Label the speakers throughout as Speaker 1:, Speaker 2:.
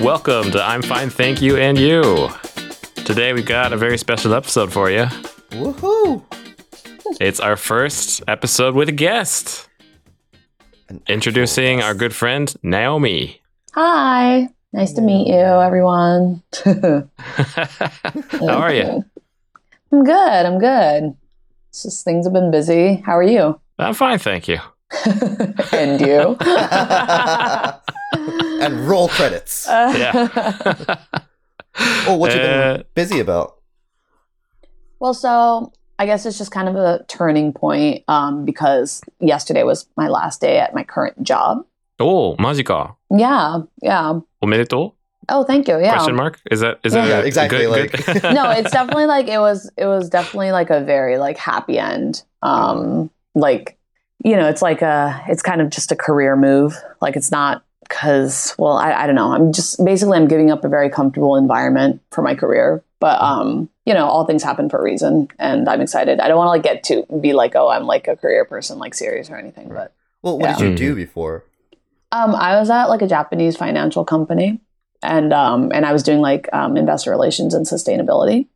Speaker 1: Welcome to I'm Fine, Thank You, and You. Today we've got a very special episode for you.
Speaker 2: Woohoo!
Speaker 1: It's our first episode with a guest.
Speaker 2: An
Speaker 1: Introducing our good friend, Naomi.
Speaker 3: Hi. Nice to meet you, everyone.
Speaker 1: How are you?
Speaker 3: Oh. I'm good. I'm good. It's just things have been busy. How are you?
Speaker 1: I'm fine, thank you.
Speaker 3: and you?
Speaker 2: and roll credits.
Speaker 1: Yeah.
Speaker 2: oh, what you
Speaker 1: Uh,
Speaker 2: been busy about?
Speaker 3: well, so I guess it's just kind of a turning point um, because yesterday was my last day at my current job.
Speaker 1: おお、マジか。
Speaker 3: Yeah. Yeah.
Speaker 1: おめでと
Speaker 3: Oh, thank you.
Speaker 1: う
Speaker 3: Yeah.
Speaker 1: ?question mark? Is that, is that
Speaker 2: Yeah,
Speaker 1: a
Speaker 2: exactly,
Speaker 1: good,
Speaker 2: like-
Speaker 1: good-
Speaker 3: no, it's definitely like it was it was definitely like a very like happy end. Um like you know, it's like a it's kind of just a career move. Like it's not cuz well, I I don't know. I'm just basically I'm giving up a very comfortable environment for my career, but um you know, all things happen for a reason and I'm excited. I don't want to like get to be like, "Oh, I'm like a career person like serious or anything." But
Speaker 2: Well, what
Speaker 1: Yeah. Mm-hmm.
Speaker 2: did you do before?
Speaker 3: um I was at like a Japanese financial company and um and I was doing like um investor relations and sustainability.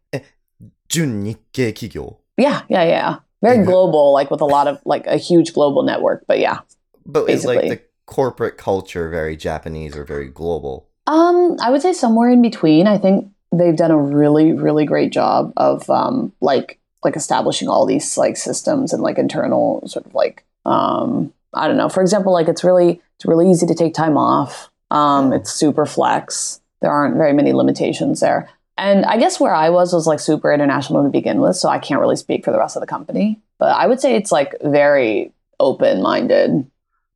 Speaker 2: 準日系企業。
Speaker 3: Yeah, yeah, yeah. Very
Speaker 2: Yeah.
Speaker 3: global, like with a lot of like a huge global network. But yeah,
Speaker 2: But is like
Speaker 3: Basically.
Speaker 2: the corporate culture very Japanese or very global?
Speaker 3: um, I would say somewhere in between. I think they've done a really, really great job of um, like like establishing all these like systems and like internal sort of like um, I don't know. For example, like it's really it's really easy to take time off. Um, It's super flex. There aren't very many limitations there. And I guess where I was was like super international to begin with, so I can't really speak for the rest of the company. But I would say it's like very open minded.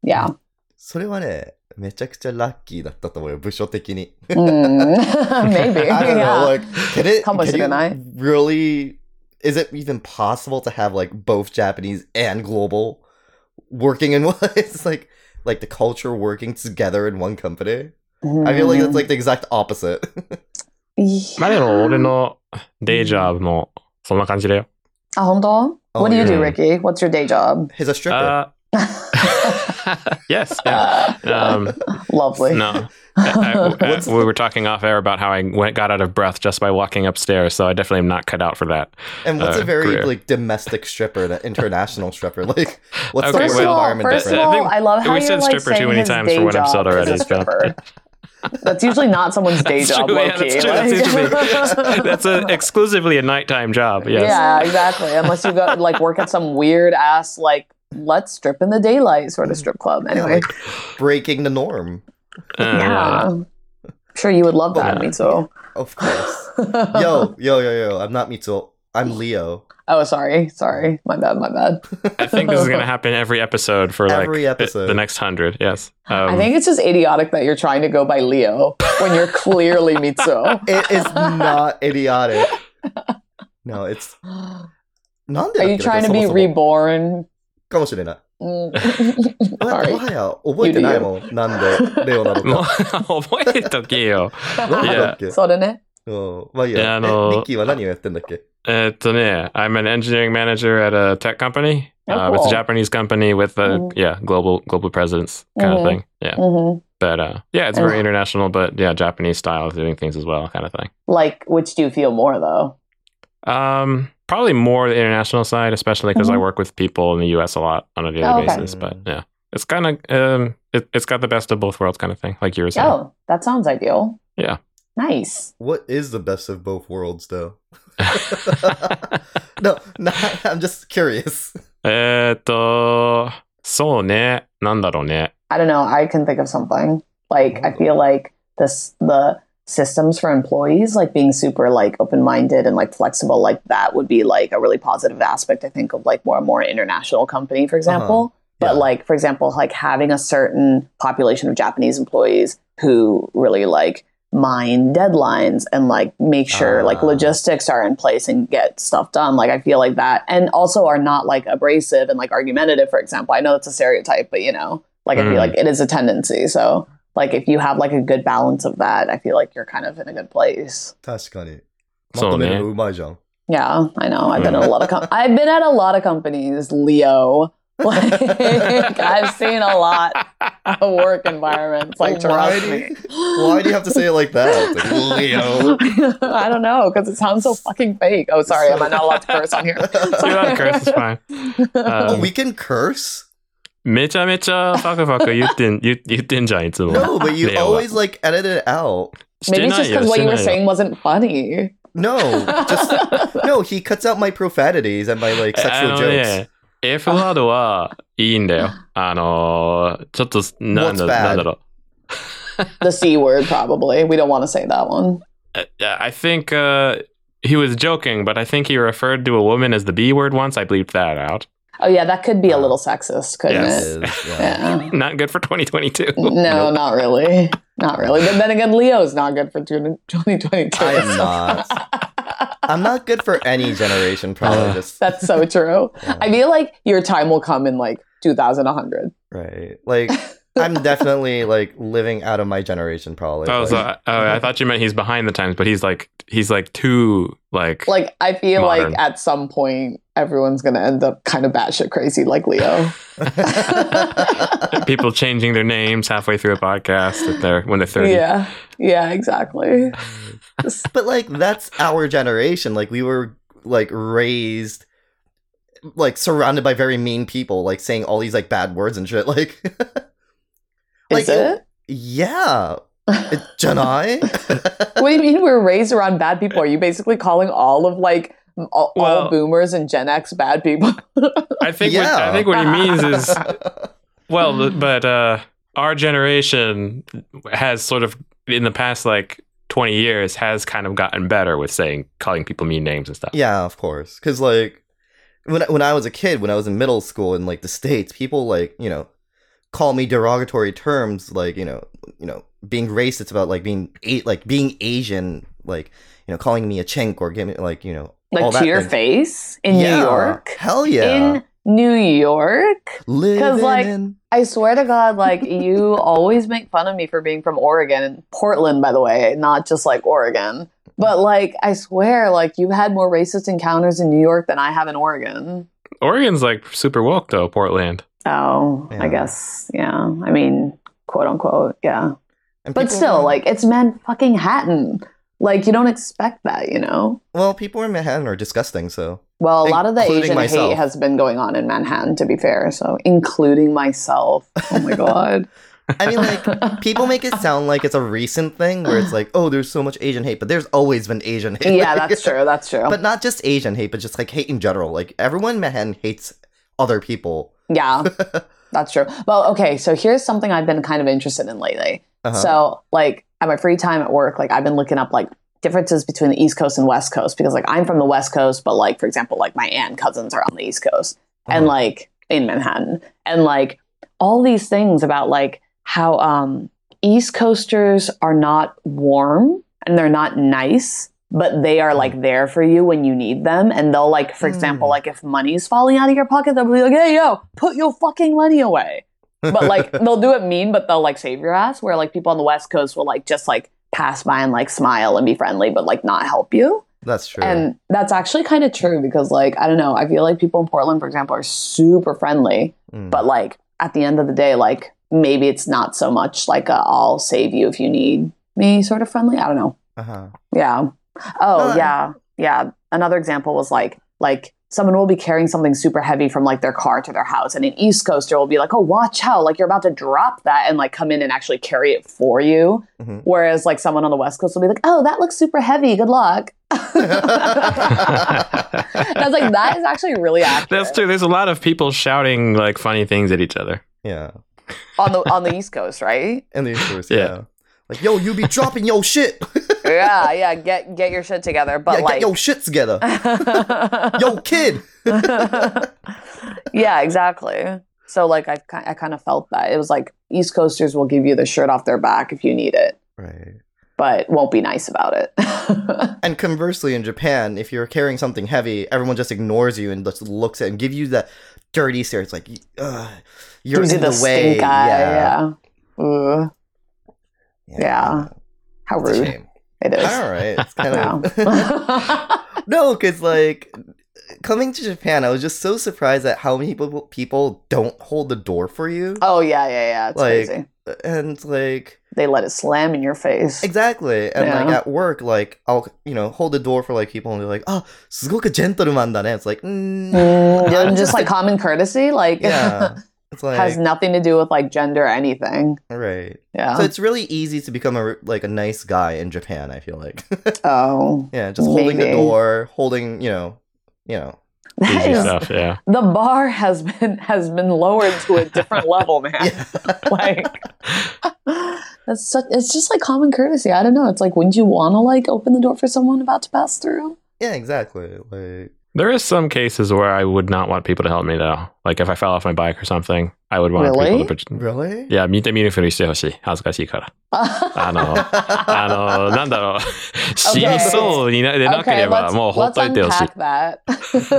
Speaker 3: Yeah.
Speaker 2: それはね、めちゃくちゃラッキーだったと思うよ、部署的に。
Speaker 3: Mm. Maybe.
Speaker 2: I don't
Speaker 3: yeah.
Speaker 2: know, like, can it,
Speaker 3: How much
Speaker 2: can
Speaker 3: did
Speaker 2: you
Speaker 3: I?
Speaker 2: really, is it even possible to have like both Japanese and global working in one? It's like, like the culture working together in one company. I feel
Speaker 3: Mm-hmm.
Speaker 2: like that's like the exact opposite.
Speaker 3: Mm.
Speaker 1: まあで も、俺のデイジャーもそんな感じだよ。
Speaker 3: Ah, Hondo?
Speaker 2: Oh,
Speaker 3: what do you
Speaker 1: yeah.
Speaker 3: do, Ricky? What's your day job?
Speaker 2: He's a stripper.
Speaker 1: Uh, yes. yeah. Um,
Speaker 3: Lovely.
Speaker 1: no. I- I-
Speaker 2: What's
Speaker 1: Uh, we were talking off air about how I went, got out of breath just by walking upstairs, so I definitely am not cut out for that.
Speaker 2: and what's
Speaker 1: uh,
Speaker 2: a very
Speaker 1: career.
Speaker 2: like domestic stripper, and an international stripper? Like, what's
Speaker 1: Okay,
Speaker 2: the
Speaker 3: First
Speaker 2: work
Speaker 3: of
Speaker 1: well,
Speaker 3: all,
Speaker 2: environment
Speaker 3: first of
Speaker 2: different?
Speaker 3: all,
Speaker 1: I think
Speaker 3: I love how
Speaker 1: we
Speaker 3: you're
Speaker 1: said
Speaker 3: like
Speaker 1: stripper too
Speaker 3: saying
Speaker 1: many
Speaker 3: his
Speaker 1: times
Speaker 3: day
Speaker 1: for one
Speaker 3: job
Speaker 1: episode
Speaker 3: is
Speaker 1: already,
Speaker 3: a
Speaker 1: so.
Speaker 3: stripper. that's usually not someone's day
Speaker 1: That's
Speaker 3: job.
Speaker 1: true, yeah,
Speaker 3: low-key.
Speaker 1: that's true, that's
Speaker 3: Like-
Speaker 1: usually- That's a, exclusively a nighttime job. Yes.
Speaker 3: Yeah, exactly. Unless you go like work at some weird ass like let's strip in the daylight sort of
Speaker 1: Mm-hmm.
Speaker 3: strip club.
Speaker 2: Yeah,
Speaker 3: Anyway,
Speaker 2: like, breaking the norm,
Speaker 1: Uh,
Speaker 3: yeah. I'm sure you would love that,
Speaker 2: Yeah.
Speaker 3: me too.
Speaker 2: of course. yo, yo, yo, yo! I'm not Mitsuo. I'm Leo.
Speaker 3: Oh, sorry, sorry, my bad, my bad.
Speaker 1: I think this is going to happen every episode for like
Speaker 2: Every
Speaker 1: the-
Speaker 2: episode.
Speaker 1: the next hundred. Yes. Um,
Speaker 3: I think it's just idiotic that you're trying to go by Leo when you're clearly Mitsuo.
Speaker 2: It is not idiotic. No, it's.
Speaker 3: Are
Speaker 2: なんでだっけ
Speaker 3: you trying to be
Speaker 2: そもそも
Speaker 3: reborn?
Speaker 2: かもしれない。
Speaker 3: Mm.
Speaker 2: だっても
Speaker 3: sorry.
Speaker 2: はや覚えてないもん。なん でレオなの
Speaker 1: も
Speaker 2: か。
Speaker 1: う 覚えとけよ。
Speaker 2: なんでだっけ
Speaker 3: そうだね。
Speaker 2: うん。まあいい
Speaker 1: いや
Speaker 2: や。
Speaker 1: あ
Speaker 2: えミ
Speaker 1: の
Speaker 2: ッキーは何をやってんだっけ
Speaker 1: えーっとね、I'm uh, an engineering manager at a tech company.
Speaker 3: Oh,
Speaker 1: Uh, It's a
Speaker 3: cool.
Speaker 1: Japanese company with a
Speaker 3: Mhm.
Speaker 1: yeah global global presence kind of
Speaker 3: Mhm.
Speaker 1: thing. Yeah,
Speaker 3: Mhm.
Speaker 1: but uh, yeah, it's
Speaker 3: And-
Speaker 1: very international, but yeah, Japanese style of doing things as well, kind of thing.
Speaker 3: Like, which do you feel more though?
Speaker 1: Um, probably more the international side, especially because I
Speaker 3: Mhm.
Speaker 1: work with people in the U.S. a lot on a daily
Speaker 3: Oh, okay.
Speaker 1: basis. But yeah, it's kind of um, it, it's got the best of both worlds, kind of thing, like you were saying.
Speaker 3: Oh, that sounds ideal.
Speaker 1: Yeah.
Speaker 3: Nice.
Speaker 2: What is the best of both worlds, though? no, not, I'm just curious.
Speaker 1: えーっと、そうね、なんだろうね。
Speaker 3: I don't know. I can think of something. Like, I feel like this the systems for employees like being super like open minded and like flexible like that would be like a really positive aspect. I think of like more and more international company, for example. But
Speaker 2: Uh-huh. Yeah.
Speaker 3: like, for example, like having a certain population of Japanese employees who really like mind deadlines and like make sure like
Speaker 2: Ah.
Speaker 3: logistics are in place and get stuff done. Like I feel like that, and also are not like abrasive and like argumentative. For example, I know it's a stereotype, but you know, like I
Speaker 1: Mm.
Speaker 3: feel like it is a tendency. So like, if you have like a good balance of that, I feel like you're kind of in a good place.
Speaker 2: 確かに。ま
Speaker 1: そう
Speaker 2: と
Speaker 1: ね
Speaker 2: めるのうまいじゃん。
Speaker 3: Yeah, I know. I've been
Speaker 2: Mm.
Speaker 3: at a lot of com- I've been at a lot of companies, Leo. Like I've seen a lot. a work environment. It's like
Speaker 2: why,
Speaker 3: trust
Speaker 2: do
Speaker 3: me.
Speaker 2: you, why do you have to say it like that? It's like, Leo.
Speaker 3: I don't know because it sounds so fucking fake. Oh, sorry, am I not allowed to curse on here?
Speaker 1: You're not cursed, it's fine.
Speaker 2: Oh,
Speaker 1: Um,
Speaker 2: we can curse?
Speaker 1: めちゃめちゃファクファク言ってん、言言ってんじゃん、いつも。
Speaker 2: No, but you
Speaker 1: 令和
Speaker 2: always like edit it out.
Speaker 1: して
Speaker 3: Maybe it's
Speaker 1: な
Speaker 3: just
Speaker 1: いよ
Speaker 3: because
Speaker 1: し
Speaker 3: what
Speaker 1: て
Speaker 3: you
Speaker 1: な
Speaker 3: were
Speaker 1: いよ
Speaker 3: saying wasn't funny.
Speaker 2: No, just no. He cuts out my profanities and my like
Speaker 1: あ
Speaker 2: sexual
Speaker 1: の
Speaker 2: jokes.
Speaker 1: ね、F ワードはいいんだよ。あのー、ちょっと、なんだ
Speaker 2: What's bad?
Speaker 1: なんだろう。
Speaker 3: The c word probably. We don't want to say that one.
Speaker 1: I- I think uh, he was joking, but I think he referred to a woman as the B word once. I bleeped that out.
Speaker 3: Oh yeah, that could be a
Speaker 2: Uh,
Speaker 3: little sexist, couldn't
Speaker 1: yes.
Speaker 3: it?
Speaker 2: Is, yeah.
Speaker 3: Yeah.
Speaker 1: Not good for 2022.
Speaker 3: No, not really. Not really. But then again, Leo's not good for 2022.
Speaker 2: I am not. I'm not good for any generation. Probably
Speaker 1: Uh,
Speaker 2: just
Speaker 3: That's so true.
Speaker 2: Yeah.
Speaker 3: I feel like your time will come in like 2100.
Speaker 2: right. Like I'm definitely like living out of my generation. Probably.
Speaker 1: Oh,
Speaker 2: Like,
Speaker 1: so, uh, I thought you meant he's behind the times, but he's like he's like too like.
Speaker 3: Like, I feel
Speaker 1: Modern.
Speaker 3: like at some point, everyone's going to end up kind of batshit crazy like Leo.
Speaker 1: People changing their names halfway through a podcast that they're, when they're 30.
Speaker 3: Yeah. Yeah, exactly. Just-
Speaker 2: but like that's our generation. Like we were like raised like surrounded by very mean people, like saying all these like bad words and shit. Like,
Speaker 3: is it?
Speaker 2: Yeah, it, Janai.
Speaker 3: What do you mean we we're raised around bad people? Are you basically calling all of like all,
Speaker 1: Well-
Speaker 3: all boomers and Gen X bad people?
Speaker 1: I think what, I
Speaker 2: Yeah.
Speaker 1: think what he means is well, th-
Speaker 3: Mm.
Speaker 1: but uh, our generation has sort of in the past like 20 years has kind of gotten better with saying calling people mean names and stuff.
Speaker 2: Yeah, of course. Because like when I- when I was a kid, when I was in middle school in like the states, people like you know call me derogatory terms like you know you know being racist about like being a- like being Asian like you know calling me a chink or giving like you know all
Speaker 3: like
Speaker 2: that
Speaker 3: to your
Speaker 2: thing.
Speaker 3: face in
Speaker 2: Yeah,
Speaker 3: New York?
Speaker 2: Hell yeah!
Speaker 3: In New York?
Speaker 2: Living
Speaker 3: like-
Speaker 2: in
Speaker 3: I swear to God, like you always make fun of me for being from Oregon and Portland, by the way, not just like Oregon. But like, I swear, like you've had more racist encounters in New York than I have in Oregon.
Speaker 1: Oregon's like super woke though, Portland.
Speaker 3: Oh,
Speaker 2: Yeah.
Speaker 3: I guess, yeah. I mean, quote unquote, yeah.
Speaker 2: and
Speaker 3: But
Speaker 2: people
Speaker 3: still,
Speaker 2: were-
Speaker 3: like it's Manhattan. Hatton. Like you don't expect that, you know.
Speaker 2: well, people in Manhattan are disgusting. So
Speaker 3: Well, a lot of the
Speaker 2: Including
Speaker 3: Asian
Speaker 2: myself.
Speaker 3: hate has been going on in Manhattan, to be fair. So, including myself. Oh my god.
Speaker 2: I mean, like people make it sound like it's a recent thing where it's like, oh, there's so much Asian hate, but there's always been Asian hate.
Speaker 3: yeah,
Speaker 2: Like-
Speaker 3: that's true. That's true.
Speaker 2: but not just Asian hate, but just like hate in general. Like everyone in Manhattan hates other people.
Speaker 3: Yeah, that's true. Well, okay, so here's something I've been kind of interested in lately.
Speaker 2: Uh-huh.
Speaker 3: So, like, at my free time at work, like, I've been looking up like differences between the East Coast and West Coast because, like, I'm from the West Coast, but, like, for example, like, my aunt and cousins are on the East Coast and,
Speaker 2: Mhm.
Speaker 3: like, in Manhattan. And, like, all these things about, like, how um, East Coasters are not warm and they're not nice. But they are like there for you when you need them. And they'll like, for
Speaker 2: Mm.
Speaker 3: example, like if money's falling out of your pocket, they'll be like, hey, yo, put your fucking money away
Speaker 2: Uh-huh.
Speaker 3: but like they'll do it mean, but they'll like save your ass. Where like people on the West Coast will like just like pass by and like smile and be friendly, but like not help you.
Speaker 2: that's true.
Speaker 3: And that's actually kind of true because like I don't know, I feel like people in Portland, for example, are super friendly,
Speaker 2: Mm.
Speaker 3: but like at the end of the day, like maybe it's not so much like a, I'll save you if you need me sort of friendly. I don't know.
Speaker 2: uh-huh.
Speaker 3: Yeah. Oh
Speaker 2: Well,
Speaker 3: yeah, yeah. Another example was like like someone will be carrying something super heavy from like their car to their house, and an East Coaster will be like, "Oh, watch out! Like you're about to drop that," and like come in and actually carry it for you.
Speaker 2: Mhm.
Speaker 3: Whereas like someone on the West Coast will be like, "Oh, that looks super heavy. Good luck." That's like that is actually really accurate
Speaker 1: That's true. There's a lot of people shouting like funny things at each other.
Speaker 2: yeah,
Speaker 3: on the on the East Coast, right?
Speaker 2: and the issues.
Speaker 1: Yeah.
Speaker 2: Yeah. like yo, you be dropping yo shit.
Speaker 3: Yeah, yeah. Get get your shit together,
Speaker 2: yeah,
Speaker 3: but
Speaker 2: get
Speaker 3: like
Speaker 2: yo shit together. yo kid.
Speaker 3: yeah, exactly. So like I ki- I kind of felt that it was like East Coasters will give you the shirt off their back if you need it,
Speaker 2: Right.
Speaker 3: but won't be nice about it.
Speaker 2: And conversely, in Japan, if you're carrying something heavy, everyone just ignores you and just looks at and give you that dirty stare. It's like, Ugh, you're
Speaker 3: Gives
Speaker 2: in
Speaker 3: you
Speaker 2: the, way.
Speaker 3: stink eye. Yeah. Ugh,
Speaker 2: Yeah.
Speaker 3: yeah. How
Speaker 2: It's a
Speaker 3: rude
Speaker 2: shame.
Speaker 3: it is.
Speaker 2: All right. It's kind
Speaker 3: Wow.
Speaker 2: of. No, because like coming to Japan, I was just so surprised at how many people people don't hold the door for you.
Speaker 3: Oh yeah, yeah, yeah. It's
Speaker 2: Like-
Speaker 3: crazy.
Speaker 2: And like
Speaker 3: They let it slam in your face.
Speaker 2: Exactly. And like
Speaker 3: Yeah.
Speaker 2: at work, like I'll you know, hold the door for like people and they're like, Oh, sugoku gentleman da It's like mm,
Speaker 3: Mm, and just like common courtesy, like
Speaker 2: Yeah. It's like
Speaker 3: has nothing to do with like gender or anything.
Speaker 2: right.
Speaker 3: Yeah.
Speaker 2: So it's really easy to become a like a nice guy in Japan, I feel like.
Speaker 3: oh,
Speaker 2: yeah, just holding the
Speaker 3: Maybe.
Speaker 2: door, holding, you know, you know.
Speaker 3: that
Speaker 1: Easy
Speaker 3: is
Speaker 1: stuff, yeah.
Speaker 3: the bar has been has been lowered to a different level, man.
Speaker 2: Yeah.
Speaker 3: Like that's such, it's just like common courtesy. I don't know. It's like wouldn't you want to like open the door for someone about to pass through?
Speaker 2: yeah, exactly. Like
Speaker 1: There is some cases where I would not want people to help me though. Like if I fell off my bike or something, I would want
Speaker 3: Really?
Speaker 1: people to.
Speaker 2: really?
Speaker 1: いや、見て見ぬふりしてほしい。恥ずかしいから。
Speaker 2: Ah,
Speaker 1: あの、 あの、なん だろう。死にそうになでなければ、もうほっといてほしい。
Speaker 3: unpack that.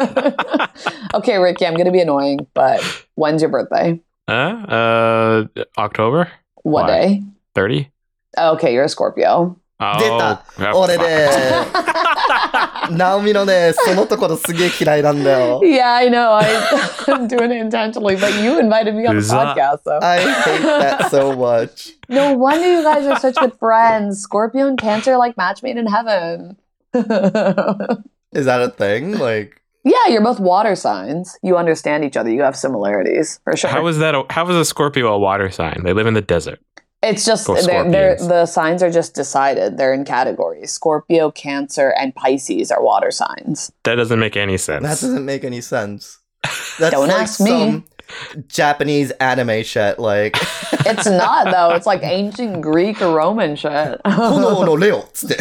Speaker 3: okay, Ricky, I'm gonna be annoying, but when's your birthday?
Speaker 1: ええ ?October Why?
Speaker 3: What day?
Speaker 1: 30?
Speaker 3: Okay, you're a Scorpio.
Speaker 2: 出た俺ね Naomi のね、そのところすげえ嫌 いなんだよ。
Speaker 3: Yeah, I know. I, I'm doing it intentionally, but you invited me on the
Speaker 1: Is that-
Speaker 3: podcast, so.
Speaker 2: I hate that so much.
Speaker 3: no wonder you guys are such good friends. Scorpio and Cancer are like match made in heaven. yeah,
Speaker 2: Is that a thing? Like
Speaker 3: you're both water signs. You understand each other. You have similarities for sure.
Speaker 1: How is that? A, how is a Scorpio a water sign? They live in the desert.
Speaker 3: It's just
Speaker 1: Or
Speaker 3: they're, they're,
Speaker 1: scorpions.
Speaker 3: the signs are just decided. They're in categories. Scorpio, Cancer, and Pisces are water signs.
Speaker 1: That doesn't make any sense.
Speaker 2: That doesn't make any sense. That's
Speaker 3: Don't
Speaker 2: like
Speaker 3: ask me.
Speaker 2: some Japanese anime shit, like
Speaker 3: It's not though. It's like ancient Greek or Roman shit.
Speaker 2: 炎のレオっつって。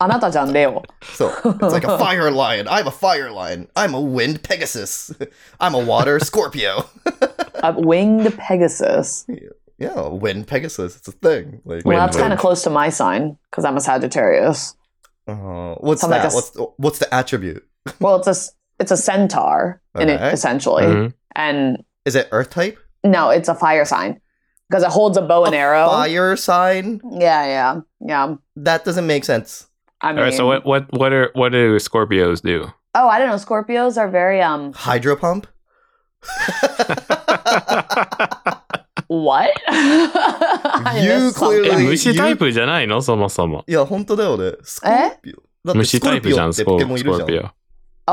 Speaker 3: あなたじゃん、レオ。
Speaker 2: so it's like a fire lion. I'm a fire lion. I'm a wind Pegasus. I'm a water Scorpio.
Speaker 3: A winged Pegasus.
Speaker 2: yeah, wind Pegasus. It's a thing. Like,
Speaker 1: Wind
Speaker 3: well, that's kind of
Speaker 1: winged.
Speaker 3: close to my sign because I'm a Sagittarius.
Speaker 2: uh, what's
Speaker 3: Sound like
Speaker 2: that?
Speaker 3: a s-
Speaker 2: what's what's the attribute?
Speaker 3: Well, it's a s- it's a centaur, in it,
Speaker 2: Okay.
Speaker 3: essentially,
Speaker 1: Mhm.
Speaker 3: and
Speaker 2: Is it Earth type?
Speaker 3: no, it's a fire sign because it holds a bow and
Speaker 2: A
Speaker 3: arrow.
Speaker 2: Fire sign.
Speaker 3: Yeah, yeah, yeah.
Speaker 2: That doesn't make sense.
Speaker 3: I mean,
Speaker 1: All right. So what? What? What are? What do Scorpios do?
Speaker 3: oh, I don't know. Scorpios are very um.
Speaker 2: Hydro pump.
Speaker 3: What? I
Speaker 2: You
Speaker 3: missed something.
Speaker 2: clearly-
Speaker 1: え、
Speaker 2: You-
Speaker 1: 虫タイプじゃないのそもそも。
Speaker 2: いや、本当だよね。スコ
Speaker 3: Eh?
Speaker 2: ーピオ。だって
Speaker 1: 虫タイプじゃん、
Speaker 2: ス
Speaker 1: ス
Speaker 2: コ
Speaker 1: コ
Speaker 2: ー
Speaker 1: ス
Speaker 2: ピオってポケモンいるじ
Speaker 1: コ
Speaker 2: ゃん
Speaker 1: ーピ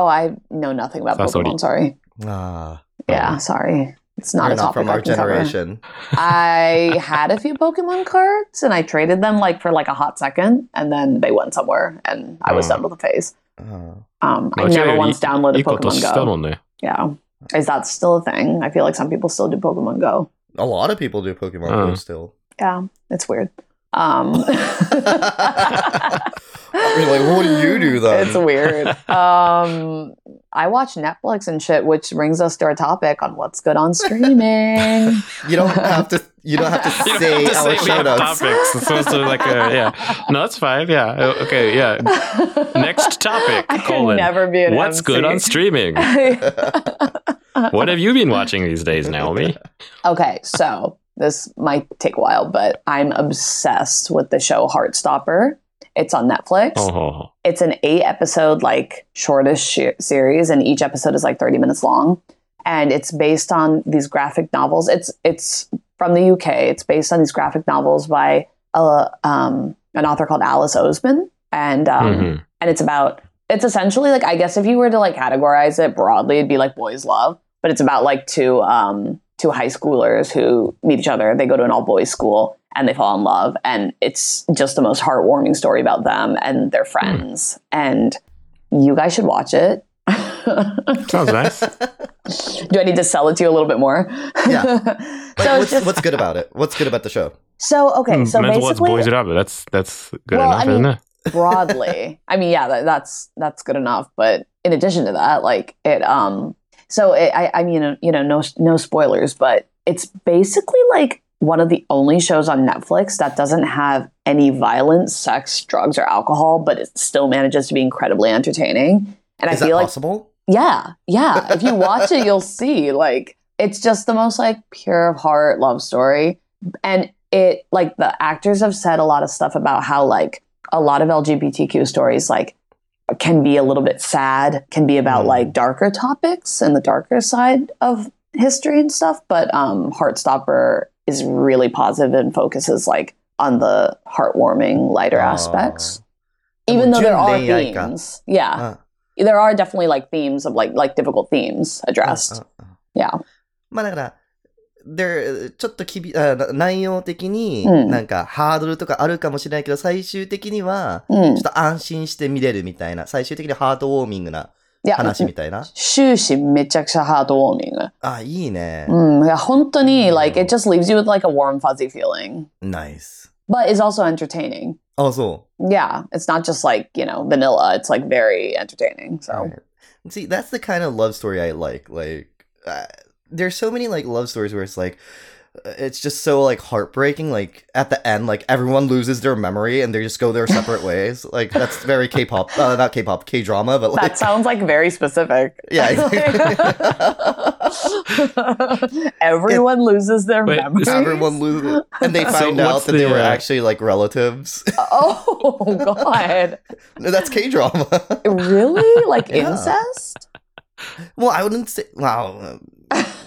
Speaker 1: オ。
Speaker 3: Oh, I know nothing about
Speaker 1: Sasori.
Speaker 3: Pokemon. Sorry.
Speaker 2: Ah,
Speaker 1: Oh.
Speaker 3: Yeah, sorry. It's not
Speaker 2: you're
Speaker 3: a
Speaker 2: not
Speaker 3: topic
Speaker 2: from our
Speaker 3: I can cover.
Speaker 2: generation.
Speaker 3: I had a few Pokemon cards and I traded them like for like a hot second, and then they went somewhere, and I was
Speaker 1: Mm.
Speaker 3: done with the phase.
Speaker 2: Ah.
Speaker 3: Um, I
Speaker 1: Well, it's
Speaker 3: never
Speaker 1: really
Speaker 3: once downloaded
Speaker 1: いいこと
Speaker 3: Pokemon
Speaker 1: した
Speaker 3: Go.
Speaker 1: もんね。
Speaker 3: Yeah, is that still a thing? I feel like some people still do Pokemon Go.
Speaker 2: a lot of people do Pokemon Go
Speaker 1: Oh.
Speaker 2: still.
Speaker 3: Yeah, it's weird. Um,
Speaker 2: I mean, like, what do you do then?
Speaker 3: It's weird. Um, I watch Netflix and shit, which brings us to our topic on what's good on streaming.
Speaker 2: You don't have to. You don't have to
Speaker 1: You don't
Speaker 2: say
Speaker 1: have to say
Speaker 2: our
Speaker 1: we
Speaker 2: show
Speaker 1: have
Speaker 2: notes.
Speaker 1: topics. It's supposed to like a yeah. No, that's fine. Yeah. Uh, Okay. Yeah. Next topic,
Speaker 3: I could
Speaker 1: colon.
Speaker 3: never be an
Speaker 1: What's good on
Speaker 3: MC.
Speaker 1: streaming? What have you been watching these days, Naomi?
Speaker 3: okay, so this might take a while, but I'm obsessed with the show Heartstopper. It's on Netflix.
Speaker 1: Oh, oh,
Speaker 3: It's an eight episode, like, shortest sh- series, and each episode is like 30 minutes long. And it's based on these graphic novels. It's it's from the UK. It's based on these graphic novels by a, um, an author called Alice Oseman. And um,
Speaker 1: Mhm.
Speaker 3: and it's about it's essentially like I guess if you were to like categorize it broadly, it'd be like boys love, but it's about like two um two high schoolers who meet each other. They go to an all boys school and they fall in love, and it's just the most heartwarming story about them and their friends. And you guys should watch it. Do
Speaker 1: sounds nice.
Speaker 3: I need to sell it to you a little bit more?
Speaker 2: Yeah. Like,
Speaker 3: so it's
Speaker 2: what's,
Speaker 3: just
Speaker 2: what's good about it? What's good about the show?
Speaker 3: so okay. So
Speaker 1: Men's What's
Speaker 3: basically,
Speaker 1: Boys Rub. That's that's good
Speaker 3: Well,
Speaker 1: enough,
Speaker 3: I mean-
Speaker 1: isn't it?
Speaker 3: broadly. I mean, yeah, that, that's that's good enough. But in addition to that, like it, um, so it, I, I mean, you know, no no spoilers, but it's basically like one of the only shows on Netflix that doesn't have any violence, sex, drugs, or alcohol, but it still manages to be incredibly entertaining. And
Speaker 2: Is
Speaker 3: I
Speaker 2: that
Speaker 3: feel like
Speaker 2: possible?
Speaker 3: yeah, yeah. If you watch it, you'll see. Like, it's just the most like pure of heart love story. And it like the actors have said a lot of stuff about how like a lot of LGBTQ stories like can be a little bit sad, can be about
Speaker 2: Mm.
Speaker 3: like darker topics and the darker side of history and stuff. But um, Heartstopper is really positive and focuses like on the heartwarming, lighter
Speaker 2: Aw.
Speaker 3: aspects. Even though there are
Speaker 2: Junmei-aika.
Speaker 3: themes, yeah,
Speaker 2: Ah,
Speaker 3: there are definitely like themes of like like difficult themes addressed.
Speaker 2: ah, ah, ah.
Speaker 3: Yeah.
Speaker 2: まあだから、there ちょっときびあな内容的に、
Speaker 3: うん
Speaker 2: なんかハードルとかあるかもしれないけど、最終的には、
Speaker 3: Mm.
Speaker 2: ちょっと安心して見れるみたいな、最終的にハートウォーミングな
Speaker 3: Yeah.
Speaker 2: 話みたいな。
Speaker 3: 終始めちゃくちゃハートウォーミング。
Speaker 2: あ、いいね。
Speaker 3: うん、いや、本当に、
Speaker 2: うん。
Speaker 3: Hmm. like, it just leaves you with like a warm, fuzzy feeling,
Speaker 2: ナイス。
Speaker 3: but it's also entertaining.
Speaker 2: あ、そ
Speaker 3: Yeah, it's not just like, you know, vanilla. It's like very entertaining.
Speaker 2: う。
Speaker 3: So,
Speaker 2: See, that's the kind of love story I like. Like, uh, there's so many like love stories where it's like, uh, it's just so like heartbreaking. Like at the end, like everyone loses their memory and they just go their separate ways. Like that's very K-pop, uh, not K-pop, K-drama, but like
Speaker 3: that sounds like very specific.
Speaker 2: yeah. exactly.
Speaker 3: Everyone loses their
Speaker 1: Wait,
Speaker 3: memories.
Speaker 1: is
Speaker 2: Everyone loses, and they
Speaker 1: So
Speaker 2: find out
Speaker 1: what's
Speaker 2: that they
Speaker 1: the,
Speaker 2: were
Speaker 1: uh,
Speaker 2: actually like relatives.
Speaker 3: Oh, God.
Speaker 2: no, that's K drama.
Speaker 3: Really? Like
Speaker 2: Yeah.
Speaker 3: incest?
Speaker 2: well, I wouldn't say. Wow,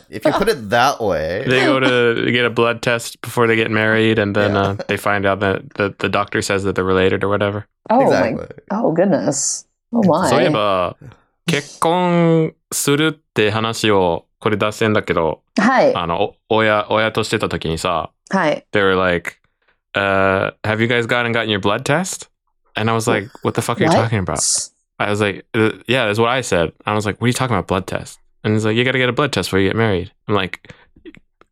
Speaker 2: if you put it that way,
Speaker 1: They go to get a blood test before they get married, and then
Speaker 2: Yeah.
Speaker 1: uh, they find out that the, the doctor says that they're related or whatever.
Speaker 3: Oh, my.
Speaker 2: exactly.
Speaker 3: Oh, goodness. Oh, my.
Speaker 1: そういえば、結婚するって話をこれ出せんだけど、
Speaker 3: はい。
Speaker 1: あの、お親、親としてた時にさ、
Speaker 3: はい。
Speaker 1: they were like, uh, have you guys gone and gotten your blood test? And I was like, what the fuck are you
Speaker 3: What?
Speaker 1: talking about? I was like, uh, yeah, that's what I said. I was like, what are you talking about, blood test? And he's like, you got to get a blood test before you get married. I'm like,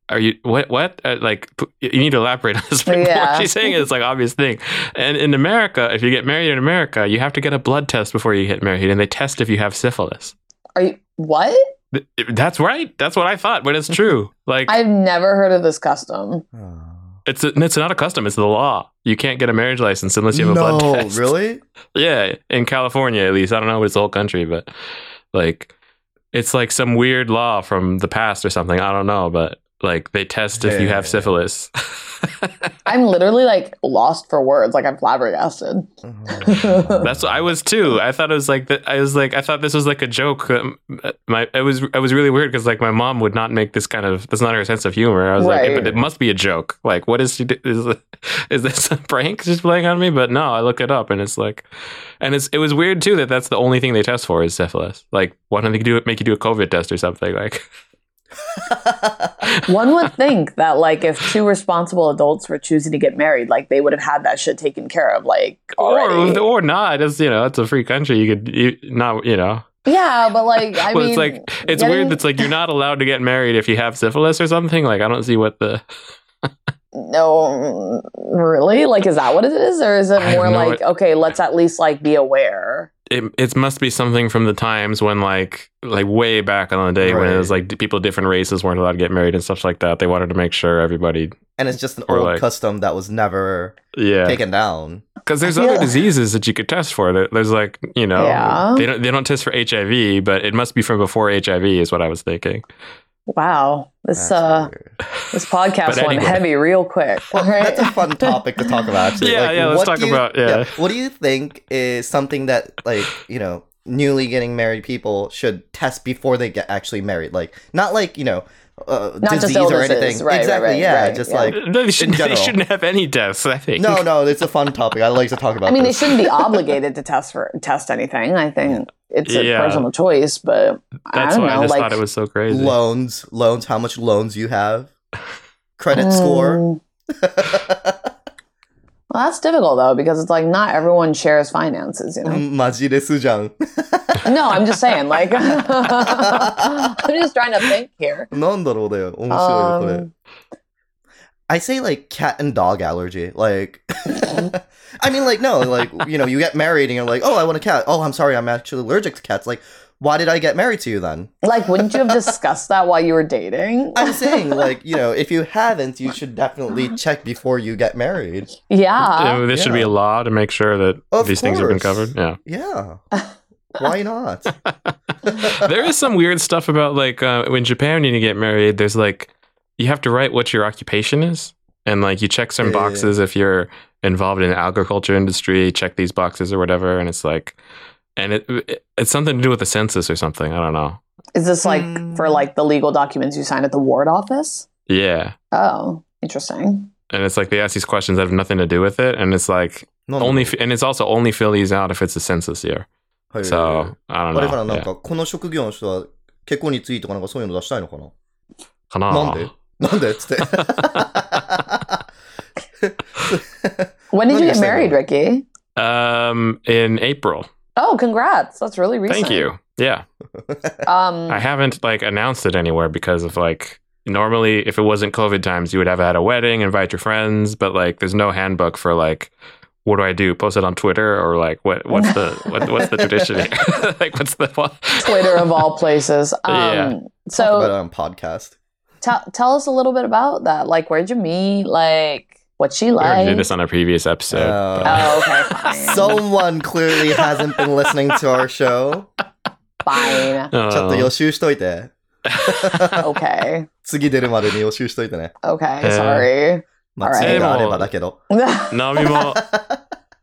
Speaker 1: are you what? What? Uh, like, p- you you need to elaborate on this. Before
Speaker 3: Yeah.
Speaker 1: She's saying it's like obvious thing. And in America, if you get married in America, you have to get a blood test before you get married, and they test if you have syphilis.
Speaker 3: Are you what?
Speaker 1: Th- That's right. That's what I thought, but it's true. Like,
Speaker 3: I've never heard of this custom.
Speaker 2: Oh.
Speaker 1: it's a, it's not a custom. It's the law. You can't get a marriage license unless you have a blood test.
Speaker 2: really?
Speaker 1: Yeah, in California at least. I don't know if it's the whole country, but like it's like some weird law from the past or something. I don't know, but like they test if you have
Speaker 2: Yeah.
Speaker 1: syphilis.
Speaker 3: I'm literally like lost for words. Like I'm flabbergasted.
Speaker 1: That's what I was too. I thought it was like that. I was like I thought this was like a joke. Um, My it was I was really weird because like my mom would not make this kind of that's not her sense of humor. I was like,
Speaker 3: Right.
Speaker 1: but it must be a joke. Like, what is she? do- Is is this a prank she's playing on me? But no, I look it up and it's like, and it's it was weird too that that's the only thing they test for is syphilis. Like, why don't they do it? Make you do a COVID test or something? Like,
Speaker 3: One would think that like if two responsible adults were choosing to get married, like they would have had that shit taken care of. Like already.
Speaker 1: or or not? It's you know, it's a free country. You could you, not you know.
Speaker 3: yeah, but like I
Speaker 1: well,
Speaker 3: mean,
Speaker 1: it's like it's
Speaker 3: getting-
Speaker 1: weird. It's like you're not allowed to get married if you have syphilis or something. Like I don't see what the
Speaker 3: no, really. Like, is that what it is, or is it
Speaker 1: I have
Speaker 3: more
Speaker 1: no
Speaker 3: like okay, let's at least like be aware?
Speaker 1: it. It must be something from the times when like like way back on the day when it was
Speaker 2: Right.
Speaker 1: like d- people of different races weren't allowed to get married and stuff like that. They wanted to make sure everybody.
Speaker 2: and it's just an
Speaker 1: Or
Speaker 2: old
Speaker 1: like-
Speaker 2: custom that was never
Speaker 1: Yeah,
Speaker 2: taken down.
Speaker 1: because there's
Speaker 3: I feel-
Speaker 1: other diseases that you could test for. There- There's like you know
Speaker 3: Yeah.
Speaker 1: they don't they don't test for HIV, but it must be from before HIV is what I was thinking.
Speaker 3: Wow, this
Speaker 2: That's
Speaker 3: uh,
Speaker 2: weird.
Speaker 3: this podcast
Speaker 1: But
Speaker 3: went
Speaker 1: anyway.
Speaker 3: heavy real quick.
Speaker 2: Well,
Speaker 3: All right.
Speaker 2: that's a fun topic to talk about. Actually,
Speaker 1: Yeah,
Speaker 2: Like,
Speaker 1: yeah, let's
Speaker 2: what
Speaker 1: talk
Speaker 2: do you-
Speaker 1: about- yeah.
Speaker 2: What do you think is something that like you know newly getting married people should test before they get actually married? Like not like you know uh,
Speaker 3: Not just
Speaker 2: disease or
Speaker 3: illnesses,
Speaker 2: anything.
Speaker 3: right, right,
Speaker 2: exactly.
Speaker 3: right,
Speaker 2: yeah,
Speaker 3: right,
Speaker 2: just
Speaker 3: yeah.
Speaker 2: like
Speaker 1: They, should, they
Speaker 2: general.
Speaker 1: shouldn't have any tests. I think
Speaker 2: no, no. It's a fun topic. I like to talk about.
Speaker 3: I mean, they
Speaker 2: this.
Speaker 3: shouldn't be obligated to test for test anything. I think it's a
Speaker 1: Yeah.
Speaker 3: personal choice, but I
Speaker 1: That's
Speaker 3: don't
Speaker 1: why
Speaker 3: know.
Speaker 1: I just
Speaker 3: like
Speaker 1: thought it was so crazy.
Speaker 2: loans, loans. How much loans you have? Credit
Speaker 3: Mm,
Speaker 2: score.
Speaker 3: Well, that's difficult though because it's like not everyone shares finances. You know?
Speaker 2: Maji Mm.
Speaker 3: no, I'm just saying. Like, I'm just trying to think here.
Speaker 2: なんだろうね。面白いね、これ。
Speaker 3: Um,
Speaker 2: I say like cat and dog allergy. Like, I mean, like, no, like, you know, you get married and you're like, oh, I want a cat. Oh, I'm sorry, I'm actually allergic to cats. Like, why did I get married to you then?
Speaker 3: Like, wouldn't you have discussed that while you were dating?
Speaker 2: I'm saying, like, you know, if you haven't, you should definitely check before you get married.
Speaker 3: Ah, yeah.
Speaker 1: Yeah, there should be a law to make sure that
Speaker 2: Of
Speaker 1: these things have been
Speaker 2: course.
Speaker 1: covered. Yeah.
Speaker 2: Yeah. Why not?
Speaker 1: there is some weird stuff about like uh, when Japan when you get married. There's like you have to write what your occupation is, and like you check some
Speaker 2: Yeah, yeah, yeah.
Speaker 1: boxes if you're involved in the agriculture industry. Check these boxes or whatever, and it's like and it, it it's something to do with the census or something. I don't know.
Speaker 3: Is this like
Speaker 2: Hmm.
Speaker 3: for like the legal documents you sign at the ward office?
Speaker 1: Yeah,
Speaker 3: Oh, interesting.
Speaker 1: and it's like they ask these questions that have nothing to do with it, and it's like
Speaker 2: No,
Speaker 1: only f- and it's also only fill these out if it's a census year.
Speaker 2: はい
Speaker 1: So I
Speaker 2: あ
Speaker 1: don't
Speaker 2: れから
Speaker 1: know.
Speaker 2: なん
Speaker 1: Yeah.
Speaker 2: か、この職業の人は結婚についてとかなんかそういうの出したいのかな
Speaker 1: Kana.
Speaker 2: なんでなんでっつって。
Speaker 3: When did
Speaker 2: When
Speaker 3: you
Speaker 2: did
Speaker 3: get
Speaker 2: you say
Speaker 3: married,
Speaker 2: that?
Speaker 3: Ricky?
Speaker 1: Um, in April.
Speaker 3: Oh, congrats. That's really recent.
Speaker 1: Thank you. Yeah,
Speaker 3: Um,
Speaker 1: I haven't like announced it anywhere because of like normally if it wasn't COVID times, you would have had a wedding, invite your friends, but like there's no handbook for like what do I do? Post it on Twitter or like what what's the what, what's the tradition here? like what's the what?
Speaker 3: Twitter of all places. Um,
Speaker 1: Yeah.
Speaker 2: Talk about
Speaker 3: So
Speaker 2: it on podcast.
Speaker 3: t- tell us a little bit about that. Like, where'd you meet? Like, what's she
Speaker 1: We already did
Speaker 3: like?
Speaker 1: this on a previous episode.
Speaker 2: Oh.
Speaker 1: but-
Speaker 3: Oh, okay. Fine.
Speaker 2: Someone clearly hasn't been listening to our show.
Speaker 3: fine.
Speaker 1: Uh,
Speaker 2: ちょっと予習しといて。
Speaker 3: Okay.
Speaker 2: 次出るまでに予習しといてね。
Speaker 3: Okay.
Speaker 1: Yeah.
Speaker 3: Sorry.
Speaker 2: まあ、
Speaker 3: Alright.
Speaker 2: 次があればだけど。
Speaker 1: Nami mo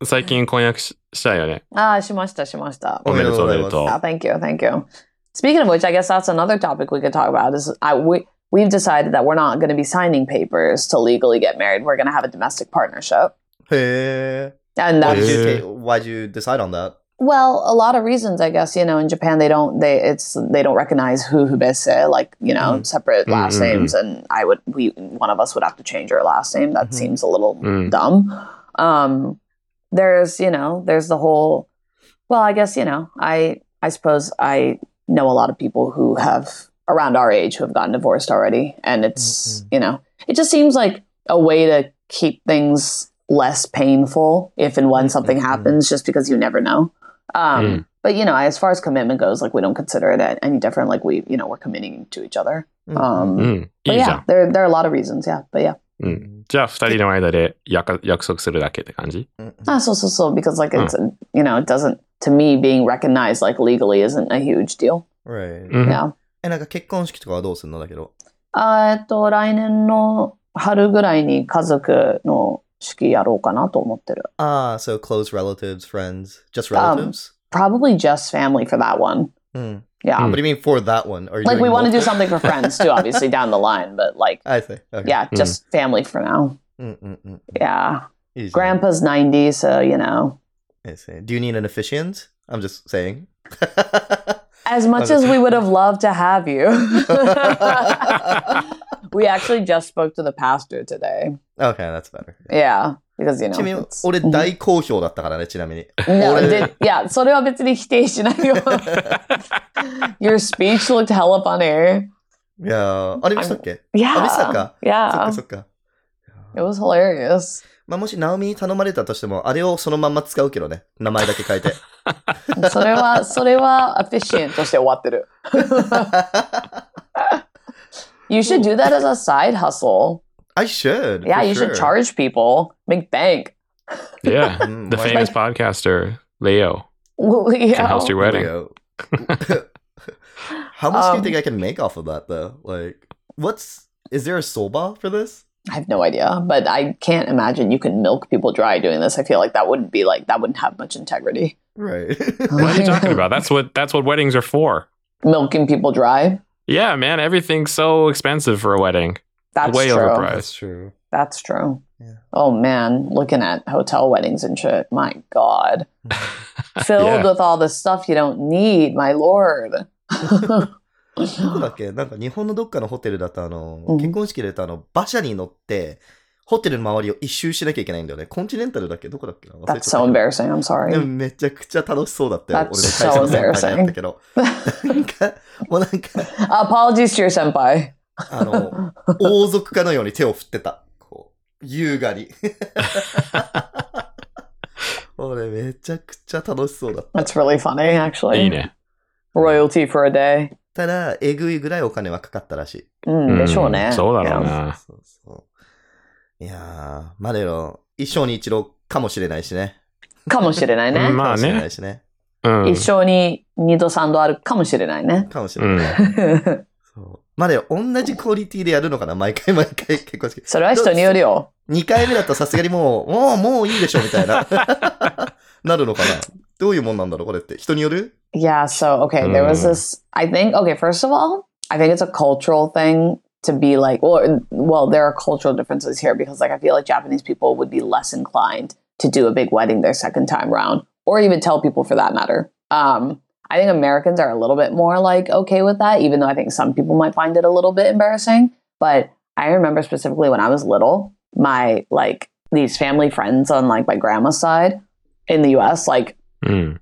Speaker 1: 最近婚約ししたよね。
Speaker 3: ah, shimashita, shimashita.
Speaker 2: おめでとうございます
Speaker 1: おめでとうおめでとう
Speaker 3: Ah, thank you, thank you. Speaking of which, I guess that's another topic we could talk about. Is I we we've decided that we're not going to be signing papers to legally get married. We're going to have a domestic partnership,
Speaker 2: へえ。
Speaker 3: and
Speaker 2: Why'd
Speaker 3: that's
Speaker 1: Yeah.
Speaker 2: you, take- why'd you decide on that?
Speaker 3: well, a lot of reasons, I guess. You know, in Japan, they don't they it's they don't recognize hu hubese like you know
Speaker 2: Mhm.
Speaker 3: separate
Speaker 1: Mhm,
Speaker 3: last names, and I would we one of us would have to change our last name. That
Speaker 2: Mhm.
Speaker 3: seems a little
Speaker 1: Mm.
Speaker 3: dumb. Um, there's you know there's the whole. Well, I guess you know I I suppose I know a lot of people who have around our age who have gotten divorced already, and it's
Speaker 2: Mhm.
Speaker 3: you know it just seems like a way to keep things less painful if and when something
Speaker 2: Mhm.
Speaker 3: happens just because you never know um
Speaker 1: Mm.
Speaker 3: but you know as far as commitment goes like we don't consider it a- any different like we you know we're committing to each other
Speaker 2: Mm.
Speaker 3: um
Speaker 1: うん、
Speaker 3: but
Speaker 1: いいじゃ
Speaker 3: yeah
Speaker 1: ん。
Speaker 3: there there are a lot of reasons yeah but yeah
Speaker 1: うん、じゃあ二人の間で約約束するだけって感じ
Speaker 2: Mm-hmm.
Speaker 3: ah, so so so because like
Speaker 1: Hmm.
Speaker 3: it's you know it doesn't to me being recognized like legally isn't a huge deal
Speaker 2: Right.
Speaker 1: うん
Speaker 3: yeah
Speaker 2: え、なんか結婚式とかはどうするのだけど。
Speaker 3: uh えっと、来年の春ぐらいに家族の式やろうかなと思ってる。
Speaker 2: Ah, so close relatives, friends, just
Speaker 3: Um.
Speaker 2: relatives.
Speaker 3: Probably just family for that one.
Speaker 2: Hmm.
Speaker 3: Yeah.
Speaker 1: Hmm.
Speaker 2: What do you mean for that one? Are you
Speaker 3: like
Speaker 2: doing
Speaker 3: we want to
Speaker 2: multiple-
Speaker 3: do something for friends too obviously down the line but like
Speaker 2: I see. Okay.
Speaker 3: yeah
Speaker 1: Hmm.
Speaker 3: just family for now
Speaker 2: Mm, mm, mm.
Speaker 3: yeah
Speaker 2: Easy.
Speaker 3: grandpa's 90 so you know
Speaker 2: I see. Do you need an officiant? I'm just saying.
Speaker 3: as much as we would have loved to have you
Speaker 2: okay,
Speaker 3: we actually just spoke to the pastor today
Speaker 2: that's better.
Speaker 3: yeah because you
Speaker 2: ちなみに
Speaker 3: know、
Speaker 2: 俺大好評だったからね、ちなみに。
Speaker 3: no,
Speaker 2: 俺
Speaker 3: did, yeah それは別に否定しないよ
Speaker 1: Mm.
Speaker 3: your speech looked hella funny
Speaker 2: いやー、あれ見せたっけ
Speaker 3: yeah
Speaker 2: あ、見せたか。そっ
Speaker 3: yeah
Speaker 2: かそっか。
Speaker 3: it was hilarious
Speaker 2: まあ、もし、ナオミに頼まれたとしても、あれをそのまんま使うけどね。名前だけ変えて。
Speaker 3: それは、それはアフィシエントして終わってる。you should do that as a side hustle.
Speaker 2: I should.
Speaker 3: Yeah,
Speaker 2: for
Speaker 3: you should
Speaker 2: sure.
Speaker 3: charge people, make bank.
Speaker 1: Yeah.
Speaker 2: Mm,
Speaker 1: The
Speaker 2: why
Speaker 1: famous podcaster, Leo,
Speaker 3: Well,
Speaker 1: can
Speaker 3: yeah.
Speaker 1: host your wedding.
Speaker 2: Leo. How much do
Speaker 3: Um,
Speaker 2: you think I can make off of that though? Like, what's is there a soba for this?
Speaker 3: I have no idea, but I can't imagine you can milk people dry doing this. I feel like that wouldn't be like that wouldn't have much integrity.
Speaker 2: Right.
Speaker 1: What are you talking about? That's what that's what weddings are for.
Speaker 3: Milking people dry.
Speaker 1: Yeah, man, everything's so expensive for a wedding.
Speaker 3: That's
Speaker 1: Way
Speaker 3: true.
Speaker 1: overpriced.
Speaker 2: That's true.
Speaker 3: That's true.
Speaker 2: Yeah.
Speaker 3: Oh man, looking at hotel weddings and shit. My God. Filled
Speaker 1: Yeah.
Speaker 3: with all the stuff you don't need, my lord.
Speaker 2: どこだっけなんか日本のどっかのホテルだとあの、
Speaker 3: うん
Speaker 2: 結婚式で言うとあの、馬車に乗って、ホテルの周りを一周しなきゃいけないんだよね。コンチネンタルだっけどこだっけな忘れ
Speaker 3: That's
Speaker 2: ちゃ
Speaker 3: so
Speaker 2: ったけど
Speaker 3: embarrassing. I'm
Speaker 2: で
Speaker 3: sorry.
Speaker 2: もめちゃくちゃ楽しそうだった
Speaker 3: That's
Speaker 2: よ。俺の会社の先輩にやったけど。なんか、もうなんか、
Speaker 3: Apologies to your senpai.
Speaker 2: あの、王族かのように手を振ってた。こう、優雅に。 俺、めちゃくちゃ楽しそうだった。
Speaker 3: That's really funny, actually.
Speaker 1: いいね。
Speaker 3: Royalty for a day.
Speaker 2: ただ、えぐいぐらいお金はかかったらしい。
Speaker 3: Mm, でしょうね。
Speaker 1: そうだろうな。ああ
Speaker 2: そうそう。いやー、まあでも、一生に一度かもしれないしね。
Speaker 3: かもしれないね。
Speaker 1: うん、まあね。
Speaker 2: かもしれないしね。
Speaker 1: うん。
Speaker 3: 一生に二度三度あるかもしれないね。
Speaker 2: かもしれない。
Speaker 1: うん。
Speaker 2: そうまあでも、同じクオリティでやるのかな毎回毎回結婚式。
Speaker 3: それは人によるよ。
Speaker 2: 2回目だとさすがにもう、もう、もういいでしょみたいな。なるのかなどういうもんなんだろうこれって人による
Speaker 3: Yeah. So, okay, there was
Speaker 1: Mm.
Speaker 3: this. I think, okay, first of all, I think it's a cultural thing to be like, well, well, there are cultural differences here because, like, I feel like Japanese people would be less inclined to do a big wedding their second time round or even tell people for that matter. Um, I think Americans are a little bit more like okay with that, even though I think some people might find it a little bit embarrassing. But I remember specifically when I was little, my like these family friends on like my grandma's side in the US, like
Speaker 1: Mm.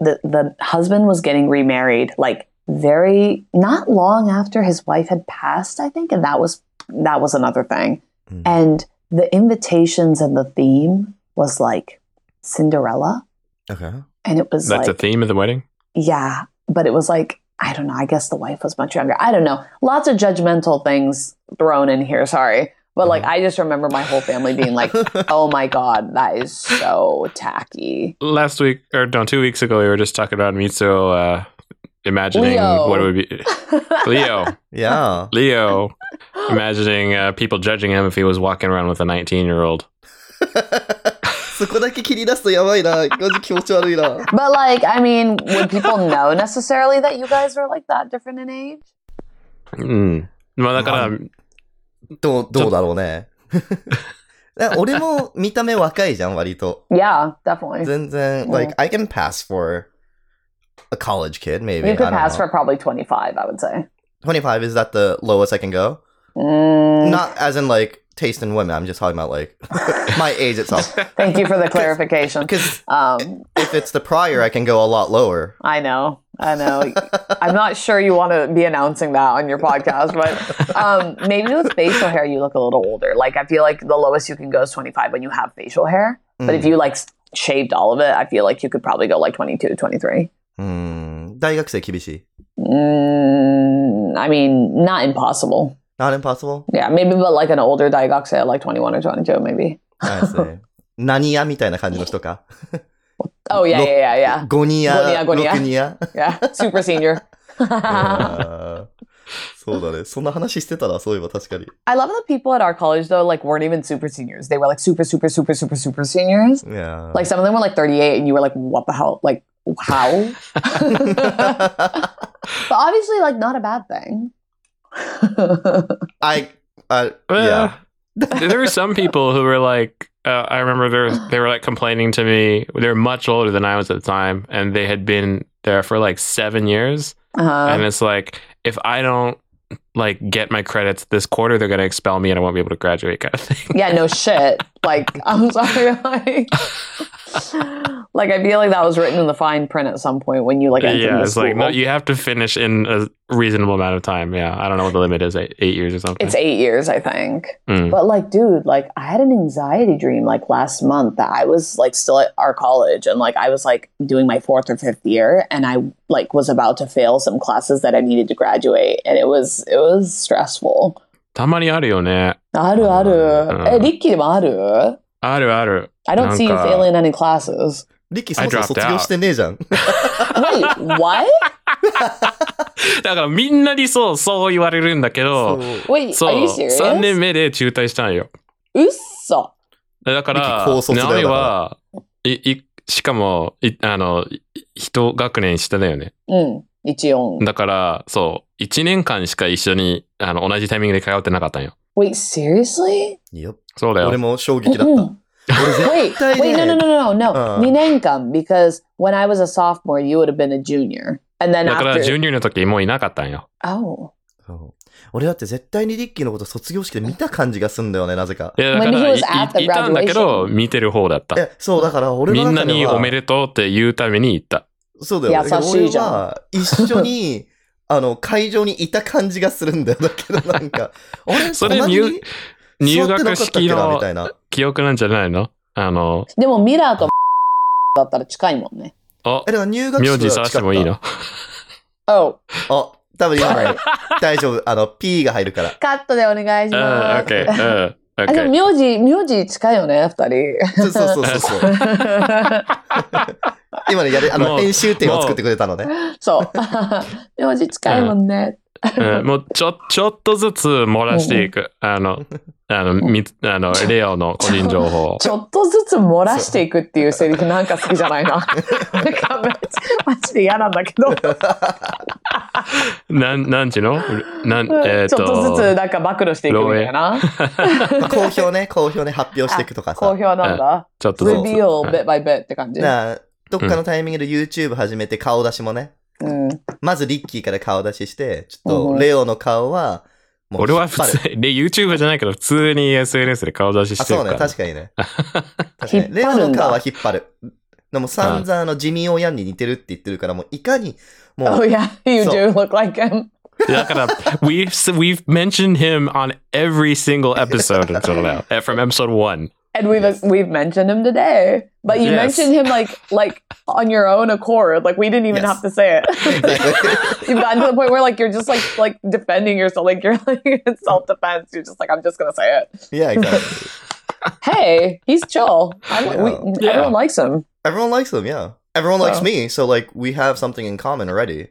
Speaker 3: the the husband was getting remarried like very not long after his wife had passed i think and that was that was another thing
Speaker 2: Mm.
Speaker 3: and the invitations and the theme was like cinderella
Speaker 2: Okay.
Speaker 3: and it was
Speaker 1: That's
Speaker 3: like
Speaker 1: a theme of the wedding.
Speaker 3: yeah but it was like i don't know i guess the wife was much younger i don't know lots of judgmental things thrown in here sorry but like
Speaker 2: Mhm.
Speaker 1: Mm-hmm.
Speaker 3: i just remember my whole family being like oh my god that is so tacky
Speaker 1: Last week, or no, two weeks ago, we were just talking about Mitsuo uh, imagining
Speaker 3: Leo.
Speaker 1: what it would be. Leo,
Speaker 2: yeah.
Speaker 1: Leo, imagining uh, people judging him if he was walking around with a 19 year old.
Speaker 2: そこだけ切り出すとやばいな。マジ気持ち悪いな。
Speaker 3: But like, I mean, would people know necessarily that you guys were like that different in age?
Speaker 1: Mm. まあだから、
Speaker 2: どう、どうだろう ね。だから俺も見た目若いじゃん、割と。
Speaker 3: Yeah, definitely.
Speaker 2: 全然、
Speaker 3: Yeah.
Speaker 2: like, I can pass for a college kid, maybe.
Speaker 3: You could
Speaker 2: I don't
Speaker 3: pass
Speaker 2: know.
Speaker 3: for probably twenty five, I would say.
Speaker 2: 25, is that the lowest I can go?
Speaker 3: Mm,
Speaker 2: Not as in, like, taste in women. I'm just talking about, like, my age itself.
Speaker 3: thank you for the clarification.
Speaker 2: Because
Speaker 3: Um,
Speaker 2: if it's the prior, I can go a lot lower.
Speaker 3: I know, I know. I'm not sure you want to be announcing that on your podcast, but um, maybe with facial hair, you look a little older. Like I feel like the lowest you can go is twenty five when you have facial hair. But
Speaker 2: Hmm. Mm.
Speaker 3: if you like shaved all of it, I feel like you could probably go like 22, 23.
Speaker 2: うん。大学生厳しい。
Speaker 3: Mm, I mean, not impossible.
Speaker 2: Not impossible?
Speaker 3: Yeah, maybe, but like an older Daigoku at like 21 or 22, maybe.
Speaker 2: I see. 何屋みたいな感じの人か。
Speaker 3: Oh, yeah,
Speaker 2: Lo-
Speaker 3: yeah, yeah, yeah.
Speaker 2: 5人屋、
Speaker 3: 五人屋
Speaker 2: 6人 屋。
Speaker 3: Yeah, super senior.
Speaker 2: あーそうだね。Uh, そんな話してたら、そういえば確かに。
Speaker 3: I love that people at our college, though, like weren't even super seniors. They were like super, super, super, super, super seniors.
Speaker 2: いやー
Speaker 3: Like some of them were like 38, and you were like, what the hell? Like, how? but obviously, like, not a bad thing.
Speaker 2: I, I, yeah.
Speaker 1: Well, there were some people who were like, uh, I remember they were, they were like complaining to me. They were much older than I was at the time, and they had been there for like seven years. and
Speaker 3: uh,
Speaker 1: it's like, if I don't like get my credits this quarter, they're gonna expel me, and I won't be able to graduate, kind of thing.
Speaker 3: yeah, no shit. Like, I'm sorry. Like, like, I feel like that was written in the fine print at some point when you like entered
Speaker 1: yeah,
Speaker 3: the
Speaker 1: it's like no,
Speaker 3: school.
Speaker 1: you have to finish in a reasonable amount of time. Yeah, I don't know what the limit is, eight, eight years or something.
Speaker 3: It's eight years, I think.
Speaker 1: Mm.
Speaker 3: But like, dude, like I had an anxiety dream like last month that I was like still at our college and like I was like doing my fourth or fifth year and I like was about to fail some classes that I needed to graduate and it was it was stressful.
Speaker 1: たまにあるよね。
Speaker 3: Aru aru.
Speaker 1: Uh.
Speaker 3: Eh, Ricky mo aru.
Speaker 1: あるある。
Speaker 3: I don't see you
Speaker 1: Nanka.
Speaker 3: failing any classes.
Speaker 2: リッキーそもそも
Speaker 1: I dropped
Speaker 2: 卒業してねえじゃん。
Speaker 3: Wait, what?
Speaker 1: だからみんなにそう、そう言われるんだけど、
Speaker 2: そう
Speaker 3: Wait,
Speaker 1: そ
Speaker 3: are
Speaker 1: う、
Speaker 3: you
Speaker 1: 3年
Speaker 3: serious?
Speaker 1: 目で中退したんよ。
Speaker 3: Usso.
Speaker 1: だか
Speaker 2: ミ
Speaker 1: ら、
Speaker 2: キ高卒だよ
Speaker 1: ナミは、い、い、しかも、い、あの、い一学年下だよね。
Speaker 3: Mm. Ichion.
Speaker 1: だから、そう、1年間しか一緒に、あの、同じタイミングで通ってなかったんよ。
Speaker 3: Wait, seriously?
Speaker 2: いいよ
Speaker 1: そうだ
Speaker 2: 俺
Speaker 1: よ。
Speaker 2: も衝撃だった。俺絶
Speaker 3: wait,
Speaker 2: 対
Speaker 3: wait, no,
Speaker 2: ね
Speaker 3: no, no, no, no.
Speaker 2: Uh.
Speaker 3: Minenkum, because when I was a sophomore, you would have been a junior. And then
Speaker 1: だか
Speaker 3: after.
Speaker 1: ら、ジュニアの時もういなかったんよ。
Speaker 3: oh.
Speaker 2: そう俺だって絶対にリッキーのこと卒業式で見た感じがすんだよね、なぜか
Speaker 1: い。や、だか
Speaker 3: When he
Speaker 1: ら、い
Speaker 3: was at the
Speaker 1: いいたんだけど、
Speaker 3: graduation.
Speaker 1: 見てる方だった。
Speaker 2: え、そう、だから俺
Speaker 1: み
Speaker 2: の
Speaker 1: んな
Speaker 2: 中では。
Speaker 1: におめでとうって言うために行った。
Speaker 2: そうだよ。
Speaker 3: 優
Speaker 2: だから
Speaker 3: しいじゃん
Speaker 2: 俺は一緒 に、あの、会場にいた感じがするんだよ。だけどな んか、俺、
Speaker 1: それ
Speaker 2: 隣に
Speaker 1: 入入
Speaker 2: 座っ
Speaker 1: 学
Speaker 2: てなかったっけ
Speaker 1: 式
Speaker 2: なみ
Speaker 1: の
Speaker 2: たいな。
Speaker 1: 記憶なんじゃないのあの、
Speaker 3: でもミラーとだったら近いもんね。
Speaker 1: あ
Speaker 2: え、、だから入学式
Speaker 1: 名
Speaker 2: は
Speaker 1: 字探してもいい
Speaker 2: 近か
Speaker 1: の
Speaker 3: Oh,
Speaker 2: ったあ、多分今ない。大丈夫。あの、P が入るから。
Speaker 1: うん、オッ
Speaker 3: カットでお願いします。
Speaker 1: ケ ー、うん。オッケー
Speaker 3: あ、でも名字、名字近いよね、二人。
Speaker 2: そうそうそうそうそう。今ね、やれ、あ
Speaker 1: も
Speaker 2: の、
Speaker 1: う
Speaker 2: 編集点を作ってくれたのね。
Speaker 3: そう。名字近いもんね。
Speaker 1: うんもうちょ、ちょっとずつ漏らしていく。あの、 あの、み、あの、レオの個人情 報。
Speaker 3: ちょっとずつ漏らしていくっていうセリフなんか好きじゃないな。なんかめっちゃマジで嫌なんだけど、
Speaker 1: なん、なんちゅうのなん、えっ
Speaker 3: ち
Speaker 1: と。
Speaker 3: ょっとずつなんか暴露していくみたいな。
Speaker 2: まあ公表ね、公表ね、発表していくとか
Speaker 3: 好
Speaker 2: さ。
Speaker 3: 評なんだ。
Speaker 1: ちょっとずつ。
Speaker 3: レビューを
Speaker 1: はい
Speaker 3: bit by bit って感じ。
Speaker 2: なあどっかのタイミングで YouTube 始めて顔出しもね。
Speaker 3: うん。
Speaker 2: まずリッキーから顔出しして、ち
Speaker 3: うん
Speaker 2: ょっ
Speaker 3: うん
Speaker 2: とレオの顔は、も
Speaker 1: 俺は
Speaker 2: 引っ
Speaker 1: 普
Speaker 2: 張る
Speaker 1: 通、で、YouTuber じゃないけど、普通に SNS で顔出し
Speaker 2: あ、
Speaker 1: してる
Speaker 2: そう
Speaker 1: から。
Speaker 2: ね、確かに ね。確か
Speaker 3: 引っ張るん
Speaker 2: に。
Speaker 3: だ
Speaker 2: レオの顔は引っ張る。でも散々あのジミー・オヤンに似てるって言ってるから、もういかに、も
Speaker 3: Oh
Speaker 2: う、
Speaker 3: yeah, you
Speaker 2: そう
Speaker 3: do look like him.
Speaker 1: だから、we've, we've mentioned him on every single episode until now, eh, from episode one.
Speaker 3: And we've
Speaker 2: Yes.
Speaker 3: we've mentioned him today. But you
Speaker 1: Yes.
Speaker 3: mentioned him like like on your own accord. Like we didn't even
Speaker 2: Yes.
Speaker 3: have to say it.
Speaker 2: exactly.
Speaker 3: You've gotten to the point where like you're just like like defending yourself. Like you're like in self defense. You're just like I'm just gonna say it.
Speaker 2: yeah, exactly.
Speaker 3: Hey, he's chill. I don't- we,
Speaker 1: Yeah.
Speaker 3: Everyone likes him.
Speaker 2: Everyone likes them, yeah. Everyone likes
Speaker 3: Wow.
Speaker 2: me, so like we have something in common already.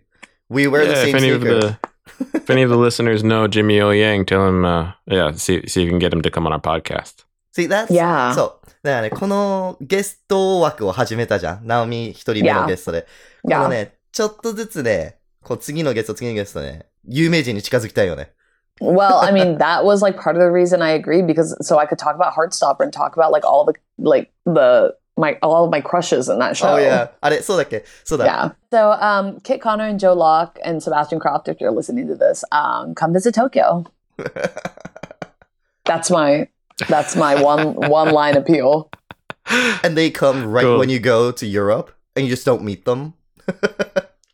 Speaker 2: We wear the
Speaker 1: Yeah, if
Speaker 2: same
Speaker 1: any of
Speaker 2: sneakers.
Speaker 1: the if any of the listeners know Jimmy O Yang, tell him uh yeah, see see if you can get him to come on our podcast.
Speaker 2: See, that's
Speaker 3: Yeah.
Speaker 2: そう。だからね、このゲスト枠を始めたじゃん。ナオミ一人目のゲストで。この
Speaker 3: Yeah.
Speaker 2: ね、ちょっとずつね、こう次のゲスト、次のゲストね、有名人に近づきたいよね。
Speaker 3: Well, I mean, that was like part of the reason I agreed because so I could talk about Heartstopper and talk about like all the like the my all of my crushes in that show.
Speaker 2: あ、いや、あれ、そうだっけそうだ。
Speaker 3: Yeah. So um, Kit Connor and Joe Locke and Sebastian Croft, if you're listening to this, um, come visit Tokyo. that's my that's my one one line appeal.
Speaker 2: And they come right
Speaker 1: Cool.
Speaker 2: when you go to Europe and you just don't meet them.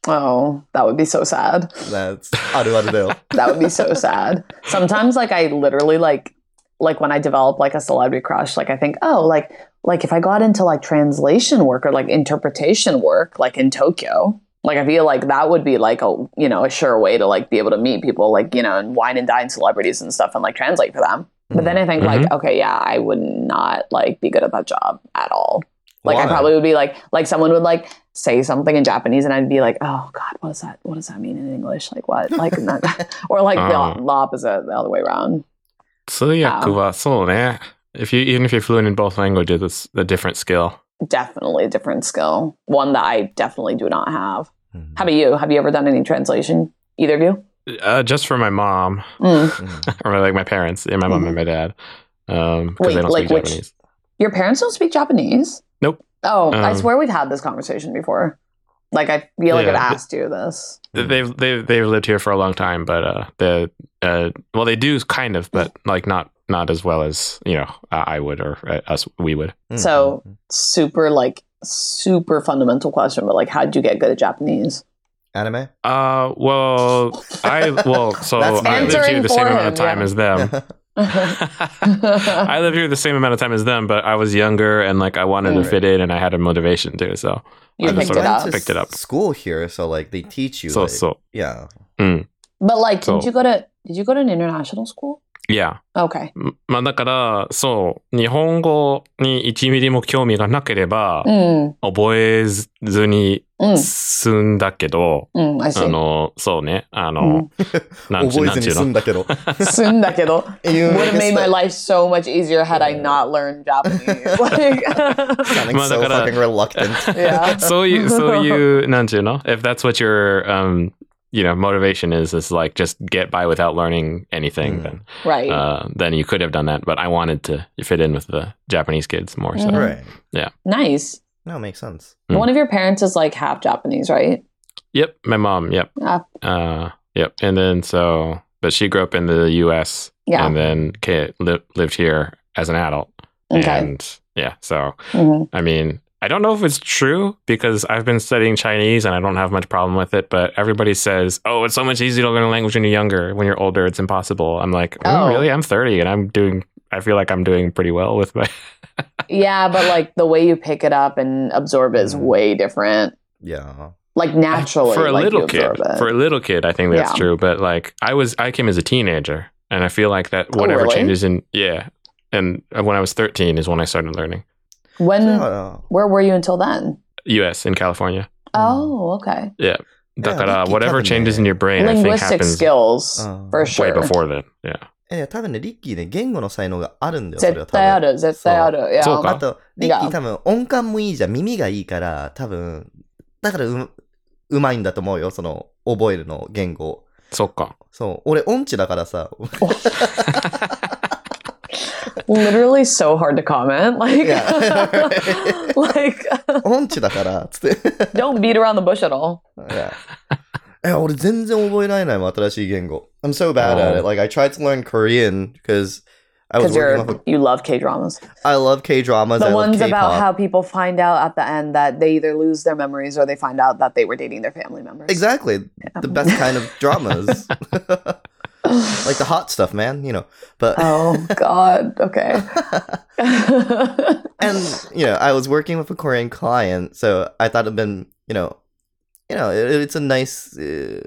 Speaker 3: Oh, that would be so sad.
Speaker 2: That's あるあるだよ。
Speaker 3: That would be so sad. Sometimes like I literally like like when I develop like a celebrity crush, like I think, oh, like like if I got into like translation work or like interpretation work, like in Tokyo, like I feel like that would be like a you know, a sure way to like be able to meet people like, you know, and wine and dine celebrities and stuff and like translate for them. But then I think like, okay, yeah, I would not like be good at that job at all. Like I
Speaker 2: Why?
Speaker 3: probably would be like like someone would like say something in Japanese and I'd be like, oh God, what does that what does that mean in English? Like what? Like not, or like
Speaker 1: Oh.
Speaker 3: the, the opposite, the other way around.
Speaker 1: Wow. If you even if you're fluent in both languages, it's a different skill.
Speaker 3: Definitely a different skill. One that I definitely do not have. How about you? Have you ever done any translation? Either of you?
Speaker 1: Uh, just for my mom
Speaker 2: う
Speaker 3: Mm.
Speaker 2: ん
Speaker 1: or like my parents, yeah, my mom and my dad, because
Speaker 3: Mm-hmm. Wait,
Speaker 1: they don't
Speaker 3: like
Speaker 1: speak
Speaker 3: which-
Speaker 1: Japanese.
Speaker 3: Your parents don't speak Japanese?
Speaker 1: Nope.
Speaker 3: Oh, I
Speaker 1: Um,
Speaker 3: swear we've had this conversation before. Like I feel like
Speaker 1: Yeah,
Speaker 3: I've
Speaker 1: but-
Speaker 3: asked you this.
Speaker 1: They- They've they've they've lived here for a long time, but uh, the uh, well, they do kind of, but like not not as well as you know I I would or uh, us we would.
Speaker 2: うん
Speaker 3: So- Super like super fundamental question, but like how'd you get good at Japanese?
Speaker 2: Anime?
Speaker 1: Uh, well, I well, so
Speaker 2: That's
Speaker 1: I lived here
Speaker 3: Answering
Speaker 1: the same
Speaker 3: for
Speaker 1: amount of
Speaker 3: him,
Speaker 1: time
Speaker 3: yeah.
Speaker 1: as them. I lived here the same amount of time as them, but I was younger and like I wanted to
Speaker 2: Mm.
Speaker 1: fit in, and I had a motivation too. So
Speaker 3: You
Speaker 1: I just
Speaker 3: picked
Speaker 1: sort
Speaker 3: it
Speaker 1: of
Speaker 3: up.
Speaker 1: picked it up.
Speaker 2: School here, so like they teach you.
Speaker 1: so
Speaker 2: like-
Speaker 1: so
Speaker 2: Yeah.
Speaker 3: But like,
Speaker 1: So-
Speaker 3: did you go to did you go to an international school?
Speaker 1: yeah.
Speaker 3: Okay.
Speaker 1: まあだからそう日本語に1ミリも興味がなければ
Speaker 3: Mm,
Speaker 1: 覚えずに
Speaker 3: mm,
Speaker 1: 済んだけど、
Speaker 3: mm, I
Speaker 1: あ
Speaker 3: see.
Speaker 1: のそうねあの、
Speaker 3: Mm.
Speaker 1: なんちゅ
Speaker 2: 覚え
Speaker 1: なん
Speaker 2: ず
Speaker 1: ち
Speaker 2: に
Speaker 1: ゅう
Speaker 2: 済
Speaker 1: の
Speaker 2: んだ けど。
Speaker 3: Soon that kiddo.
Speaker 2: And
Speaker 1: Mm,
Speaker 2: you
Speaker 3: Would have
Speaker 2: make a
Speaker 3: made my
Speaker 2: split.
Speaker 3: life so much easier had I not learned Japanese. Like,
Speaker 2: Sounding
Speaker 1: Ma, だ
Speaker 2: so
Speaker 1: から-
Speaker 2: fucking reluctant.
Speaker 3: yeah.
Speaker 1: そういうそういうなんちゅうの if that's what your um you know motivation is is like just get by without learning anything
Speaker 2: うん
Speaker 1: then
Speaker 3: Right.
Speaker 1: uh, then you could have done that. But I wanted to fit in with the Japanese kids more. So
Speaker 3: Mhm.
Speaker 2: Right.
Speaker 3: nice.
Speaker 2: No, makes sense.
Speaker 1: Mm.
Speaker 3: One of your parents is like half Japanese, right?
Speaker 1: yep, my mom. Yep.
Speaker 3: Uh,
Speaker 1: Uh, yep. And then so, but she grew up in the U.S.
Speaker 3: yeah.
Speaker 1: and then ca- li- lived here as an adult.
Speaker 3: okay.
Speaker 1: And yeah, so
Speaker 3: Mhm.
Speaker 1: I mean. I don't know if it's true because I've been studying Chinese and I don't have much problem with it, but everybody says, "Oh, it's so much easier to learn a language when you're younger. When you're older, it's impossible." I'm like, oh,
Speaker 3: Oh.
Speaker 1: "Really? I'm 30 and I'm doing. I feel like I'm doing pretty well with my
Speaker 3: Yeah, but like the way you pick it up and absorb it is
Speaker 2: Mhm.
Speaker 3: way different.
Speaker 2: Yeah.
Speaker 3: Like naturally,
Speaker 1: Mm. for a
Speaker 3: like, you
Speaker 1: little kid
Speaker 3: absorb it.
Speaker 1: for a little kid i think that's true
Speaker 3: Yeah.
Speaker 1: but like i was i came as a teenager and i feel like that whatever
Speaker 3: Oh, really?
Speaker 1: changes in yeah and when i was 13 is when i started learning
Speaker 3: when?
Speaker 2: Yeah.
Speaker 3: Where were you until
Speaker 1: Mm.
Speaker 3: then?
Speaker 1: us in california
Speaker 3: Oh, okay.
Speaker 2: Yeah,
Speaker 1: Dakara,
Speaker 2: Ricky
Speaker 1: whatever
Speaker 2: Kevin
Speaker 1: changes
Speaker 2: there.
Speaker 1: in your brain i think
Speaker 3: Linguistic
Speaker 1: happens
Speaker 3: skills
Speaker 2: Oh.
Speaker 3: for
Speaker 1: way
Speaker 2: Way
Speaker 3: sure.
Speaker 1: before then yeah
Speaker 2: いや、多分ね、リッキーね、言語の才能があるんだよ、それは
Speaker 3: 絶
Speaker 2: 多分。
Speaker 3: 対ある、絶対ある。いや、
Speaker 1: そうか
Speaker 2: あと、リッキ
Speaker 3: いや
Speaker 2: ー多分音感もいいじゃん、耳がいいから、多分、だからう、うまいんだと思うよ、その、覚えるの、言語。
Speaker 1: そっ か。
Speaker 2: そう、俺音痴だからさ、
Speaker 3: literally so hard to comment. Like,
Speaker 2: Yeah.
Speaker 3: like,
Speaker 2: 音痴だから、つって。
Speaker 3: don't beat around the bush at all.
Speaker 2: い や。いや、Eh, 俺全然覚えられないもん、新しい言語。I'm so bad at it. Like, I tried to learn Korean because I was
Speaker 3: Because
Speaker 2: working off
Speaker 3: you're
Speaker 2: of,
Speaker 3: you love K dramas.
Speaker 2: I love K-dramas, I love
Speaker 3: The ones
Speaker 2: K-pop.
Speaker 3: about how people find out at the end that they either lose their memories or they find out that they were dating their family members.
Speaker 2: Exactly. The best kind of dramas. like the hot stuff, man, you know. But
Speaker 3: oh God. Okay.
Speaker 2: and you know, I was working with a Korean client, so I thought it'd been, you know, you know, it, it's a nice, uh,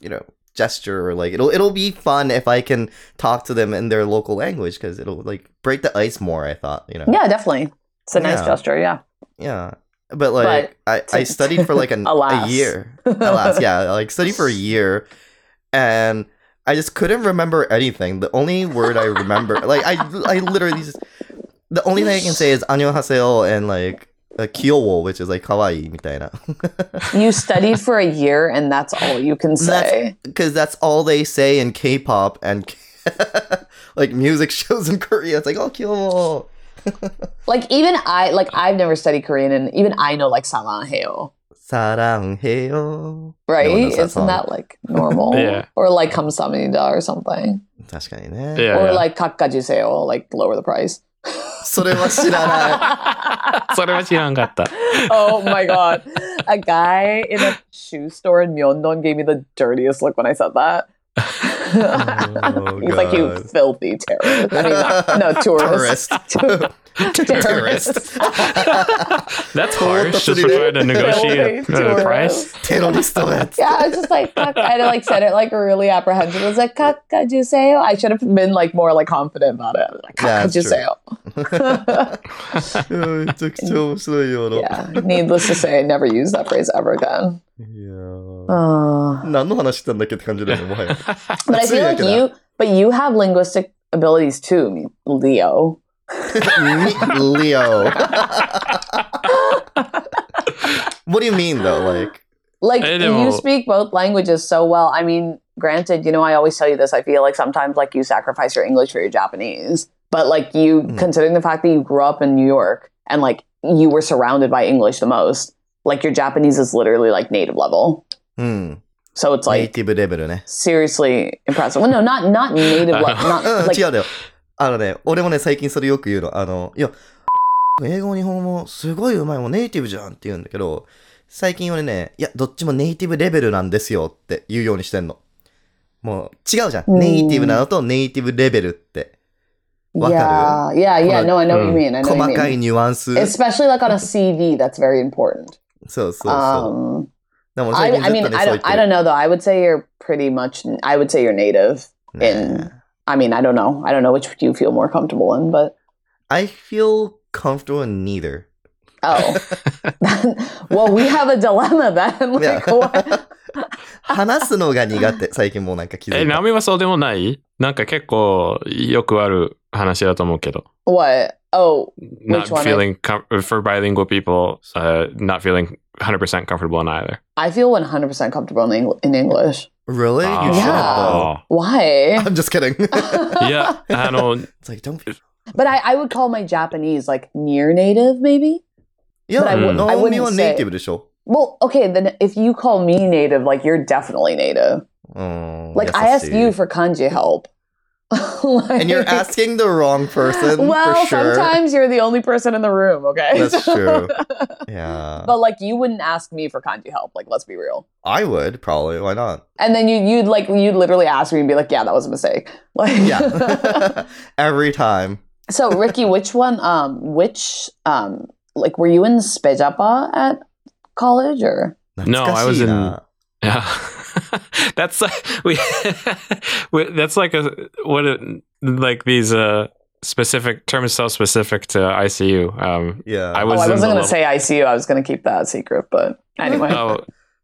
Speaker 2: you know, gesture or like it'll it'll be fun if I can talk to them in their local language because it'll like break the ice more. I thought, you know,
Speaker 3: yeah, definitely. It's a nice
Speaker 2: Yeah.
Speaker 3: gesture. Yeah.
Speaker 2: yeah. But like I, I studied for like an, a
Speaker 3: Alas.
Speaker 2: year. Alas, yeah, I, like studied for a year, and I just couldn't remember anything. The only word I remember, like I, I literally just the only thing I can say is "안녕하세요" and like a kyowo, which is like "kawaii" みたいな.
Speaker 3: You studied for a year and that's all you can
Speaker 2: That's-
Speaker 3: say.
Speaker 2: Because that's all they say in K-pop and like music shows in Korea. It's like "oh kyowo."
Speaker 3: Like even I like I've never studied Korean and even I know like 사랑해요.
Speaker 2: 사랑해요.
Speaker 3: Right?
Speaker 2: knows that
Speaker 3: Isn't
Speaker 2: song.
Speaker 3: that like normal?
Speaker 1: Yeah.
Speaker 3: Or like 감사합니다 or something.
Speaker 2: 確かにね。
Speaker 1: Yeah.
Speaker 3: or
Speaker 1: yeah.
Speaker 3: like 깎아주세요, like lower the price.
Speaker 2: それは知らない。
Speaker 1: それは知らんかった。
Speaker 3: oh my god. A guy in a shoe store in Myeongdon gave me the dirtiest look when I said that.
Speaker 2: Oh,
Speaker 3: He's like, you
Speaker 2: God.
Speaker 3: filthy terrorist. I mean, not, no, tourist.
Speaker 2: Tourist. Terrorist.
Speaker 1: That's
Speaker 2: Totally.
Speaker 1: harsh. Just for trying to negotiate
Speaker 3: Filthy
Speaker 1: a, a
Speaker 3: tourist.
Speaker 1: price.
Speaker 2: Terrorist. Terrorist.
Speaker 3: Yeah, I was just like, "Kak-" I like said it like really apprehensive. I was like, "Kakajuseo." I should have been like more like confident about it. I was like,
Speaker 2: Yeah, that's true.
Speaker 3: "Kakajuseo."
Speaker 2: めちゃくちゃ面白いよな。
Speaker 3: yeah. Needless to say, I never used that phrase ever again.
Speaker 2: いやー
Speaker 3: Uh,
Speaker 2: 何の話してんだっけって感じだよ ね、もは や。
Speaker 3: But I feel like you, but you have linguistic abilities too, me- Leo.
Speaker 2: み Leo. What do you mean though? Like,
Speaker 3: Like
Speaker 1: I know.
Speaker 3: you speak both languages so well. I mean, granted, you know, I always tell you this. I feel like sometimes like you sacrifice your English for your Japanese, but like you,
Speaker 2: Mm.
Speaker 3: considering the fact that you grew up in New York and like you were surrounded by English the most, like your Japanese is literally like native level.
Speaker 2: うん。
Speaker 3: So it's
Speaker 2: ネイ
Speaker 3: like
Speaker 2: ティブレベルね。
Speaker 3: seriously impressive. Well, no, not not native level. Not
Speaker 2: うん、
Speaker 3: like
Speaker 2: 違うんだよ。あのね、俺もね、最近それよく言うの。あの、いや、英語も日本語もすごいうまいもん、ネイティブじゃんって言うんだけど、最近俺ね、いや、どっちもネイティブレベルなんですよって言うようにしてんの。もう、違うじゃん。
Speaker 3: うん
Speaker 2: ネイティブなのとネイティブレベルって。わかる
Speaker 3: yeah, yeah, yeah. No, I know what you
Speaker 1: Mm.
Speaker 3: mean. I know
Speaker 2: 細
Speaker 3: what you
Speaker 2: かい
Speaker 3: mean.
Speaker 2: ニュアンス。
Speaker 3: Especially like on a CV, that's very important.
Speaker 2: そうそうそう。
Speaker 3: Um,
Speaker 2: でも最
Speaker 3: I,
Speaker 2: 近
Speaker 3: I
Speaker 2: ずっ
Speaker 3: mean,
Speaker 2: とね、
Speaker 3: I
Speaker 2: そう言っ
Speaker 3: don't,
Speaker 2: て
Speaker 3: I
Speaker 2: る
Speaker 3: don't know though. I would say you're pretty much, I would say you're native. in-
Speaker 2: ね
Speaker 3: I mean, I don't know. I don't know which you feel more comfortable in, but
Speaker 2: I feel comfortable in neither.
Speaker 3: oh, well, we have a dilemma then. Like,
Speaker 2: Yeah.
Speaker 3: what?
Speaker 2: 話すのが苦手。最近もうな んか気づ
Speaker 1: え、
Speaker 2: いた
Speaker 1: ナ。オミはそうでもないなんか結構よくある話だと思うけど。
Speaker 3: what? Oh,
Speaker 1: Not
Speaker 3: Which one?
Speaker 1: feeling, com- for bilingual people, uh, not feeling 100% comfortable in either.
Speaker 3: I feel 100% comfortable in, Eng- in English.
Speaker 2: Really? You
Speaker 1: Ah.
Speaker 2: shouldn't though.
Speaker 3: Why?
Speaker 2: I'm just kidding. it's
Speaker 1: Yeah. いや、あの、
Speaker 2: like, don't be
Speaker 3: But I, I would call my Japanese like near native, maybe.
Speaker 2: いや、
Speaker 3: But
Speaker 1: I would-
Speaker 2: ナオミは
Speaker 3: I wouldn't
Speaker 2: ネイティブでしょ。
Speaker 3: Well, okay, then if you call me native, like you're definitely native.
Speaker 2: うん。
Speaker 3: Like I
Speaker 2: 優し
Speaker 3: asked
Speaker 2: い
Speaker 3: you for kanji help. like,
Speaker 2: And you're asking the wrong person
Speaker 3: Well,
Speaker 2: for sure.
Speaker 3: sometimes you're the only person in the room, okay?
Speaker 2: That's
Speaker 3: So-
Speaker 2: true. Yeah.
Speaker 3: but like you wouldn't ask me for kanji help, like let's be real.
Speaker 2: I would, probably. Why not?
Speaker 3: And then you you'd like you'd literally ask me and be like, Yeah, that was a mistake. Like
Speaker 2: Yeah. Every time.
Speaker 3: so Ricky, which one um which um like were you in Spejapa at college or
Speaker 1: No, I was
Speaker 2: 懐かしいな
Speaker 1: Yeah. that's we, we that's like a what it, like these uh specific terms so specific to ICU. Um
Speaker 2: Yeah.
Speaker 1: I
Speaker 3: Oh,
Speaker 1: was
Speaker 2: Uh,
Speaker 3: I
Speaker 1: in
Speaker 3: wasn't
Speaker 1: the
Speaker 3: gonna
Speaker 1: level-
Speaker 3: say ICU, I was gonna keep that secret, but anyway.
Speaker 1: oh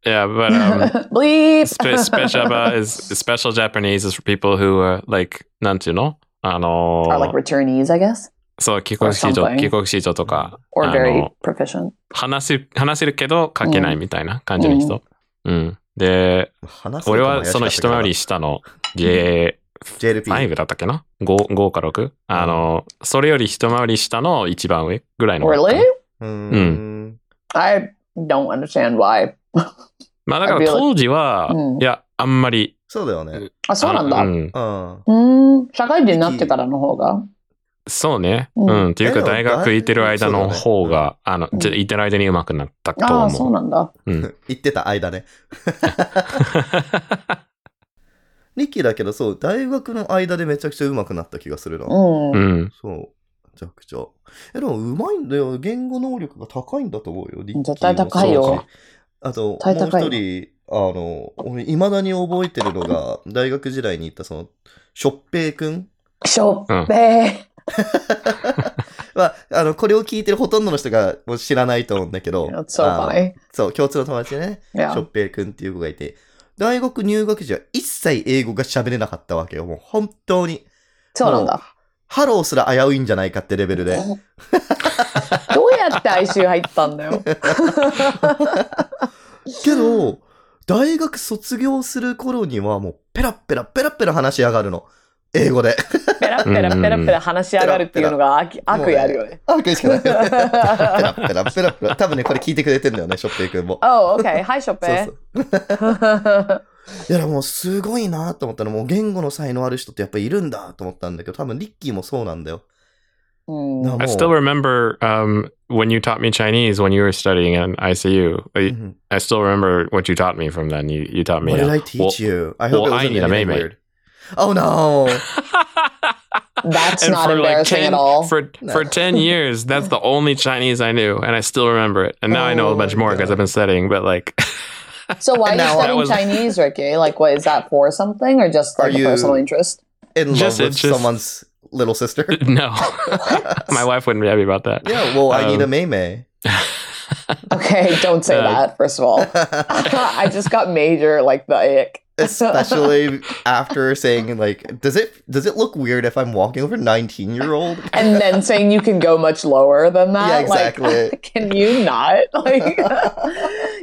Speaker 1: Yeah, but um,
Speaker 3: Bleep.
Speaker 1: spe- special Jap- is special Japanese is for people who are like なんていうのあの
Speaker 3: Are like returnees, I guess,
Speaker 1: そう帰国子女
Speaker 3: something.
Speaker 1: 帰国子女とか
Speaker 3: or
Speaker 1: あ
Speaker 3: very
Speaker 1: の
Speaker 3: proficient.
Speaker 1: 話せ話せるけど書けないみたいな感じの人。うん、で
Speaker 2: 話す
Speaker 1: 俺はその一回り下の J
Speaker 2: JLP
Speaker 1: 5だったっけな 5, ?5 か 6? あの、それより一回り下の一番上ぐらいの。
Speaker 3: Really?
Speaker 2: う
Speaker 1: う
Speaker 2: ー
Speaker 1: ん
Speaker 3: I don't understand why.
Speaker 1: まあだから
Speaker 3: I feel like-
Speaker 1: 当時は、
Speaker 3: うん
Speaker 1: いや、あんまり。
Speaker 2: そうだよね
Speaker 3: あ、そうなんだ。
Speaker 1: あ
Speaker 3: う
Speaker 1: の
Speaker 3: ん
Speaker 1: ん
Speaker 2: うん
Speaker 3: 社会人になってからの方が。
Speaker 1: そうね。
Speaker 3: うん
Speaker 1: うん。っていうか
Speaker 2: でも
Speaker 1: 大学行ってる間の方
Speaker 2: そうだ
Speaker 1: が、あの、
Speaker 3: うん
Speaker 1: じゃ行ってる間に上手くなったと
Speaker 3: ああ、
Speaker 1: 思
Speaker 3: そう
Speaker 1: う。
Speaker 3: なんだ。
Speaker 1: うん。
Speaker 2: 言ってた間ね リキだけどそう大学の間でめちゃくちゃ上手くなった気がするな
Speaker 3: うん。
Speaker 1: うん。
Speaker 2: そうめちゃくちゃえでも上手いんだよ言語能力が高いんだと思うよリッキーも
Speaker 3: 絶対高
Speaker 2: そ
Speaker 3: い
Speaker 2: う
Speaker 3: よ
Speaker 2: か。あと、もう
Speaker 3: 対高い
Speaker 2: 一人、あの、俺、いまだに覚えてるのが、大学時代に行った、その、しょっぺいくん
Speaker 3: しょっぺ
Speaker 2: は、あの、これを聞いてるほとんどの人がもう知らないと思うんだけど
Speaker 3: ー。、That's so
Speaker 2: あの
Speaker 3: funny.
Speaker 2: そう、共通の友達でね、しょ
Speaker 3: Yeah.
Speaker 2: っぺいくんっていう子がいて、大学入学時は一切英語が喋れなかったわけよ。もう本当に。
Speaker 3: そうなんだ。
Speaker 2: ハローすら危ういんじゃないかってレベルで。
Speaker 3: どうやって哀愁入ったんだよ。
Speaker 2: けど、大学卒業する頃にはもうペラッペラペラッペラ話し上がるの。英語で。
Speaker 3: ペラペラペラペラ話し上がるっていうのが悪悪意あるよね。
Speaker 2: あ、これしかない。ペラッペラペラペラ。多分ね、これ聞いてくれてんだよね、ショッペイ君も。
Speaker 3: Oh, okay. Hi, しょっ
Speaker 2: そう
Speaker 3: ぺ
Speaker 2: そう。いや、でももうすごいなと思ったの。もう言語の才能ある人ってやっぱいるんだと思ったんだけど、多分リッキーもそうなんだよ。
Speaker 3: うん
Speaker 2: な
Speaker 1: I still remember um, when you taught me Chinese when you were studying in ICU.
Speaker 2: う
Speaker 1: I,
Speaker 2: ん
Speaker 1: I still remember what you taught me from then. You, you taught me.
Speaker 2: What did
Speaker 1: uh,
Speaker 2: I teach you? I hope it
Speaker 1: well, I
Speaker 2: wasn't
Speaker 1: need a maymate.
Speaker 2: anything weird. Oh no!
Speaker 3: That's
Speaker 1: And
Speaker 3: not
Speaker 1: for like
Speaker 3: embarrassing
Speaker 1: 10,
Speaker 3: at all.
Speaker 1: For,
Speaker 2: No.
Speaker 1: for 10 years, that's the only Chinese I knew, and I still remember it. And now I know
Speaker 2: Oh
Speaker 1: a bunch
Speaker 2: my
Speaker 1: more because
Speaker 2: God.
Speaker 1: I've been studying, but like,
Speaker 3: So why are you
Speaker 2: No.
Speaker 3: studying
Speaker 1: That was-
Speaker 3: Chinese, Ricky? Like, what is that for? Something or just
Speaker 2: Are
Speaker 3: like a
Speaker 2: you-
Speaker 3: personal interest?
Speaker 2: In love
Speaker 1: Just-
Speaker 2: with
Speaker 1: just-
Speaker 2: someone's little sister.
Speaker 1: no. My wife wouldn't be happy about that.
Speaker 2: Yeah, well, I need a
Speaker 1: Um,
Speaker 2: maymay.
Speaker 3: Okay, don't say
Speaker 1: Uh,
Speaker 3: that. First of all, I just got major like the ick.
Speaker 2: Especially after saying like, does it does it look weird if I'm walking over 19 year old?
Speaker 3: and then saying you can go much lower than that.
Speaker 2: Yeah, exactly.
Speaker 3: Like, can you not? Like,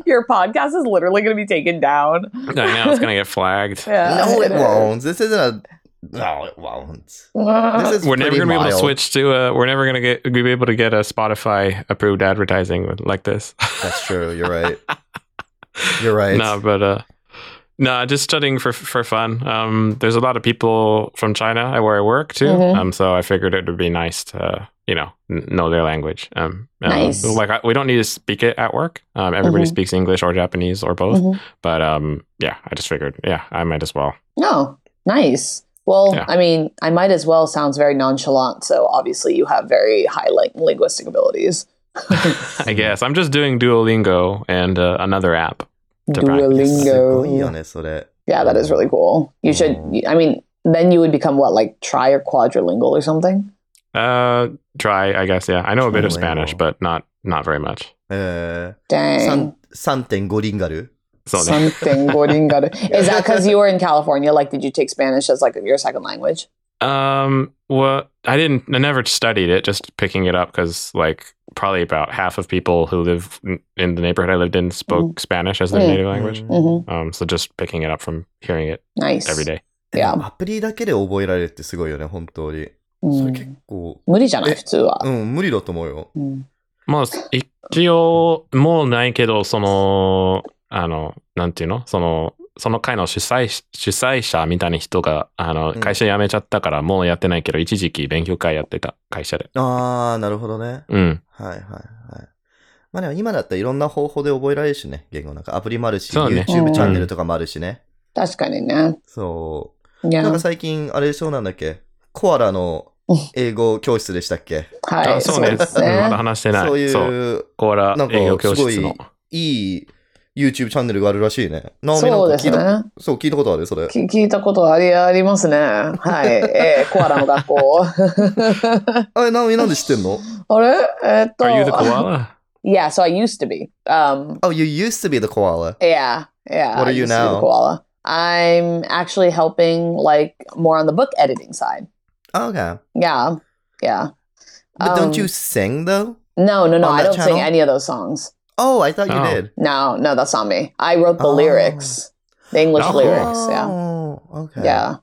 Speaker 3: your podcast is literally going to be taken down.
Speaker 1: I know it's gonna get flagged.
Speaker 3: Yeah,
Speaker 2: no, it
Speaker 3: is.
Speaker 2: won't. This isn't a. No, it won't. This is
Speaker 1: We're never
Speaker 2: pretty
Speaker 1: gonna be able to
Speaker 2: mild.
Speaker 1: switch to. Uh, we're never gonna get be able to get a Spotify approved advertising with, like this.
Speaker 2: That's true. You're right. You're right.
Speaker 1: no, but uh, no, just studying for for fun. Um, there's a lot of people from China where I work too.
Speaker 3: Mhm.
Speaker 2: Mm-hmm.
Speaker 1: Um, so I figured it would be nice to uh, you know n- know their language. Um, um,
Speaker 3: Nice.
Speaker 1: Like I, we don't need to speak it at work. Um, everybody
Speaker 2: Mm-hmm.
Speaker 3: Mhm.
Speaker 1: speaks English or Japanese or both.
Speaker 3: Mhm.
Speaker 1: But um, yeah, I just figured yeah, I might as well.
Speaker 3: No, nice. Well,
Speaker 1: Yeah.
Speaker 3: I mean, I might as well sounds very nonchalant. So obviously, you have very high like linguistic abilities.
Speaker 1: I guess I'm just doing Duolingo and uh, another app. To practice.
Speaker 2: すごいよ
Speaker 3: Duolingo.
Speaker 2: ね、それ。
Speaker 3: Yeah, that is really cool. You should.
Speaker 1: Mm.
Speaker 3: I mean, then you would become what, like tri or quadrilingual or something?
Speaker 1: Uh, try, I guess. Yeah, I know a bit of
Speaker 2: Duolingo.
Speaker 1: Spanish, but not not very much.
Speaker 2: えー、
Speaker 3: Dang.
Speaker 2: 三3.5リンガル
Speaker 1: So
Speaker 3: Something Gordingo. Is that because you were in California? Like, did you take Spanish as like your second language?
Speaker 1: um, well, I didn't. I never studied it. Just picking it up because, like, probably about half of people who live in- in the neighborhood I lived in spoke Spanish as their
Speaker 3: Mm.
Speaker 1: native language.
Speaker 2: うん
Speaker 3: hmm
Speaker 1: Um, so just picking it up from hearing it
Speaker 3: Nice.
Speaker 1: every day.
Speaker 2: でも
Speaker 3: Yeah.
Speaker 2: アプリだけで覚えられるってすごいよね、本当に。
Speaker 3: Mm.
Speaker 2: それ結構、え、
Speaker 3: 無理じゃない普通は。
Speaker 2: うん、無理だと思うよ。
Speaker 1: Mm.
Speaker 3: mm.
Speaker 1: もう一応、もうないけど、その、あの、なんていうのその、その会の主催し主催者みたいな人が、あの、
Speaker 2: うん
Speaker 1: 会社辞めちゃったから、もうやってないけど、一時期勉強会やってた会社で。
Speaker 2: あー、なるほどね。
Speaker 1: うん。
Speaker 2: はいはいはい。まあでも今だったらいろんな方法で覚えられるしね、言語なんか。アプリもあるし、
Speaker 1: そうね
Speaker 2: YouTube チャンネルとかもあるしね。
Speaker 3: 確かにね。Yeah.
Speaker 2: そう。なんか最近、あれでしょうなんだっけコアラの英語教室でしたっけ
Speaker 3: はい。
Speaker 1: あそうね。うんま
Speaker 3: そうですね。
Speaker 1: だ話してない。
Speaker 2: そういう
Speaker 1: そうコーラ
Speaker 2: なんか
Speaker 1: 営業教室の
Speaker 2: す。いい YouTube チャンネルがあるらしいね。ナオミなんか聞いた
Speaker 3: そうですね。
Speaker 2: そう、聞いたことあるそれ。
Speaker 3: き-聞いたことあり- eh, ありますね。はい。えー、コアラの学校。
Speaker 2: あれ、ナオミなんで知ってんの
Speaker 3: あれえーっと、
Speaker 1: Are you the koala?
Speaker 3: Yeah, so I used to be. Um,
Speaker 2: Oh, you used to be the koala.
Speaker 3: yeah, yeah.
Speaker 2: What are
Speaker 3: I
Speaker 2: you
Speaker 3: used to be the
Speaker 2: now?
Speaker 3: koala. I'm actually helping, like, more on the book editing side.
Speaker 2: Oh, okay.
Speaker 3: Yeah, yeah.
Speaker 2: But
Speaker 3: Um,
Speaker 2: don't you sing though?
Speaker 3: No, no, no.
Speaker 2: on
Speaker 3: I
Speaker 2: that
Speaker 3: don't sing
Speaker 2: channel?
Speaker 3: any of those songs.
Speaker 2: Oh, I thought you
Speaker 1: Oh.
Speaker 2: did.
Speaker 3: No, no, that's not me. I wrote the
Speaker 2: Oh.
Speaker 3: lyrics, the English
Speaker 1: Oh.
Speaker 3: lyrics. Yeah,
Speaker 2: Oh, okay. Mm-hmm.
Speaker 3: yeah,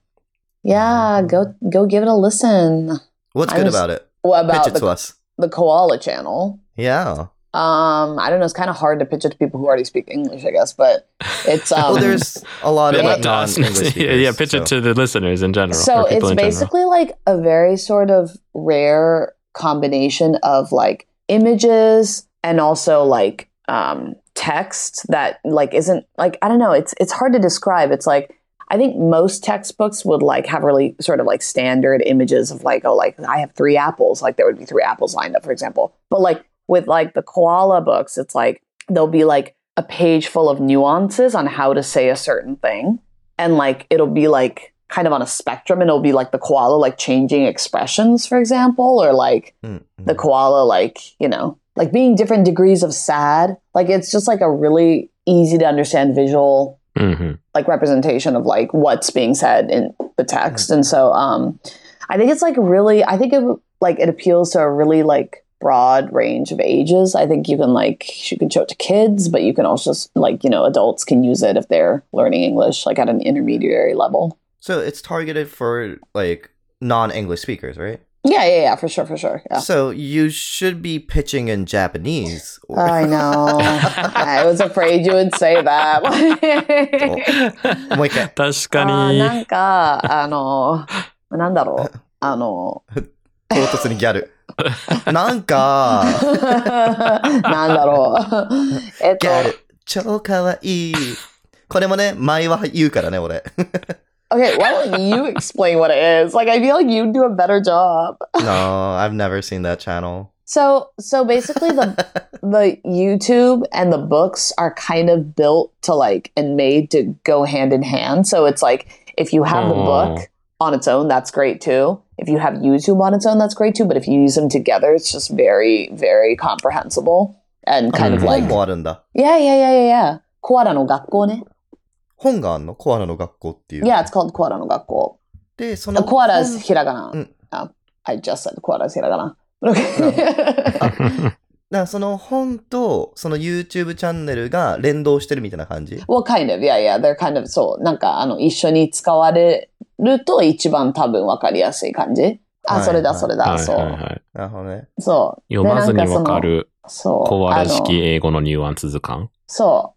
Speaker 3: yeah. Go, go, give it a listen.
Speaker 2: What's
Speaker 3: I
Speaker 2: good
Speaker 3: was-
Speaker 2: about it?
Speaker 3: What
Speaker 2: Pitch
Speaker 3: about
Speaker 2: it to
Speaker 3: the,
Speaker 2: us.
Speaker 3: the koala channel?
Speaker 2: Yeah.
Speaker 3: Um, I don't know. It's kind of hard to pitch it to people who already speak English, I guess. But it's um,
Speaker 2: well, there's a lot of
Speaker 1: Yeah,
Speaker 2: like
Speaker 1: to us.
Speaker 2: non-English
Speaker 1: yeah,
Speaker 2: speakers,
Speaker 1: yeah, pitch
Speaker 2: so-
Speaker 1: it to the listeners in general.
Speaker 3: so
Speaker 1: or people
Speaker 3: it's
Speaker 1: in general.
Speaker 3: basically like a very sort of rare combination of like images and also like um, text that like isn't like I don't know. It's it's hard to describe. It's like I think most textbooks would like have really sort of like standard images of like oh like I have three apples like there would be three apples lined up for example. But like with like the koala books, it's like there'll be like a page full of nuances on how to say a certain thing and like it'll be like kind of on a spectrum and it'll be like the koala like changing expressions for example or like
Speaker 2: Mm,
Speaker 3: the
Speaker 2: mm.
Speaker 3: koala like you know like being different degrees of sad like it's just like a really easy to understand visual
Speaker 1: Mhm.
Speaker 3: like representation of like what's being said in the text and so um i think it's like really i think it like it appeals to a really like broad range of ages i think you can like you can show it to kids but you can also s- like you know adults can use it if they're learning english like at an intermediary level
Speaker 2: So it's targeted for like non-English speakers, right?
Speaker 3: yeah yeah yeah for sure for sure yeah
Speaker 2: So you should be pitching in Japanese. or-
Speaker 3: I know. I was afraid you would say that.
Speaker 1: 確か
Speaker 2: もう一回
Speaker 3: あ ー
Speaker 1: に。
Speaker 3: なんか、あの、なんだろう。あの、
Speaker 2: 唐突にギャ ル。なんか、
Speaker 3: なんだろう。えっ
Speaker 2: ギ
Speaker 3: と、
Speaker 2: ャル、超かわいい。これもね、前は言うからね、俺。
Speaker 3: okay, why don't you explain what it is? Like, I feel like you do a better job.
Speaker 2: no, I've never seen that channel.
Speaker 3: So, so basically, the the YouTube and the books are kind of built to like and made to go hand in hand. So it's like if you have the
Speaker 1: Oh.
Speaker 3: book on its own, that's great too. If you have YouTube on its own, that's great too. But if you use them together, it's just very, very comprehensible and kind of
Speaker 1: Mhm.
Speaker 2: 本
Speaker 3: like
Speaker 2: もあるんだ。
Speaker 3: yeah, yeah, yeah, yeah, yeah. コアラの学校ね。
Speaker 2: 本があんのコアラの学校っていう。
Speaker 3: Yeah, it's called コアラの学校。
Speaker 2: で、その。
Speaker 3: コアラ is
Speaker 2: 本
Speaker 3: ひらがな
Speaker 2: うん。
Speaker 3: Oh, I just said コアラ is ひらがな。Okay.
Speaker 2: だからその本と、その YouTube チャンネルが連動してるみたいな感じ
Speaker 3: well, kind of, yeah, yeah. They're kind of そう。なんか、あの、一緒に使われると一番多分わかりやすい感じ。
Speaker 2: はい
Speaker 3: あ、それだ、それだ、
Speaker 1: はい
Speaker 3: そ。
Speaker 1: はいうはい
Speaker 2: なるほどね。
Speaker 3: そう。
Speaker 1: 読まずにわか
Speaker 3: で。なん
Speaker 1: る
Speaker 3: かそのそう。
Speaker 1: コアラ
Speaker 3: あの
Speaker 1: 式英語のニュアンス図 鑑。
Speaker 3: そ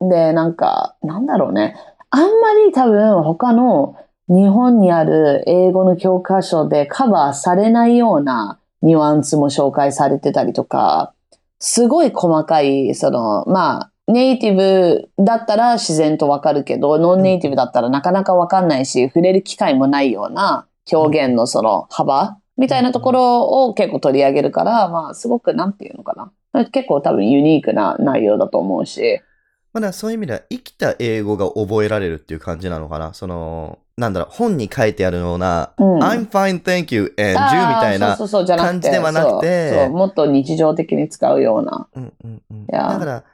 Speaker 3: う。で、なんか、なんだろうね。あんまり多分他の日本にある英語の教科書でカバーされないようなニュアンスも紹介されてたりとか、すごい細かい、その、まあ、ネイティブだったら自然とわかるけど、ノンネイティブだったらなかなかわかんないし、触れる機会もないような表現のその幅みたいなところを結構取り上げるから、まあ、すごくなんていうのかな。結構多分ユニークな内容だと思うし。
Speaker 2: まあ、だからそういう意味では、生きた英語が覚えられるっていう感じなのかな。その、なんだろう、本に書いてあるような、
Speaker 3: うん
Speaker 2: I'm fine, thank you, and you み
Speaker 3: あー
Speaker 2: たいな
Speaker 3: そうそうそうじゃなくて
Speaker 2: 感じではなくて
Speaker 3: そうそうもっと日常的に使うような。
Speaker 2: うんうんうん、
Speaker 3: Yeah.
Speaker 2: だから、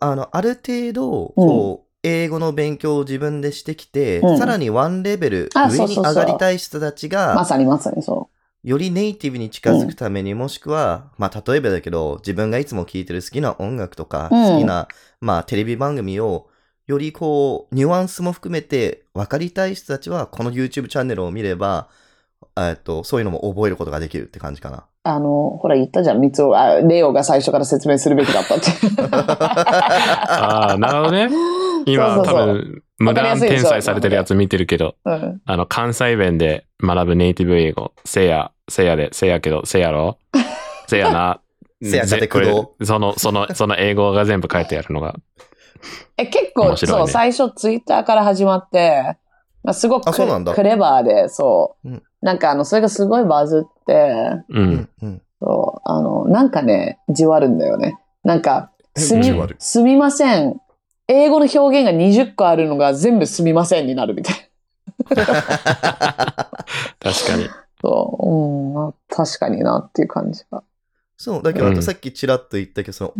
Speaker 2: あの、ある程度、こう、英語の勉強を自分でしてきて、
Speaker 3: うん
Speaker 2: さらにワンレベル
Speaker 3: あ
Speaker 2: 上
Speaker 3: そう
Speaker 2: に
Speaker 3: そうそう
Speaker 2: 上がりたい人たち
Speaker 3: ま
Speaker 2: が、
Speaker 3: さにまさにそ
Speaker 2: よりネイティブに近づくために、もしくは、まあ、例えばだけど、自分がいつも聴いてる好きな音楽とか、
Speaker 3: うん
Speaker 2: 好きな、まあ、テレビ番組を、よりこう、ニュアンスも含めて分かりたい人たちは、この YouTube チャンネルを見れば、えっと、そういうのも覚えることができるって感じかな。。
Speaker 3: う。あの、ほら言ったじゃん、三つを、あレオが最初から説明するべきだったって。
Speaker 1: ああ、なるほどね。 今
Speaker 3: そうそうそう
Speaker 1: 多分無断転載されてるやつ見てるけど、
Speaker 3: うん
Speaker 1: あの関西弁で学ぶネイティブ英語、せや、せやで、せやけど、せや ろ、せやな
Speaker 2: せやかて
Speaker 1: ぜこれ
Speaker 2: 工
Speaker 1: その、その、その英語が全部書いてあるのが。
Speaker 3: え結構、
Speaker 1: 面白いね
Speaker 3: そう、最初ツイッターから始まって、まあ、すごく
Speaker 2: あそうなんだ
Speaker 3: クレバーで、そう。
Speaker 2: うん
Speaker 3: なんかあの、それがすごいバズって、
Speaker 1: う。
Speaker 2: うんん、うん。
Speaker 3: そう、あの、なんかね、じわるんだよね。なんか、すみ
Speaker 1: じ
Speaker 2: わる、
Speaker 3: すみません。英語の表現が20個あるのが全部すみませんになるみたいな。
Speaker 1: 確かに。
Speaker 3: そう、うん、まあ確かになっていう感じが。
Speaker 2: そう、だけ
Speaker 1: う
Speaker 2: ど
Speaker 1: ん
Speaker 2: さっきちらっと言ったけど、その、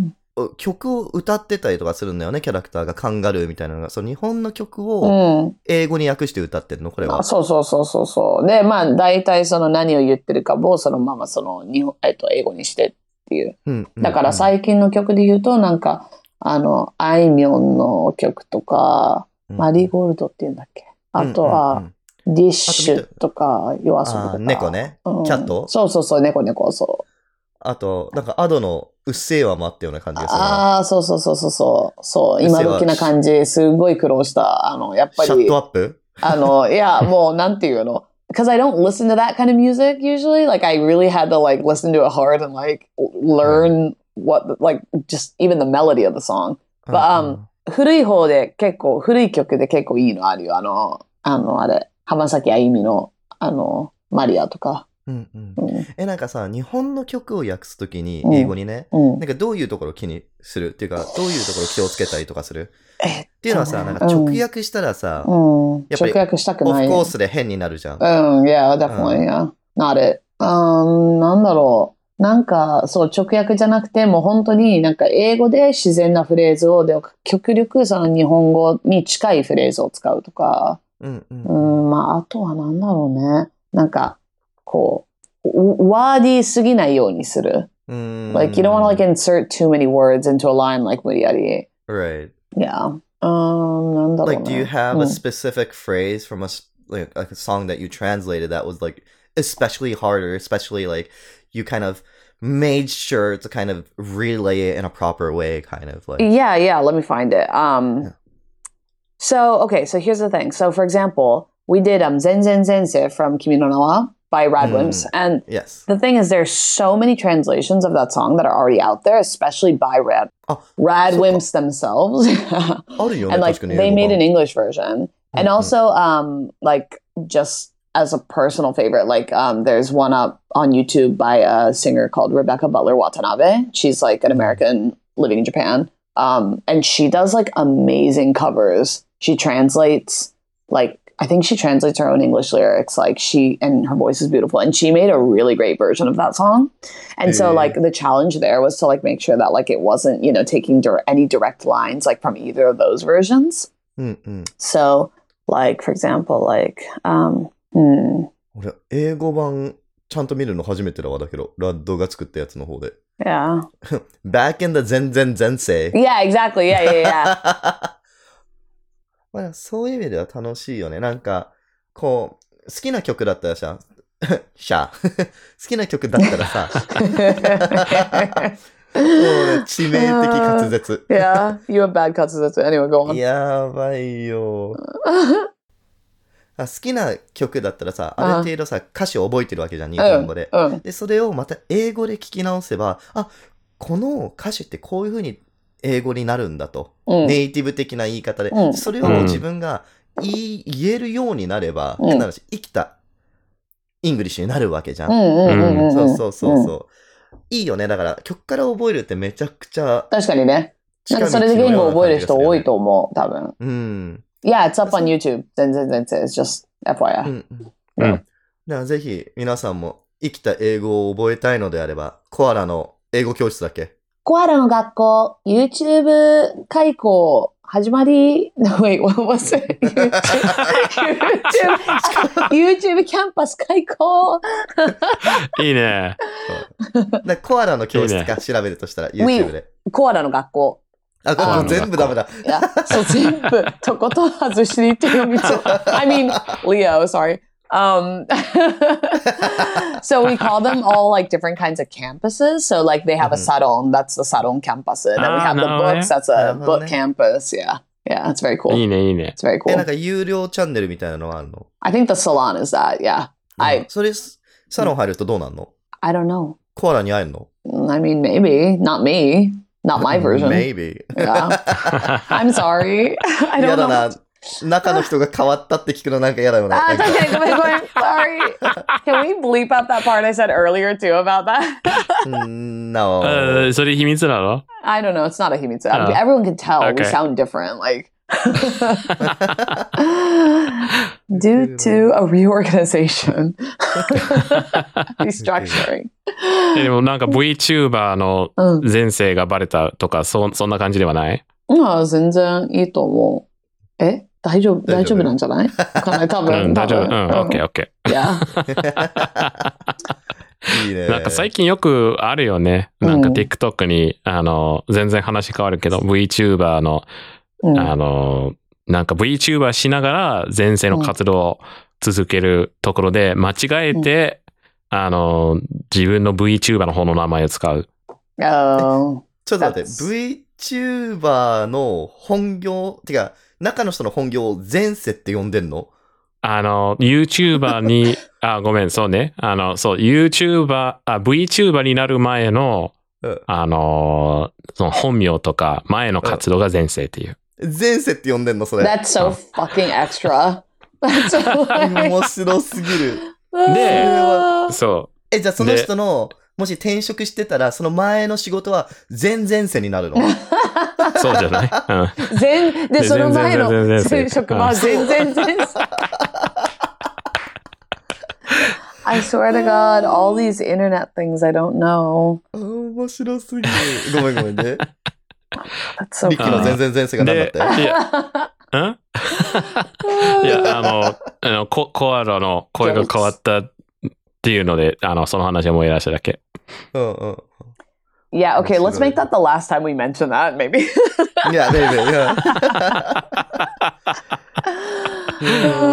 Speaker 2: 曲を歌ってたりとかするんだよね、キャラクターが、カンガルーみたいなのが。その日本の曲
Speaker 3: う
Speaker 2: を
Speaker 3: ん。
Speaker 2: 英語に訳して歌ってるのこれは
Speaker 3: あ。そうそうそうそうそう。で、まあ、大体その何を言ってるかもそのままその日本、えっと、英語にしてっていう。
Speaker 2: うん
Speaker 3: だから、最近の曲で言うと、なんか、あの、あいみょんの曲とか、
Speaker 2: うん
Speaker 3: マリーゴールドって言うんだっけ。あと
Speaker 2: うんうん
Speaker 3: は、
Speaker 2: うん
Speaker 3: ディッシュとか、夜遊びと
Speaker 2: あ
Speaker 3: か。
Speaker 2: ー猫ね。
Speaker 3: うん。
Speaker 2: キャット
Speaker 3: そうそうそう、猫猫、そう。
Speaker 2: あと、なんか、アドのうっせぇわもあったような感じでするな。
Speaker 3: ああ、そうそうそうそうそう。そう、
Speaker 2: です
Speaker 3: 今
Speaker 2: よ
Speaker 3: 時な感じ、すごい苦労した。あの、やっぱ
Speaker 2: シャッ
Speaker 3: り
Speaker 2: ト、アップ
Speaker 3: あの、いや、もう、なんていうの Because I don't listen to that kind of music usually. Like, I really had to, like, listen to it hard and, like, learn what, like, just even the melody of the song.
Speaker 2: う
Speaker 3: But,
Speaker 2: ん
Speaker 3: um, 古い方で結構、古い曲で結構いいのあるよ。あの、あの、あれ、浜崎あゆみの、あの、マリアとか。
Speaker 2: うんうん
Speaker 3: うん。
Speaker 2: え、なんかさ、日本の曲を訳すときに
Speaker 3: う、ん
Speaker 2: 英語にね、
Speaker 3: うん
Speaker 2: なんかどういうところを気にするっていうか、どういうところ気をつけたりとかする
Speaker 3: えっと
Speaker 2: っていうのはさ、なんか直訳したらさ、
Speaker 3: うん。
Speaker 2: やっぱり
Speaker 3: 直訳したく
Speaker 2: オ
Speaker 3: ない。
Speaker 2: フコースで変になるじゃん。
Speaker 3: うん、yeah, definitely, yeah. Not it. うん、なんだろう。なんか、そう、直訳じゃなくて、もう本当になんか英語で自然なフレーズを、で、極力その日本語に近いフレーズを使うとか、
Speaker 2: うんうん
Speaker 3: う。ん、まあ、あとはなんだろうね。なんか、こう、うワーディーすぎないようにする。
Speaker 2: うん。
Speaker 3: Like, you don't want to like insert too many words into a line like 無理やり。
Speaker 2: Right.
Speaker 3: Yeah. うん、なんだろうな。
Speaker 2: Like, do you have a
Speaker 3: うん
Speaker 2: specific phrase from a, s- like, like a song that you translated that was like especially harder, especially like you kind of made sure to kind of relay it in a proper way, kind of like.
Speaker 3: Yeah, yeah. Let me find it. Um,
Speaker 2: Yeah.
Speaker 3: So, okay. So here's the thing. So, for example, we did um, Zen Zen Zense from Kimi no Nawa by
Speaker 2: Mm.
Speaker 3: Radwimps. And
Speaker 2: Yes.
Speaker 3: the thing is, there's so many translations of that song that are already out there, especially by Rad
Speaker 2: Oh,
Speaker 3: Radwimps themselves.
Speaker 2: Oh, do you
Speaker 3: and like they made an English version. And also, um, like just as a personal favorite, like um, there's one up on YouTube by a singer called Rebecca Butler Watanabe. She's like an American living in Japan, um, and she does like amazing covers. She translates like I think she translates her own English lyrics. Like she and her voice is beautiful, and she made a really great version of that song. And so
Speaker 2: Yeah.
Speaker 3: like the challenge there was to like make sure that like it wasn't you know taking dir- any direct lines like from either of those versions.
Speaker 2: Mm-mm.
Speaker 3: So, like for example, like um, hmm,
Speaker 2: 俺、英語版ちゃんと見るの初めてだわ、だけど、ラッドが作ったやつの方で。
Speaker 3: yeah,
Speaker 2: Back in the 全然前世。
Speaker 3: yeah, exactly, yeah, yeah, yeah.
Speaker 2: まあ、そういう意味では楽しいよね。なんか、こう、好きな曲だったらさ、 シャ 好きな曲だったらさ、もう ね致命的滑舌。
Speaker 3: yeah, you have bad cuts. That's it. Anyway, go on.
Speaker 2: やばい よ。あ好きな曲だったらさ、ある程度さ、歌詞を覚えてるわけじゃん、日本語で。
Speaker 3: うん、
Speaker 2: で、それをまた英語で聞き直せば、あ、この歌詞ってこういう風に英語になるんだと。
Speaker 3: うん、
Speaker 2: ネイティブ的な言い方で、
Speaker 3: うん
Speaker 2: それを自分が言い言えるようになれば、
Speaker 3: うん
Speaker 2: 変な話生きたイングリッシュになるわけじゃ。
Speaker 3: うんん、うん、うん、うん。
Speaker 2: そうそうそうそう。いいよね。だから曲から覚えるってめちゃくちゃ
Speaker 3: 確かにね。なん
Speaker 2: 近道の
Speaker 3: かそれで言語を覚える人多い
Speaker 2: よ
Speaker 3: と思う、多分。
Speaker 2: うな感じがするよね。うん。
Speaker 3: Yeah, it's up on YouTube. 全然全然。It's just
Speaker 2: う
Speaker 3: FYI.
Speaker 2: んうん。
Speaker 1: う
Speaker 2: だ
Speaker 1: ん
Speaker 2: からぜひ皆さんも生きた英語を覚えたいのであれば、コアラの英語教室だっけ
Speaker 3: コアラの学校、YouTube 開講、始まり。Wait, what was it? YouTube, YouTube キャンパス開講。
Speaker 1: いいね。
Speaker 2: だからコアラの教室か調べるとしたら YouTube で。
Speaker 3: コアラの学校。
Speaker 2: あ、これ
Speaker 3: あ
Speaker 2: もう全部ダメだ。
Speaker 3: いや、 そう、全部、とことん外しに行ってるみたい。I mean, Leo, sorry. Um, so we call them all like different kinds of campuses. So like they have a
Speaker 2: Mhm.
Speaker 3: salon, that's the salon campus. And then we
Speaker 1: Ah,
Speaker 3: have the
Speaker 1: no way.
Speaker 3: books, that's a
Speaker 2: Ah, no
Speaker 3: book
Speaker 2: way.
Speaker 3: campus. Yeah. Yeah, it's very
Speaker 1: いい
Speaker 3: cool.
Speaker 1: ね、いいね。
Speaker 3: It's very
Speaker 2: え、なん
Speaker 3: cool.
Speaker 2: か有料チャンネルみたいなのはあるの
Speaker 3: I think the salon is that. Yeah. はい
Speaker 2: それ、サロン入るとどうなんの
Speaker 3: I don't know.
Speaker 2: コアラに会えるの
Speaker 3: I mean, maybe. Not me. Not my version.
Speaker 2: Maybe.
Speaker 3: Yeah. I'm sorry. I
Speaker 2: 嫌
Speaker 3: don't
Speaker 2: だな。
Speaker 3: know.
Speaker 2: 中の人が変わったって聞くのなんか嫌だよね。
Speaker 3: Ah,
Speaker 2: なん
Speaker 3: it's
Speaker 2: か
Speaker 3: okay. Go ahead, go ahead. Sorry. Can we bleep out that part I said earlier too about that?
Speaker 2: うーん
Speaker 1: あ
Speaker 2: no.
Speaker 1: ーそれ秘密なの
Speaker 3: I don't know. It's not a himitsu.
Speaker 1: Oh.
Speaker 3: Everyone can tell we
Speaker 1: Okay.
Speaker 3: sound different. Like, due to a reorganization, restructuring. Um,
Speaker 1: えでもなんか VTuber の
Speaker 3: うん、
Speaker 1: 前世がバレたとか、そんそんな感じではない
Speaker 3: まあ全然いいと思う。え大丈夫
Speaker 2: 大
Speaker 3: 大
Speaker 2: 丈夫
Speaker 3: 丈夫なんじゃないわかんない多
Speaker 1: う
Speaker 3: 分。
Speaker 1: ん、大丈夫。うん、
Speaker 3: 多分
Speaker 1: OK、OK。
Speaker 3: いや、
Speaker 2: いいね。
Speaker 1: なんか最近よくあるよね。なんか TikTok に、あの、全然話変わるけど、VTuber の、
Speaker 3: うん
Speaker 1: あの、なんか VTuber しながら前世の活動を続けるところで、間違えて、あの、自分の VTuber の方の名前を使う。
Speaker 3: あ
Speaker 2: ちょっと待って、
Speaker 3: That's-
Speaker 2: VTuber の本業、てか、中の人の本業を前世って呼んでんの
Speaker 1: あの、YouTuber に、あ、ごめん、そうね。あの、そう、YouTuber、あ、VTuber になる前の、
Speaker 2: うん
Speaker 1: あの、その本名とか前の活動が前世っていう。
Speaker 2: 前世って呼んでんのそ
Speaker 3: ー
Speaker 2: れ。
Speaker 3: That's so fucking extra. That's so
Speaker 2: 面白すぎる。
Speaker 1: で
Speaker 3: あー
Speaker 1: そ
Speaker 2: え、じゃあその
Speaker 1: で
Speaker 2: 人の、もし転職してたら、その前の仕事は前前世にな るの
Speaker 1: う、そうじ ゃない。うん。
Speaker 3: 全で
Speaker 1: で
Speaker 3: その前の
Speaker 1: 全然全然全然
Speaker 3: 職場は全然全然 I swear to God, all these internet things I don't know.
Speaker 2: あ面白すぎる。ごめんごめんね。
Speaker 3: That's so
Speaker 2: リッキーの前前前世が何だって
Speaker 1: で
Speaker 3: funny.
Speaker 1: いん いや、あの、あのココアラの声が変わったっていうので、あの、その話を思い出しただけ。
Speaker 2: うんうん。
Speaker 3: yeah, okay, let's make that the last time we mention that, maybe.
Speaker 2: いや、ねえねえ いや。
Speaker 1: なるほど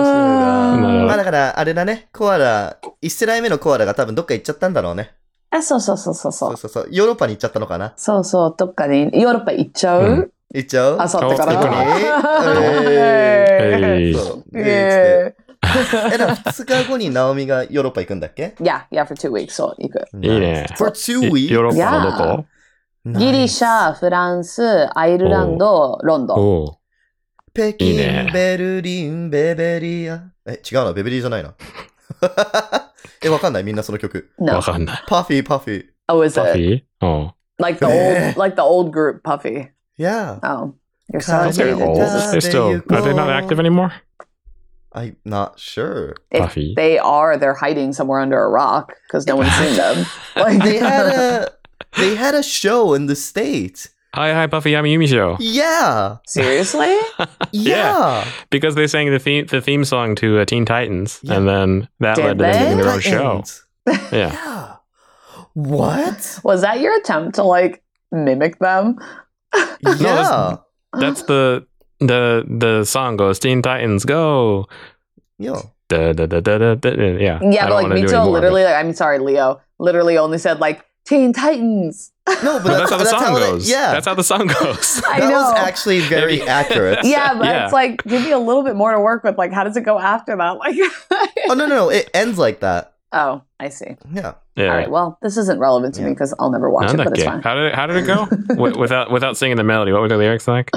Speaker 2: まあだから、あれだね、コアラ、一世代目のコアラが多分どっか行っちゃったんだろうね。
Speaker 3: あそうそうそうそう
Speaker 2: そ
Speaker 3: そ
Speaker 2: う
Speaker 3: う。
Speaker 2: そうそう。ヨーロッパに行っちゃったのかな
Speaker 3: そうそう、どっかにヨーロッパ行っちゃ
Speaker 1: う
Speaker 3: う、
Speaker 2: 行っちゃう
Speaker 3: あさってか
Speaker 1: どっ
Speaker 3: ら。
Speaker 2: え
Speaker 1: えー
Speaker 2: そう。
Speaker 3: イ
Speaker 2: えーつって
Speaker 3: エ
Speaker 2: え、だから2日後にナオミがヨーロッパ行くんだっけ
Speaker 3: ーイ Yeah, yeah, for two weeks, そう、行く。
Speaker 1: いいね
Speaker 2: For two
Speaker 1: い
Speaker 2: weeks?
Speaker 1: ヨーロッパのど
Speaker 2: ナイス
Speaker 3: ギリシャ、フランス、アイルランド、ロンド
Speaker 1: こ
Speaker 3: ン。
Speaker 1: おう
Speaker 2: 北
Speaker 1: いい
Speaker 2: 京
Speaker 1: ね、
Speaker 2: ベルリン、ベベリア。え、違うな、ベベリアじゃない な。え、わかんない、みんなその曲。
Speaker 3: No.
Speaker 1: わかんない。
Speaker 2: パフィー、パフィー。
Speaker 3: Oh, is
Speaker 1: パフ
Speaker 3: it?
Speaker 1: ィーおう
Speaker 3: Like the
Speaker 2: Yeah.
Speaker 3: old, like the old group, Puffy.
Speaker 2: Yeah.
Speaker 3: Oh, you're so
Speaker 2: They're
Speaker 1: They're
Speaker 2: Yeah,
Speaker 1: old.
Speaker 3: outdated.
Speaker 2: that's-
Speaker 1: They're still, are they not active anymore?
Speaker 2: I'm not sure.
Speaker 3: If
Speaker 1: Puffy.
Speaker 3: they are, they're hiding somewhere under a rock because no one's seen them. Like
Speaker 2: They had a they had a show in the States.
Speaker 1: Hi, hi, Puffy. I'm Yumishio.
Speaker 2: Yeah.
Speaker 3: seriously?
Speaker 2: Yeah.
Speaker 1: Because they sang the theme, the theme song to uh, Teen Titans,
Speaker 2: Yeah.
Speaker 1: and then that led to
Speaker 3: Did
Speaker 1: them
Speaker 3: they?
Speaker 1: doing their own
Speaker 2: Titans.
Speaker 1: show. Yeah.
Speaker 2: Yeah. What?
Speaker 3: Was that your attempt to like mimic them?
Speaker 2: yeah.
Speaker 1: That's the the the song goes Teen Titans go.
Speaker 2: Yo.
Speaker 1: Da, da, da, da, da, da. Yeah.
Speaker 3: Yeah,
Speaker 1: I don't
Speaker 3: but like
Speaker 1: wanna do
Speaker 3: Mito
Speaker 1: anymore, but-
Speaker 3: literally, like, I'm sorry, Leo, literally only said like Teen Titans.
Speaker 2: No, but,
Speaker 1: But that's, how the song
Speaker 2: that-
Speaker 1: goes.
Speaker 2: yeah.
Speaker 1: That's how the song goes.
Speaker 3: I
Speaker 2: that
Speaker 3: know.
Speaker 2: was actually very
Speaker 1: Maybe-
Speaker 2: accurate.
Speaker 3: yeah, but
Speaker 1: Yeah.
Speaker 3: it's like give me a little bit more to work with. Like, how does it go after that? Like,
Speaker 2: Oh no, no, no. It ends like that.
Speaker 3: oh, I see.
Speaker 2: Yeah.
Speaker 1: yeah.
Speaker 3: All right, well, this isn't relevant to me because I'll never watch
Speaker 1: Not
Speaker 3: it,
Speaker 1: that
Speaker 3: but it's
Speaker 1: gay.
Speaker 3: fine.
Speaker 1: How did it, how did it go? Wi- without without singing the melody, what were the lyrics like?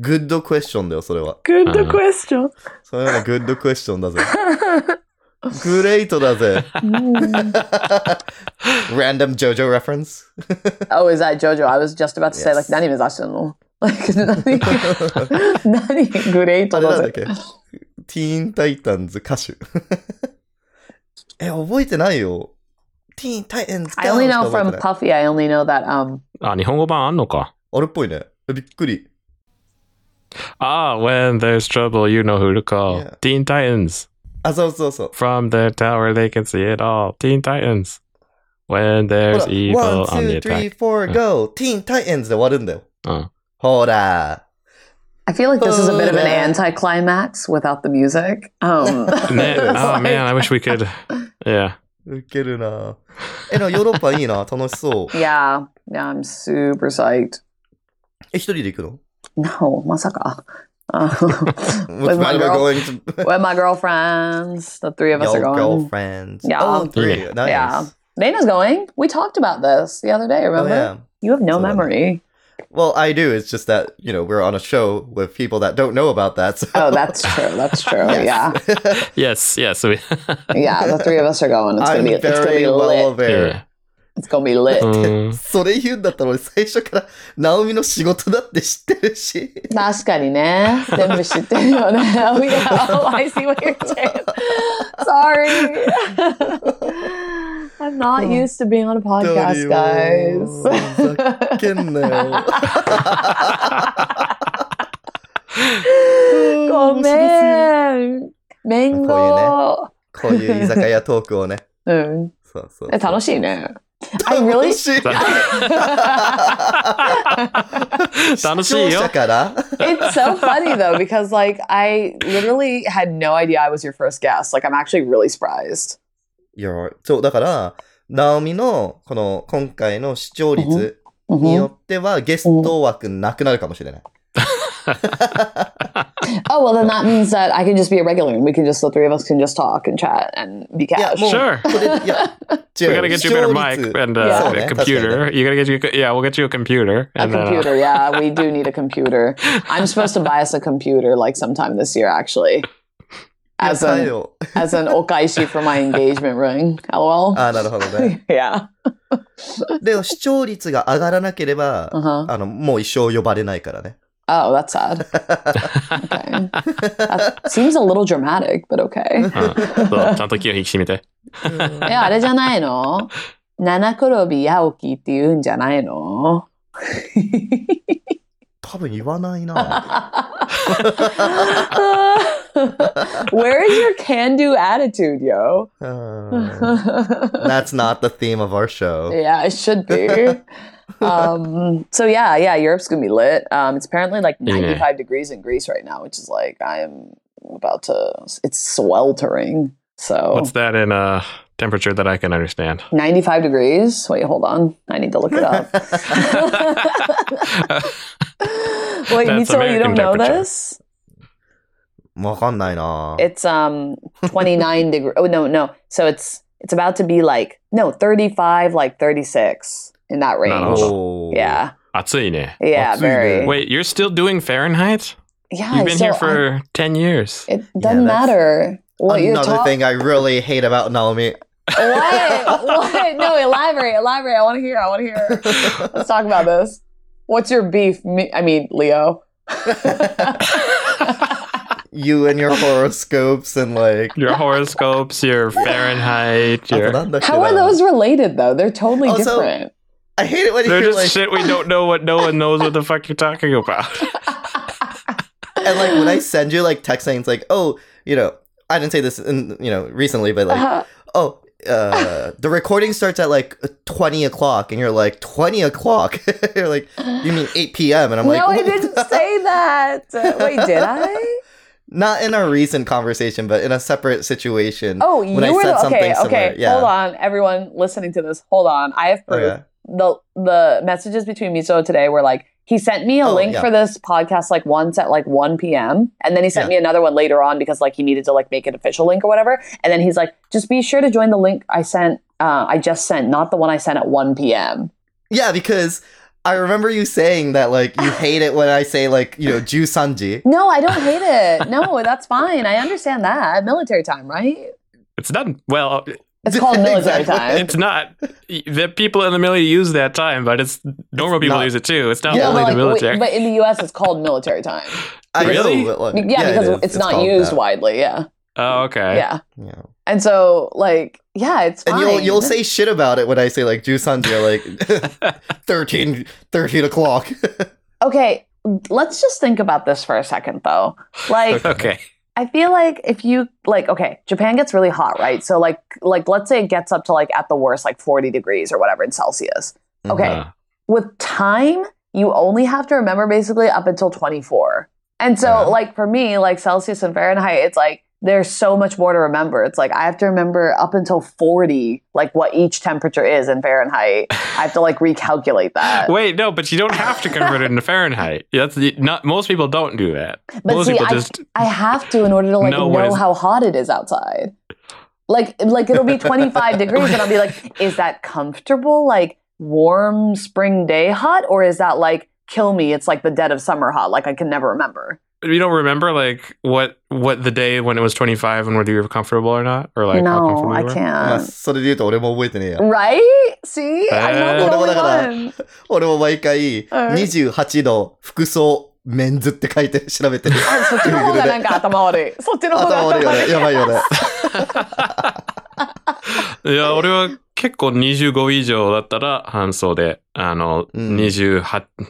Speaker 2: Good question だよ、それは。
Speaker 3: Good
Speaker 1: Uh-huh.
Speaker 3: question.
Speaker 2: それは good question だぜ。 グレートだぜ。
Speaker 3: Mm.
Speaker 2: Random JoJo reference?
Speaker 3: oh, is that JoJo? I was just about to say like
Speaker 2: Yes.
Speaker 3: nani mizashi Like nani, nani great
Speaker 2: あれなんだっけ ティーンタイタンズ歌手。 え、覚えてないよ。ティーンタイタンズ歌
Speaker 3: I
Speaker 2: 手
Speaker 3: only
Speaker 2: しか
Speaker 3: know
Speaker 2: 覚え
Speaker 3: from
Speaker 2: てない
Speaker 3: Puffy. I only know that um
Speaker 1: Ah, あ、日本語版あんのか。Ah,
Speaker 2: あれっぽいね。えびっくり。
Speaker 1: Ah, when there's trouble, you know who to call.
Speaker 2: Yeah.
Speaker 1: Teen Titans.
Speaker 2: あ、そうそうそう。
Speaker 1: From their tower, they can see it all. Teen Titans. When
Speaker 2: ほ
Speaker 1: there's
Speaker 2: ら、
Speaker 1: evil
Speaker 2: 1、
Speaker 1: on the
Speaker 2: 2、3、
Speaker 1: attack. Oh.
Speaker 2: 4、go! ティーンタイタンズで終わるんだよ。
Speaker 1: うん
Speaker 2: ほら。
Speaker 3: I feel like this is a bit of
Speaker 2: Oh,
Speaker 3: an
Speaker 2: yeah.
Speaker 3: anticlimax without the music. Um,
Speaker 1: Man,
Speaker 2: It's
Speaker 1: oh man, I wish we could. Yeah.
Speaker 2: ウケるな。え、でもヨーロッパいいな。楽しそう。
Speaker 3: yeah, yeah, I'm super psyched.
Speaker 2: え、一人で行くの
Speaker 3: No, masaka. Uh,
Speaker 2: Which
Speaker 3: my
Speaker 2: man am I
Speaker 3: girl-
Speaker 2: going to-
Speaker 3: with my girlfriends, the three of us are
Speaker 2: Your
Speaker 3: going.
Speaker 2: girlfriends.
Speaker 3: Yeah.
Speaker 2: Oh, three.
Speaker 1: Yeah.
Speaker 2: Nice.
Speaker 3: Yeah. Dana's going. We talked about this the other day.
Speaker 2: Oh,
Speaker 3: Remember?
Speaker 2: yeah.
Speaker 3: You have no
Speaker 2: So then-
Speaker 3: memory.
Speaker 2: Well, I do. It's just that, you know, we're on a show with people that don't know about that. So.
Speaker 3: Oh, that's true. That's true. Yeah,
Speaker 1: Yes, yes. We,
Speaker 3: yeah. The three of us are going. It's
Speaker 2: I'm
Speaker 3: gonna be. It's gonna
Speaker 2: very
Speaker 3: be
Speaker 2: well
Speaker 3: lit.
Speaker 2: aware.
Speaker 1: yeah.
Speaker 3: It's gonna be lit.
Speaker 1: Mm.
Speaker 2: それ言うんだったら俺最初からナオミの仕事だって知ってるし。
Speaker 3: 確かにね。全部知ってるよね。Oh, yeah. Oh, I see what you're saying. Sorry. I'm not used to being on a podcast,
Speaker 2: ふざ
Speaker 3: guys.
Speaker 2: けんなよ。
Speaker 3: ご
Speaker 2: 面白
Speaker 3: めん。メンゴ。
Speaker 2: すぎこういう居酒屋トークをね。
Speaker 3: うん。
Speaker 2: そうそう
Speaker 3: え楽
Speaker 2: しい。
Speaker 3: しいね。I really
Speaker 2: 楽しい。
Speaker 1: 楽しい
Speaker 2: 視聴
Speaker 1: よ
Speaker 2: 者。から。
Speaker 3: it's so funny though because like I literally had no idea I was your first guest. Like I'm actually really surprised.
Speaker 2: いや、そう、だから、ナオミの、この、今回の視聴率によっては、ゲスト枠なくなるかもしれない。
Speaker 3: Oh well, then that means that I can just be a regular and we can just the three of us can just talk and chat and be
Speaker 2: Yeah,
Speaker 3: cash.
Speaker 2: more-
Speaker 1: Sure.
Speaker 2: これでいや、違う。
Speaker 1: We gotta get you a better
Speaker 2: 視聴率
Speaker 1: mic and uh,
Speaker 3: Yeah.
Speaker 2: Yeah.
Speaker 1: a computer. You gotta get you. Yeah, we'll get you a computer.
Speaker 3: A
Speaker 1: and, uh,
Speaker 3: computer, yeah, we do need a computer. I'm supposed to buy us a computer like sometime this year, actually,
Speaker 2: いや
Speaker 3: as
Speaker 2: 太
Speaker 3: an
Speaker 2: 陽
Speaker 3: as an okaishi for my engagement ring. LOL.
Speaker 2: あーなるほどね。
Speaker 3: yeah.
Speaker 2: でも視聴率が上がらなければ、
Speaker 3: Uh huh.
Speaker 2: あの、もう一生呼ばれないからね。
Speaker 3: Oh, that's sad. Okay. That seems a little dramatic, but okay.
Speaker 1: うんそうちゃんと気を引き締めて。
Speaker 3: え、あれじゃないの七転び八起きって言うんじゃないの
Speaker 2: 多分言わないな。
Speaker 3: Where is your can do attitude, yo?
Speaker 2: うん
Speaker 1: Mm.
Speaker 2: That's not the theme of our show.
Speaker 3: yeah, it should be. Um, so, yeah, yeah, Europe's gonna be lit. Um, it's apparently like
Speaker 1: Yeah.
Speaker 3: 95 degrees in Greece right now, which is like, I am about to, it's sweltering. So,
Speaker 1: What's that in a temperature that I can understand?
Speaker 3: 95 degrees? Wait, hold on. I need to look it up. Wait,
Speaker 1: That's
Speaker 3: Mitsuo, you
Speaker 1: American
Speaker 3: don't know
Speaker 1: temperature.
Speaker 3: this?
Speaker 2: わかんないな。
Speaker 3: It's um 29 degree. Oh no, no. So it's it's about to be like no 35, like 36 in that range.
Speaker 2: おー
Speaker 3: Yeah,
Speaker 1: 暑いね。
Speaker 3: yeah,
Speaker 2: That's
Speaker 3: very.
Speaker 2: really-
Speaker 1: Wait, you're still doing Fahrenheit?
Speaker 3: yeah,
Speaker 1: You've been
Speaker 3: so
Speaker 1: here
Speaker 3: I-
Speaker 1: for ten years.
Speaker 3: it doesn't
Speaker 2: Yeah, that's
Speaker 3: matter what you're
Speaker 2: Another
Speaker 3: talking.
Speaker 2: thing I really hate about Naomi.
Speaker 3: What? What? No, elaborate, elaborate. I want to hear. I want to hear. Let's talk about this. What's your beef? Me- I mean, Leo.
Speaker 2: you and your horoscopes and like.
Speaker 1: Your horoscopes, your Fahrenheit,
Speaker 2: あと
Speaker 1: your
Speaker 2: なんだっけな
Speaker 3: How are those related though? They're totally
Speaker 2: Also-
Speaker 3: different.
Speaker 2: I hate it when you
Speaker 1: They're
Speaker 2: hear
Speaker 1: just
Speaker 2: like
Speaker 1: shit we don't know what no one knows what the fuck you're talking about.
Speaker 2: and like when I send you like text saying it's like oh you know I didn't say this in you know recently but like
Speaker 3: Uh-huh.
Speaker 2: oh uh the recording starts at like 20 o'clock and you're like 20 o'clock you're like
Speaker 3: Uh-huh.
Speaker 2: you mean 8 p.m and i'm like
Speaker 3: no, I
Speaker 2: "What
Speaker 3: didn't
Speaker 2: the-"
Speaker 3: say that. Wait, did I?
Speaker 2: not in a recent conversation but in a separate situation
Speaker 3: Oh,
Speaker 2: when
Speaker 3: you
Speaker 2: I
Speaker 3: were
Speaker 2: said
Speaker 3: the,
Speaker 2: something
Speaker 3: okay.
Speaker 2: similar,
Speaker 3: Okay,
Speaker 2: yeah. Oh,
Speaker 3: hold on, everyone listening to this. Hold on, I have proof.
Speaker 2: Okay.
Speaker 3: the The messages between Miso today were like he sent me a
Speaker 2: Oh,
Speaker 3: link
Speaker 2: yeah.
Speaker 3: for this podcast like once at like one p.m. and then he sent
Speaker 2: Yeah.
Speaker 3: me another one later on because like he needed to like make an official link or whatever. And then he's like, just be sure to join the link I sent. Uh, I just sent, not the one I sent at one p.m.
Speaker 2: yeah because i remember you saying that like you hate it when i say like you know ju sanji
Speaker 3: No, I don't hate it. No, that's fine. I understand that military time, right?
Speaker 1: It's not well
Speaker 3: It's called
Speaker 2: Exactly.
Speaker 3: military time.
Speaker 1: it's not the people in the military use that time, but it's normal people
Speaker 2: not-
Speaker 1: use it too. It's not
Speaker 2: Yeah,
Speaker 3: No,
Speaker 1: only the
Speaker 3: but, like,
Speaker 1: military.
Speaker 3: wait, but in the U.S., it's called military time.
Speaker 2: i
Speaker 1: Really?
Speaker 2: know but, like, Uh,
Speaker 3: Yeah,
Speaker 2: it
Speaker 3: because
Speaker 2: is.
Speaker 3: it's, not
Speaker 2: called
Speaker 3: used
Speaker 2: that.
Speaker 3: widely. Yeah,
Speaker 1: oh, okay.
Speaker 3: yeah.
Speaker 2: yeah
Speaker 3: And so, like, yeah, it's
Speaker 2: and
Speaker 3: fine.
Speaker 2: you'll you'll say shit about it when i say like ju sanji or, like 13 13 o'clock
Speaker 3: okay. Let's just think about this for a second, though. Like,
Speaker 1: Okay.
Speaker 3: I feel like if you like, okay, Japan gets really hot, right? So, like, like let's say it gets up to like at the worst, like forty degrees or whatever in Celsius. Okay,
Speaker 1: Uh,
Speaker 3: with time, you only have to remember basically up until 24. And so,
Speaker 2: Yeah.
Speaker 3: like for me, like Celsius and Fahrenheit, it's like there's so much more to remember. It's like I have to remember up until 40, like what each temperature is in Fahrenheit. I have to like recalculate that.
Speaker 1: Uh, Wait, no, but you don't have to convert it into Fahrenheit. That's the- not most people don't do that.
Speaker 3: But
Speaker 1: most
Speaker 3: see,
Speaker 1: people
Speaker 3: I-
Speaker 1: just
Speaker 3: I have to in order to like
Speaker 1: No, what
Speaker 3: know
Speaker 1: is-
Speaker 3: how hot it is outside. Like, like it'll be 25 degrees, and I'll be like, is that comfortable? Like warm spring day hot, or is that like kill me? It's like the dead of summer hot. Like I can never remember.
Speaker 1: you don't remember like what what the day when it was 25 and whether you were comfortable or not or like how
Speaker 3: no,
Speaker 1: comfortable you
Speaker 3: I
Speaker 1: were?
Speaker 3: can't.
Speaker 2: まあそれで言うと俺も覚えてねえや。
Speaker 3: Right? See? I'm not
Speaker 1: Eh?
Speaker 3: the only
Speaker 2: 俺もだから
Speaker 3: one.
Speaker 2: 俺も毎回、
Speaker 3: はい
Speaker 2: 28度、服装、メンズって書いて調べてる。
Speaker 3: あ そっちの方がなんか頭悪い。そっちの方が
Speaker 2: 頭
Speaker 3: 頭
Speaker 2: 悪いよ
Speaker 3: 悪い。
Speaker 2: ね。やばいよね。
Speaker 1: いや、俺は結構25以上だったら半袖。あの、
Speaker 2: うん
Speaker 1: 28、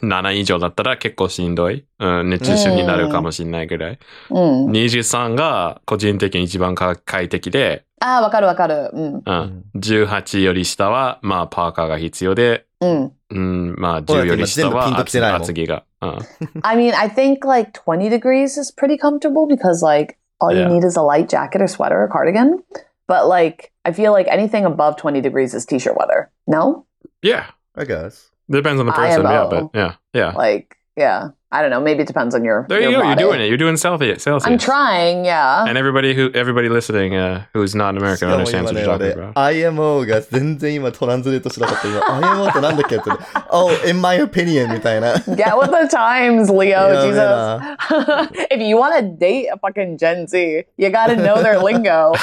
Speaker 1: 7以上だったら結構しんどい。うん、熱中症になるかもしんないぐらい。
Speaker 3: うん。
Speaker 1: 23が個人的に一番か快適で、
Speaker 3: ああ、わかるわかる。うん。
Speaker 1: うん。18より下は、まあ、パーカーが必要で、
Speaker 3: うん。
Speaker 1: うん、まあ、
Speaker 2: ほら
Speaker 1: 10より下
Speaker 2: 今全部ピン
Speaker 1: は
Speaker 2: ときてないもん
Speaker 1: 厚着が。うん。
Speaker 3: I mean, I think like 20 degrees is pretty comfortable because like all you
Speaker 1: Yeah.
Speaker 3: need is a light jacket or sweater or cardigan. But like, I feel like anything above 20 degrees is t-shirt weather. No?
Speaker 1: Yeah.
Speaker 2: I guess.
Speaker 1: Depends on the
Speaker 3: I
Speaker 1: person. Yeah,
Speaker 3: know.
Speaker 1: but yeah. Yeah.
Speaker 3: Like, yeah. I don't know. Maybe it depends on your.
Speaker 1: There
Speaker 3: your
Speaker 1: you go. You're
Speaker 3: body.
Speaker 1: doing it. You're doing Celsius. Celsius.
Speaker 3: I'm trying. Yeah.
Speaker 1: And everybody who everybody listening uh, who's not American
Speaker 2: しかも
Speaker 1: understands
Speaker 2: 今
Speaker 1: what you're
Speaker 2: ね
Speaker 1: talking
Speaker 2: 俺
Speaker 1: about.
Speaker 2: IMO が全然今トランズレートしなかった。今、IMO ってなんだっけって。Oh, in my opinion みたいな。
Speaker 3: Get with the times,
Speaker 2: Yeah,
Speaker 3: Leo.
Speaker 1: uh.
Speaker 3: Jesus. if you want to date a fucking Gen Z, you got to know their lingo.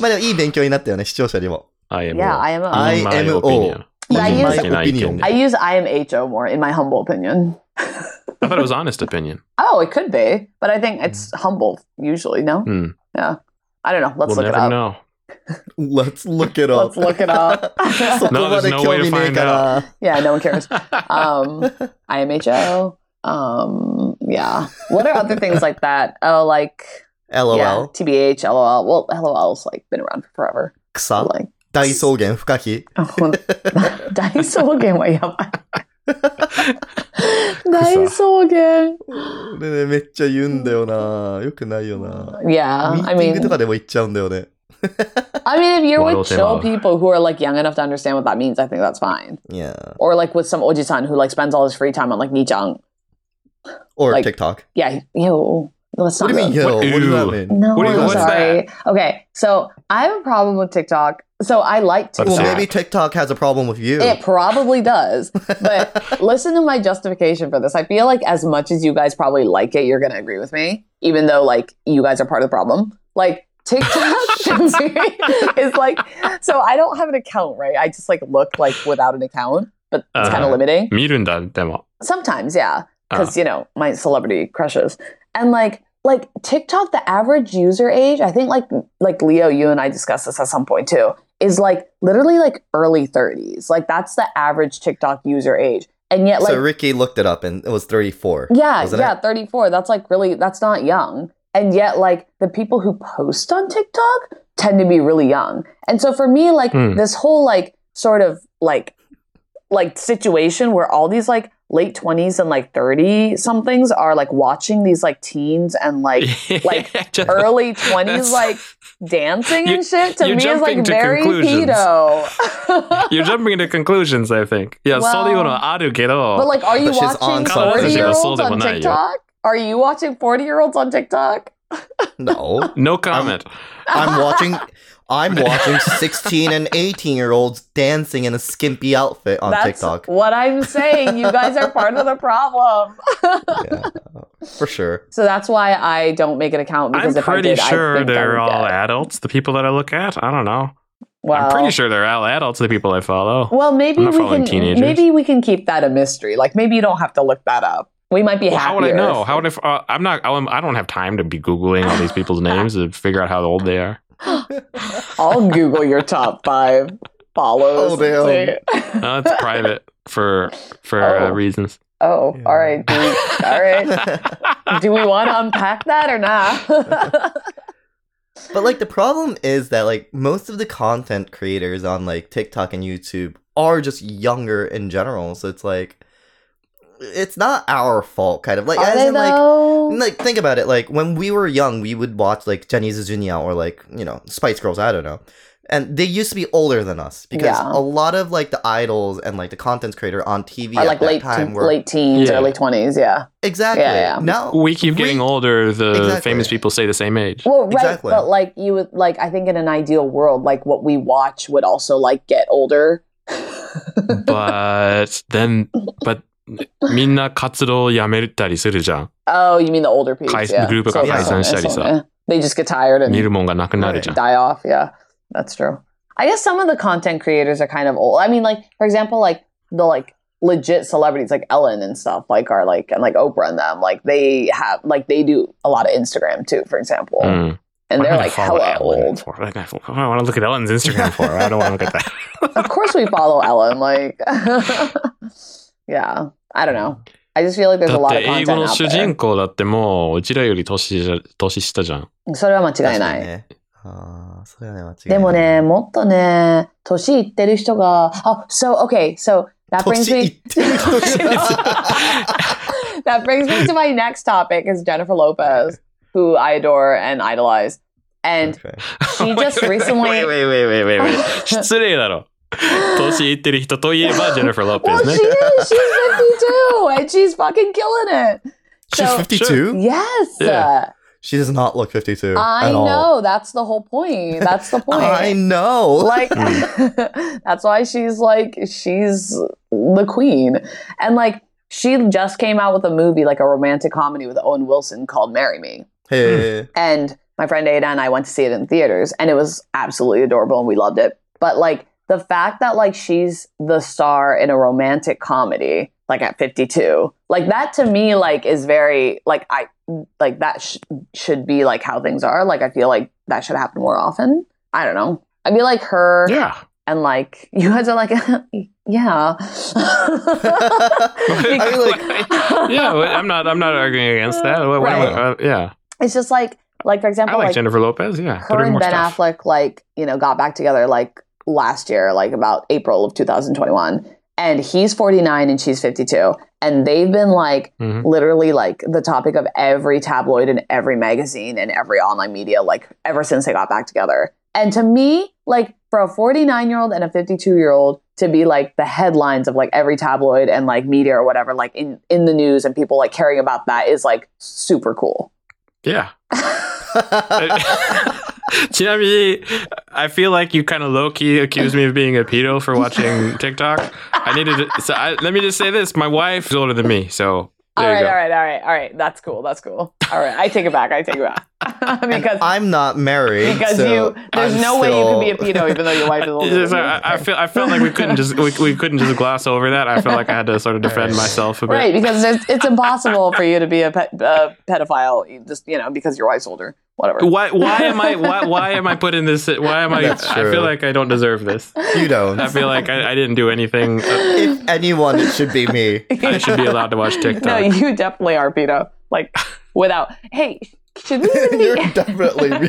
Speaker 2: まあでもいい勉強になったよね、視聴者にも。
Speaker 1: I am.
Speaker 3: yeah, I am. a-
Speaker 2: I-
Speaker 1: In my
Speaker 2: IMO.
Speaker 1: opinion.
Speaker 3: Yeah, I
Speaker 2: In
Speaker 3: use-
Speaker 2: my opinion.
Speaker 3: I use IMHO more, in my humble opinion.
Speaker 1: I thought it was honest opinion.
Speaker 3: Oh, it could be, but I think it's humble usually. No,
Speaker 1: Hmm.
Speaker 3: I don't know. Let's
Speaker 1: we'll
Speaker 3: look it
Speaker 1: never
Speaker 3: up.
Speaker 1: know.
Speaker 2: Let's look it up.
Speaker 3: Let's look it up.
Speaker 2: そこ
Speaker 1: No,
Speaker 2: ま
Speaker 1: there's
Speaker 2: で
Speaker 1: no
Speaker 2: 興
Speaker 1: way to
Speaker 2: 味ねえ
Speaker 1: find
Speaker 2: か
Speaker 1: out.
Speaker 2: ら。
Speaker 3: Yeah, no one cares. Um, IMHO. Um, yeah. What are other things like that? Oh, like yeah,
Speaker 2: LOL.
Speaker 3: TBH, LOL. Well, LOL's like been around for forever.
Speaker 2: 草
Speaker 3: Like
Speaker 2: 大草原不可避
Speaker 3: Oh, ダイソーゲンは やばい。ダイソーゲン。
Speaker 2: でね、めっちゃ言うんだよな。よくないよな。ミ
Speaker 3: Yeah, I
Speaker 2: ーティン
Speaker 3: mean,
Speaker 2: グとかでも言っちゃうんだよね。
Speaker 3: I mean, if you're
Speaker 1: Waddle
Speaker 3: with
Speaker 1: them
Speaker 3: chill
Speaker 1: up.
Speaker 3: people who are like young enough to understand what that means, I think that's fine.
Speaker 2: Yeah.
Speaker 3: Or like with some ojisan who like spends all his free time on like nichang.
Speaker 2: Or
Speaker 3: Like-
Speaker 2: TikTok.
Speaker 3: Yeah, ew. Let's
Speaker 2: What
Speaker 3: not.
Speaker 2: do you mean, yo? What does that
Speaker 1: Ew.
Speaker 2: mean?
Speaker 3: No,
Speaker 1: What do you-
Speaker 3: I'm
Speaker 1: what's
Speaker 3: sorry. Okay, so I have a problem with TikTok. So I like
Speaker 1: Let's
Speaker 2: Well,
Speaker 1: see.
Speaker 3: TikTok.
Speaker 2: maybe TikTok has a problem with you.
Speaker 3: It probably does. But listen to my justification for this. I feel like as much as you guys probably like it, you're going to agree with me, even though like you guys are part of the problem. Like TikTok is like, so I don't have an account, right? I just like look like without an account, but it's kind
Speaker 1: Uh-huh.
Speaker 3: of limiting.
Speaker 1: 見るんだ、でも。
Speaker 3: Sometimes, yeah, because you know my celebrity crushes and like like TikTok. The average user age, I think, like like Leo, you and I discussed this at some point too, is like literally like early thirties. Like that's the average TikTok user age, and yet like
Speaker 2: so Ricky looked it up and it was 34.
Speaker 3: yeah,
Speaker 2: wasn't
Speaker 3: yeah,
Speaker 2: it?
Speaker 3: 34. That's like really, that's not young. And yet, like, the people who post on TikTok tend to be really young. And so for me, like,
Speaker 1: Hmm.
Speaker 3: this whole, like, sort of like, like situation where all these, like, late 20s and like 30 somethings are like watching these, like, teens and like like,
Speaker 1: Just-
Speaker 3: early 20s,
Speaker 1: That's-
Speaker 3: like, dancing
Speaker 1: You-
Speaker 3: and shit to
Speaker 1: you're
Speaker 3: me is
Speaker 1: jumping
Speaker 3: like
Speaker 1: to
Speaker 3: very
Speaker 1: conclusions.
Speaker 3: pedo.
Speaker 1: You're jumping into conclusions, I think. Yeah,
Speaker 3: Well-
Speaker 1: そういうのはあるけど、
Speaker 3: but like, are you
Speaker 2: But she's on
Speaker 3: watching
Speaker 1: something.
Speaker 3: 40 year olds on
Speaker 1: Sold it when I-
Speaker 3: TikTok? Are you watching 40 year olds on TikTok?
Speaker 2: No.
Speaker 1: no comment.
Speaker 2: I'm watching I'm watching 16 and 18 year olds dancing in a skimpy outfit on
Speaker 3: That's
Speaker 2: TikTok.
Speaker 3: what I'm saying. You guys are part of the problem.
Speaker 2: Yeah, for sure.
Speaker 3: So that's why I don't make an account because
Speaker 1: I'm
Speaker 3: if I
Speaker 1: pretty
Speaker 3: did, I
Speaker 1: sure
Speaker 3: think I
Speaker 1: they're
Speaker 3: would
Speaker 1: all
Speaker 3: get.
Speaker 1: adults, the people that I look at. I don't know.
Speaker 3: Well,
Speaker 1: I'm pretty sure they're all adults, the people I follow.
Speaker 3: Well, maybe
Speaker 1: I'm not
Speaker 3: we
Speaker 1: following
Speaker 3: can
Speaker 1: teenagers.
Speaker 3: maybe we can keep that a mystery. Like maybe you don't have to look that up. We might be
Speaker 1: Well, how would I
Speaker 3: happier
Speaker 1: know?
Speaker 3: if-
Speaker 1: How would I? f- Uh, I'm not. I'm, I don't have time to be googling all these people's names to figure out how old they are.
Speaker 3: I'll Google your top five follows.
Speaker 2: Oh,
Speaker 3: and see.
Speaker 1: Uh, it's private for for uh,
Speaker 3: Oh.
Speaker 1: reasons.
Speaker 3: oh, all right, dude. all right.
Speaker 2: but
Speaker 3: Do we want to unpack that or not?
Speaker 2: like the problem is that like most of the content creators on like TikTok and YouTube are just younger in general, so it's like it's not our fault kind of like
Speaker 3: Are
Speaker 2: as
Speaker 3: they
Speaker 2: in, like
Speaker 3: though?
Speaker 2: like think about it like when we were young we would watch like jenny's Junior or like you know spice girls i don't know and they used to be older than us because
Speaker 3: Yeah.
Speaker 2: a lot of like the idols and like the content creator on tv
Speaker 3: or
Speaker 2: at
Speaker 3: like
Speaker 2: that
Speaker 3: late
Speaker 2: time
Speaker 3: teen-
Speaker 2: were
Speaker 3: late teens,
Speaker 1: Yeah.
Speaker 3: early twenties. Yeah.
Speaker 2: exactly
Speaker 3: Yeah, yeah.
Speaker 2: now
Speaker 1: We keep getting
Speaker 2: We-
Speaker 1: older. The
Speaker 2: Exactly.
Speaker 1: famous people stay the same age.
Speaker 3: Well, right,
Speaker 2: Exactly.
Speaker 3: but like you would like I think in an ideal world, like what we watch would also like get older.
Speaker 1: but then, but みんな活動やめたりするじゃん。解散、
Speaker 3: Oh, you mean the older people?
Speaker 1: 解散
Speaker 3: yeah.
Speaker 1: グループが
Speaker 3: So-
Speaker 2: 解散したりさ。
Speaker 3: そうね。They just get tired and
Speaker 1: 見るもんがなくなるじゃん。
Speaker 3: die off. Yeah, that's true. I guess some of the content creators are kind of old. I mean, like for example, like the like legit celebrities like Ellen and stuff, like are like and like Oprah and them, like they have like they do a lot of Instagram too, for example,
Speaker 1: Mm.
Speaker 3: and
Speaker 1: What am
Speaker 3: they're
Speaker 1: I gonna
Speaker 3: like
Speaker 1: follow
Speaker 3: hella
Speaker 1: Ellen
Speaker 3: old.
Speaker 1: For? Like, I, what do I want to look at Ellen's Instagram for. I don't want to look at that.
Speaker 3: of course, we follow Ellen. Like, yeah, I don't know. I just feel like there's
Speaker 1: だ
Speaker 3: a
Speaker 1: っ
Speaker 3: lot
Speaker 1: て
Speaker 3: of
Speaker 1: 英
Speaker 3: content
Speaker 1: 語の
Speaker 3: out
Speaker 1: 主
Speaker 3: there.
Speaker 1: 人公だってもううちらより年じゃ年下じゃ ん。
Speaker 3: それは間違い
Speaker 2: 確か
Speaker 3: な
Speaker 2: に
Speaker 3: い。
Speaker 2: ねああ、それはね、間違いない。
Speaker 3: でもね、もっとね、年いってる人が、あ、so, Oh, okay, so that brings
Speaker 2: 年い
Speaker 3: me
Speaker 2: っ てる人ですよ
Speaker 3: that brings me to my next topic is Jennifer Lopez, who I adore and idolize. And
Speaker 2: Okay.
Speaker 3: she just recently.
Speaker 1: wait, wait, wait, wait, wait, wait. 失礼だろ。年いってる人といえばジェニファー・ロペ
Speaker 3: well,
Speaker 1: ス
Speaker 3: she
Speaker 1: ね。
Speaker 3: is. She's 52 and she's fucking killing it.
Speaker 2: She's
Speaker 3: So,
Speaker 2: 52?
Speaker 3: yes.
Speaker 1: Yeah.
Speaker 2: She does not look 52
Speaker 3: I
Speaker 2: at all.
Speaker 3: know. That's the whole point. That's the point.
Speaker 2: I know. Hmm.
Speaker 3: like that's why she's like she's the queen and like she just came out with a movie like a romantic comedy with owen wilson called marry me
Speaker 2: hey.
Speaker 3: and my friend ada and i went to see it in theaters and it was absolutely adorable and we loved it but like the fact that like she's the star in a romantic comedy like at 52 like that to me like is very like i like that sh- should be like how things are like i feel like that should happen more often i don't know i feel like her
Speaker 1: Yeah.
Speaker 3: and like you guys are like yeah
Speaker 2: I mean, like,
Speaker 1: yeah, well, I'm not. I'm not arguing against that. What, what am I- uh, yeah,
Speaker 3: it's just like like for
Speaker 1: I
Speaker 3: example
Speaker 1: like
Speaker 3: like,
Speaker 1: Jennifer Lopez. Yeah, put
Speaker 3: her
Speaker 1: her in
Speaker 3: and
Speaker 1: more
Speaker 3: ben
Speaker 1: stuff.
Speaker 3: affleck like you know got back together like last year like about april of 2021 and he's 49 and she's 52 and they've been like
Speaker 1: Mhm.
Speaker 3: literally like the topic of every tabloid and every magazine and every online media like ever since they got back together and to me like for a 49 year old and a 52 year old to be like the headlines of like every tabloid and like media or whatever like in in the news and people like caring about that is like super cool
Speaker 1: Yeah.ち Hmm. なみに I feel like you kind of low key accused me of being a pedo for watching TikTok. I needed to, so I, let me just say this: my wife is older than me, so there
Speaker 3: all right,
Speaker 1: you go.
Speaker 3: all right, all right, all right. That's cool. That's cool. All right, I take it back. I take it back
Speaker 2: And
Speaker 3: because
Speaker 2: I'm not married.
Speaker 3: because
Speaker 2: so
Speaker 3: you there's
Speaker 2: I'm
Speaker 3: no way you
Speaker 2: still-
Speaker 3: could be a pedo even though your wife is older.
Speaker 1: Yes,
Speaker 3: than you.
Speaker 1: I, I feel I felt like we couldn't just we, we couldn't just gloss over that. I felt like I had to sort of defend myself a bit.
Speaker 3: right because it's, it's impossible for you to be a, pe- a pedophile you just you know because your wife's older. Whatever.
Speaker 1: Why why am I why why am I put in this? Why am I?
Speaker 2: That's
Speaker 1: I
Speaker 2: true.
Speaker 1: feel like I don't deserve this.
Speaker 2: You don't.
Speaker 1: I feel like I, I didn't do anything. Uh,
Speaker 2: if anyone, it should be me.
Speaker 1: I should be allowed to watch TikTok.
Speaker 3: No, you definitely are pedo. Like without. Hey, should we even
Speaker 2: You're
Speaker 3: be,
Speaker 2: definitely me.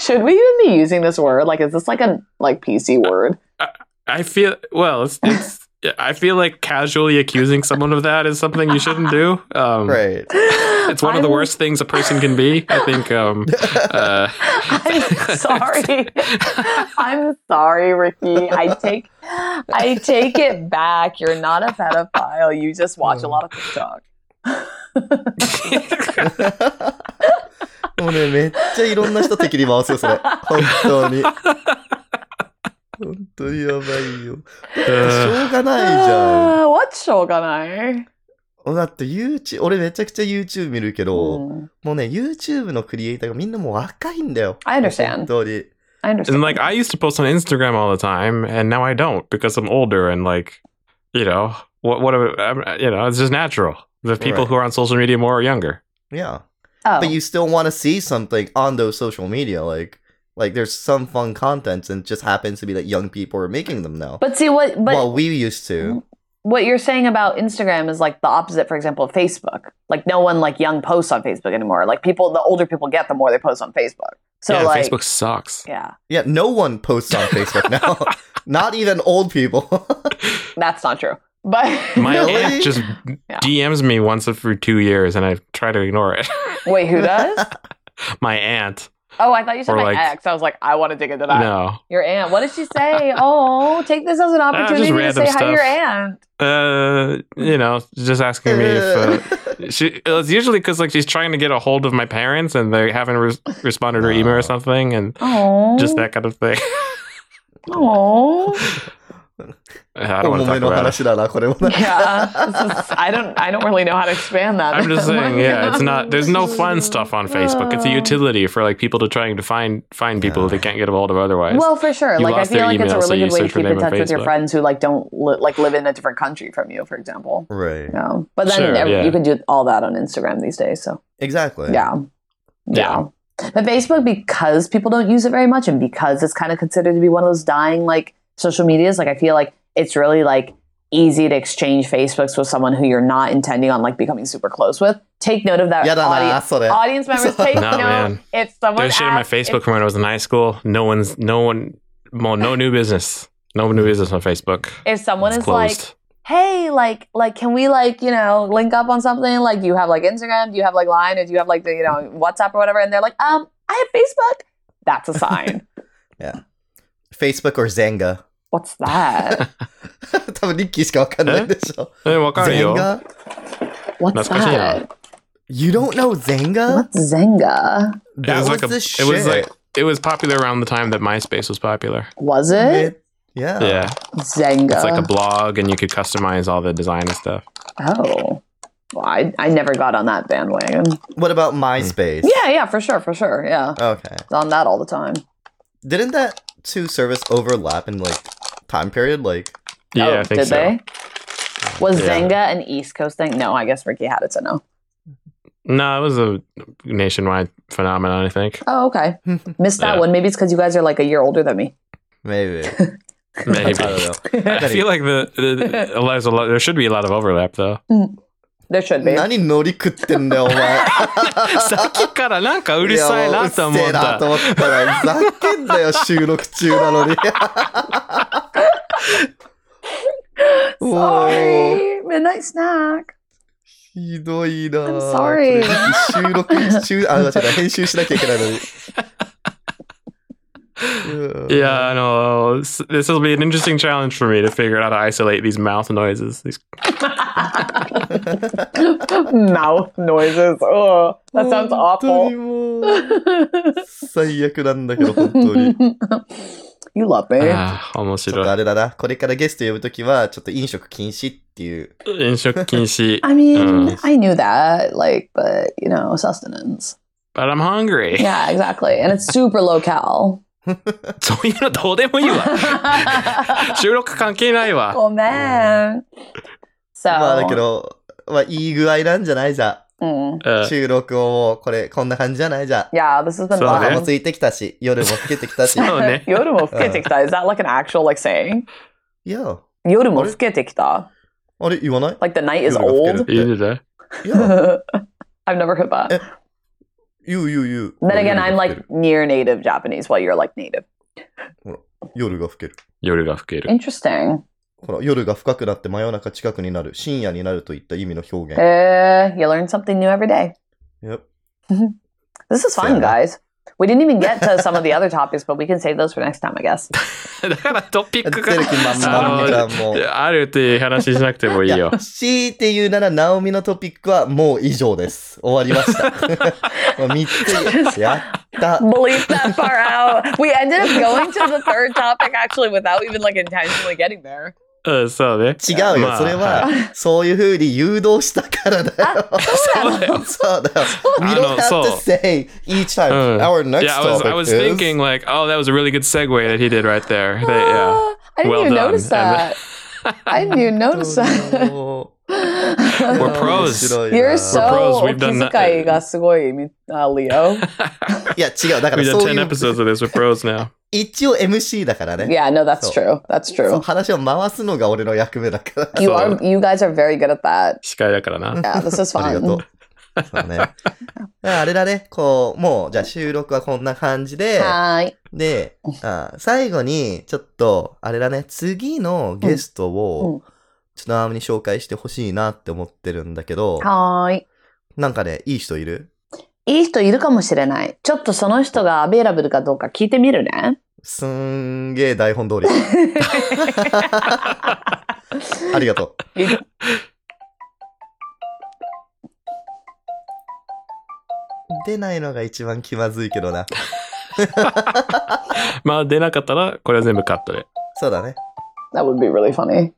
Speaker 3: should we even be using this word? Like, is this like a like PC word?
Speaker 1: I feel well. It's, it's I feel like casually accusing someone of that is something you shouldn't do. Um,
Speaker 2: right.
Speaker 1: It's one of the
Speaker 3: I'm-
Speaker 1: worst things a person can be. I think. Um, uh,
Speaker 3: I'm sorry. I'm sorry, Ricky. I take I take it back. You're not a pedophile. You just watch a
Speaker 2: Oh.
Speaker 3: lot of TikTok.
Speaker 2: もうね、めっちゃいろんな人敵に回すよ、それ。本当に。本当にやばいよ。しょ
Speaker 1: uh,
Speaker 2: うがないじゃん。
Speaker 3: Uh, what's Shogunai?
Speaker 2: Oh, だって YouTube、俺めちゃくちゃ YouTube 見るけど、
Speaker 3: Mm,
Speaker 2: もうね、YouTube のクリエイターがみんなもう若いんだよ。
Speaker 3: I understand.
Speaker 2: 本当に。
Speaker 3: I understand.
Speaker 1: and like I used to post on Instagram all the time, and now I don't because I'm older and like, you know, what what am I- I'm- you know, it's just natural. The people
Speaker 2: Right.
Speaker 1: who are on social media more are younger.
Speaker 2: Yeah.
Speaker 3: oh,
Speaker 2: But you still want to see something on those social media. Like, like there's some fun contents and it just happens to be that young people are making them now.
Speaker 3: but see what but Mm.
Speaker 2: well, we used to.
Speaker 3: what you're saying about Instagram is like the opposite, for example, of Facebook. Like no one like young posts on Facebook anymore. Like people the older people get, the more they post on Facebook. So
Speaker 1: yeah,
Speaker 3: like
Speaker 1: Facebook sucks.
Speaker 3: Yeah.
Speaker 2: Yeah, no one posts on Facebook now. Not even old people.
Speaker 3: That's not true. But
Speaker 1: My
Speaker 2: Really?
Speaker 1: aunt just
Speaker 3: Yeah.
Speaker 1: DMs me once every two years, and I try to ignore it.
Speaker 3: wait, who does?
Speaker 1: My aunt,
Speaker 3: Oh, I thought you said
Speaker 1: Or,
Speaker 3: my
Speaker 1: like-
Speaker 3: ex. I was like, I want to dig into that.
Speaker 1: no. Ah,
Speaker 3: Your aunt. What did she say? oh, take this as an opportunity to
Speaker 1: random
Speaker 3: say hi to your
Speaker 1: stuff.
Speaker 3: aunt.
Speaker 1: Uh, you know, just asking me if uh, she. It's usually because like she's trying to get a hold of my parents and they haven't res- responded to her email
Speaker 2: No.
Speaker 1: or something, and
Speaker 3: Oh,
Speaker 1: just that kind of thing.
Speaker 3: Oh,
Speaker 1: I don't want
Speaker 2: お
Speaker 1: to talk
Speaker 2: 前の
Speaker 1: about it.
Speaker 2: 話だなこれはな
Speaker 3: yeah, this is, I don't. I don't really know how to expand that.
Speaker 1: I'm just saying, yeah, it's not. There's no fun stuff on Facebook. It's a utility for like people to trying to find find people
Speaker 2: Yeah.
Speaker 1: they can't get a hold of otherwise.
Speaker 3: Well, for sure.
Speaker 1: You
Speaker 3: Like I
Speaker 1: lost
Speaker 3: feel
Speaker 1: their
Speaker 3: like it's a
Speaker 1: email, so
Speaker 3: really
Speaker 1: you
Speaker 3: good way to
Speaker 1: search for
Speaker 3: keep
Speaker 1: them
Speaker 3: in
Speaker 1: on
Speaker 3: touch with your
Speaker 1: Facebook.
Speaker 3: friends who like don't li- like live in a different country from you, for example.
Speaker 2: right
Speaker 3: Yeah, but then
Speaker 1: Sure,
Speaker 3: ev-
Speaker 1: yeah.
Speaker 3: you can do all that on Instagram these days. So
Speaker 2: exactly
Speaker 3: yeah. yeah, But Facebook, because people don't use it very much, and because it's kind of considered to be one of those dying like social medias. Like I feel like it's really like easy to exchange Facebooks with someone who you're not intending on like becoming super close with. Take note of that.
Speaker 2: やだ
Speaker 3: audience-
Speaker 2: なそれ
Speaker 3: audience members take
Speaker 1: Nah,
Speaker 3: note.
Speaker 1: man.
Speaker 3: If someone
Speaker 1: There's shit on my
Speaker 3: asks- if-
Speaker 1: Facebook from when I was in high school. No one's no one well, no new business. No new business on Facebook.
Speaker 3: If someone
Speaker 1: It's
Speaker 3: is like,
Speaker 1: closed.
Speaker 3: "Hey, like, like, can we like, you know, link up on something? Like, do you have like Instagram? Do you have like Line? Or do you have like the, you know, WhatsApp or whatever?" And they're like, "Um, I have Facebook." That's a sign.
Speaker 2: Facebook or Zanga
Speaker 3: What's that?
Speaker 2: 多分リッキーしかわかんないでしょ
Speaker 1: Eh, what kind of you?
Speaker 2: Zanga
Speaker 3: What's
Speaker 1: That's good to
Speaker 3: that?
Speaker 2: You don't know Zanga
Speaker 3: What's Zenga?
Speaker 1: It
Speaker 2: That
Speaker 1: was like a,
Speaker 2: the
Speaker 1: it was like
Speaker 2: shit.
Speaker 1: it was popular around the time that MySpace was popular.
Speaker 3: Was it
Speaker 2: yeah
Speaker 1: Yeah,
Speaker 3: Zenga?
Speaker 1: it's like a blog, and you could customize all the design and stuff.
Speaker 3: oh. Well, I, I never got on that bandwagon.
Speaker 2: What about MySpace
Speaker 3: Yeah, yeah, for sure, for sure. Yeah.
Speaker 2: okay
Speaker 3: On that all the time.
Speaker 2: didn't that two service overlap in like time period like
Speaker 1: Yeah,
Speaker 3: Oh,
Speaker 1: I think
Speaker 3: did
Speaker 1: so.
Speaker 3: they? Was
Speaker 1: Yeah.
Speaker 3: Zenga an East Coast thing? No, I guess Ricky had it to know.
Speaker 1: No, it was a nationwide phenomenon. I think
Speaker 3: Oh, okay. Missed that
Speaker 1: Yeah.
Speaker 3: one. Maybe it's because you guys are like a year older than me.
Speaker 2: maybe I
Speaker 1: maybe.
Speaker 2: don't know
Speaker 1: I feel like the, the, the- there's a lot, there should be a lot of overlap though.
Speaker 3: there should be.
Speaker 2: 何乗り食ってんだよ、お前。
Speaker 1: さっきからなんかうるさいなと思っ
Speaker 2: いや
Speaker 1: た。
Speaker 2: もううっせえなと思ったら、ふざけんなよ、収録中な のに。もう、
Speaker 3: Sorry, midnight snack.
Speaker 2: ひどいな
Speaker 3: I'm
Speaker 2: こ
Speaker 3: sorry.
Speaker 2: れ収録中、 あ、違う、編集しなきゃいけないのに。うん
Speaker 1: Yeah, I know. S- This will be an interesting challenge for me to figure out how to isolate these mouth noises. These,
Speaker 3: Mouth noises. Oh, that sounds
Speaker 2: 本当に
Speaker 3: awful.
Speaker 2: もう 最悪なんだけど、本当に。
Speaker 3: you love
Speaker 2: Eh?
Speaker 3: me.
Speaker 1: ah, 面
Speaker 2: ちょっと
Speaker 1: 白
Speaker 2: あ
Speaker 1: い。
Speaker 2: れだな。これからゲスト呼ぶときは、ちょっと飲食禁止っていう。
Speaker 1: 飲食禁 止。
Speaker 3: I mean,
Speaker 1: Mm.
Speaker 3: I knew that, like, but you know, sustenance.
Speaker 1: But I'm hungry.
Speaker 3: Yeah, exactly. And it's super locale.
Speaker 1: そういうのどうでもいい わ。収録関係ないわ。
Speaker 3: oh man. So
Speaker 2: まあだけど、まあいい具合なんじゃないじゃ
Speaker 3: mm.
Speaker 1: うん
Speaker 2: ん。収録ももうこれ、こんな感じじゃないじゃん。
Speaker 3: yeah, this has
Speaker 1: そ
Speaker 3: been
Speaker 1: う
Speaker 2: ご
Speaker 1: だね
Speaker 2: 飯
Speaker 3: fun.
Speaker 2: もついてきたし、夜も更けてきたし。
Speaker 1: そう ね。
Speaker 3: 夜も更けてきた. Is that like an actual like saying?
Speaker 2: いや、
Speaker 3: 夜も更けてきた.
Speaker 2: あれ言わない
Speaker 3: Like the night is
Speaker 2: 夜が更ける。
Speaker 3: old.
Speaker 1: いいんじゃない
Speaker 2: いや、
Speaker 3: I've never heard that.
Speaker 2: 言う言う言う。
Speaker 3: Then again,
Speaker 2: 夜が
Speaker 3: I'm
Speaker 2: 更ける
Speaker 3: like near native Japanese while you're like native.
Speaker 2: 夜が更ける。
Speaker 1: 夜が更ける。
Speaker 3: Interesting.
Speaker 2: ほら、夜が深くなって真夜中近くになる、深夜になるといった意味の表現。
Speaker 3: Uh, you learn something new every day.
Speaker 2: Yep.
Speaker 3: This is fun,
Speaker 2: Fair.
Speaker 3: guys. We didn't even get to some of the other topics, but we can save those for next time, I guess.
Speaker 1: だからトピッ
Speaker 2: 出
Speaker 1: ク
Speaker 2: る
Speaker 1: が
Speaker 2: 気満々じゃん、もう。
Speaker 1: あるっていう話しなくてもいい よ。
Speaker 2: 強いて言うなら、ナオミのトピックはもう以上です。終わりました。3つやった。
Speaker 3: Bleep that far out. We ended up going to the third topic actually without even like intentionally getting there.
Speaker 1: うん、そうね。
Speaker 2: 違う
Speaker 1: ま
Speaker 2: よ、
Speaker 1: あ
Speaker 2: それ
Speaker 1: は
Speaker 2: は、そういう風に誘導したからだよ。
Speaker 1: そうだよ。
Speaker 2: そうだよ。We
Speaker 1: あ
Speaker 2: don't
Speaker 1: の
Speaker 2: have
Speaker 1: そう
Speaker 2: to say each time
Speaker 1: うん
Speaker 2: our next
Speaker 1: yeah, I was, I was
Speaker 2: topic is-
Speaker 1: thinking like, oh, that was a really good segue that he did right there. That- yeah.
Speaker 3: Ah, I didn't
Speaker 1: Well
Speaker 3: even
Speaker 1: done.
Speaker 3: notice that. I didn't even notice
Speaker 2: い
Speaker 3: that.
Speaker 2: や
Speaker 1: We're pros.
Speaker 2: 面白いな
Speaker 3: You're
Speaker 1: pros,
Speaker 3: so
Speaker 1: we've done that-
Speaker 3: 気遣いがすごい、み-あ、Leo. uh,
Speaker 2: いや、違う。 だか
Speaker 1: we
Speaker 2: ら
Speaker 1: did
Speaker 2: そう
Speaker 1: 10
Speaker 2: いう、
Speaker 1: episodes of this with pros now.
Speaker 2: 一応 MC だからね。
Speaker 3: Yeah, no, that's
Speaker 2: So-
Speaker 3: true. That's
Speaker 2: そう
Speaker 3: true.
Speaker 2: 話を回すのが俺の役目だから。
Speaker 3: You
Speaker 1: So-
Speaker 3: are you guys are very good at that.
Speaker 1: 司会だからな。
Speaker 3: Yeah, this is
Speaker 2: ありがと
Speaker 3: fun.
Speaker 2: う。そう ね。だからあれだね、こう、もう、じゃあ収録はこんな感じで、
Speaker 3: Hi.
Speaker 2: で、あ最後に、ちょっと、あれだね、次のゲスト
Speaker 3: うんうん
Speaker 2: を、ちょっと直美に紹介してほしいなって思ってるんだけど、
Speaker 3: はい。
Speaker 2: なんかね、いい人いる
Speaker 3: いい人いるかもしれない。ちょっとその人がアベイラブルかどうか聞いてみる ね。
Speaker 2: すんげえ台本通り。 ありがとう。 出ないのが一番気まずいけどな。
Speaker 1: まあ出なかったら、これは全部カットで。
Speaker 2: そうだね。
Speaker 3: That would be really funny.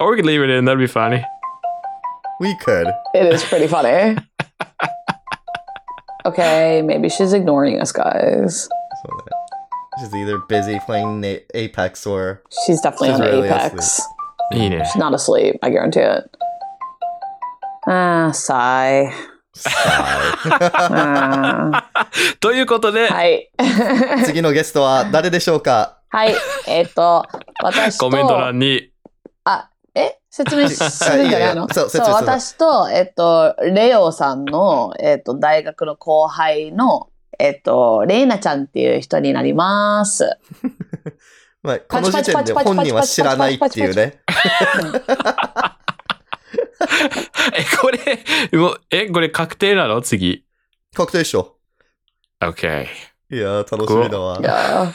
Speaker 1: or we could leave it in. That'd be funny.
Speaker 2: We could.
Speaker 3: It is pretty funny. okay, maybe she's ignoring us, guys.
Speaker 2: So that- She's either busy playing Na- Apex or
Speaker 3: She's definitely
Speaker 2: She's
Speaker 3: on
Speaker 2: really
Speaker 3: Apex.
Speaker 2: asleep.
Speaker 1: Yeah.
Speaker 3: She's not asleep. I guarantee it. Ah, sigh.
Speaker 2: sigh.
Speaker 1: ということで、
Speaker 3: はい。
Speaker 2: 次のゲストは誰でしょうか
Speaker 3: はい。えっ、と、私と。
Speaker 1: コメント欄に、
Speaker 3: え説明するんじゃない
Speaker 2: いやい
Speaker 3: の
Speaker 2: やそう説
Speaker 3: そ
Speaker 2: 明
Speaker 3: う、
Speaker 2: する
Speaker 3: 私と、えっと、レオさんの、えっと、大学の後輩の、えっと、レイナちゃんっていう人になり ます。
Speaker 2: まあ、この時点で本人は知らないっていうね。
Speaker 1: え、これ、もうえ、これ確定なの次。
Speaker 2: 確定でしょ。
Speaker 1: OK。
Speaker 2: いやー、楽しみだ
Speaker 3: い
Speaker 2: わ。
Speaker 3: や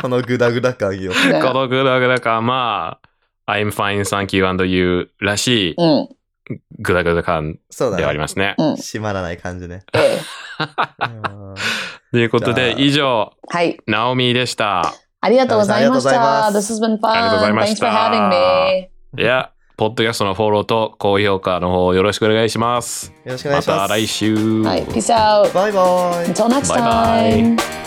Speaker 2: このグダグダ感よ。
Speaker 3: ー、
Speaker 1: 孤
Speaker 3: ね
Speaker 1: 独だグダ感、まあ、I'm fine, thank you and you らしい
Speaker 3: うん、
Speaker 1: グダグダ感
Speaker 2: そう
Speaker 1: ではあ
Speaker 2: だ
Speaker 1: り
Speaker 2: ね。
Speaker 1: ますね。
Speaker 3: うん。
Speaker 2: 閉まらない感 じね。
Speaker 3: ええ
Speaker 2: いやー
Speaker 1: ということで、
Speaker 2: じゃあ
Speaker 1: 以上、
Speaker 3: はい。
Speaker 1: ナオミでした。
Speaker 3: ありがとうございまし
Speaker 2: あ
Speaker 3: た。
Speaker 2: りがとうございま
Speaker 3: This
Speaker 2: す
Speaker 3: has been
Speaker 1: ありがとうござい
Speaker 3: fun.
Speaker 1: ま
Speaker 3: Thanks
Speaker 1: した
Speaker 3: for having me.
Speaker 1: いや、ポッドキャストのフォローと高評価の方よろしくお願いします。
Speaker 2: よろしくお願
Speaker 1: ま
Speaker 2: いします。
Speaker 1: た来週。
Speaker 3: はい。Peace out.
Speaker 2: バイバイ。
Speaker 3: Until next
Speaker 1: Bye bye.
Speaker 3: time.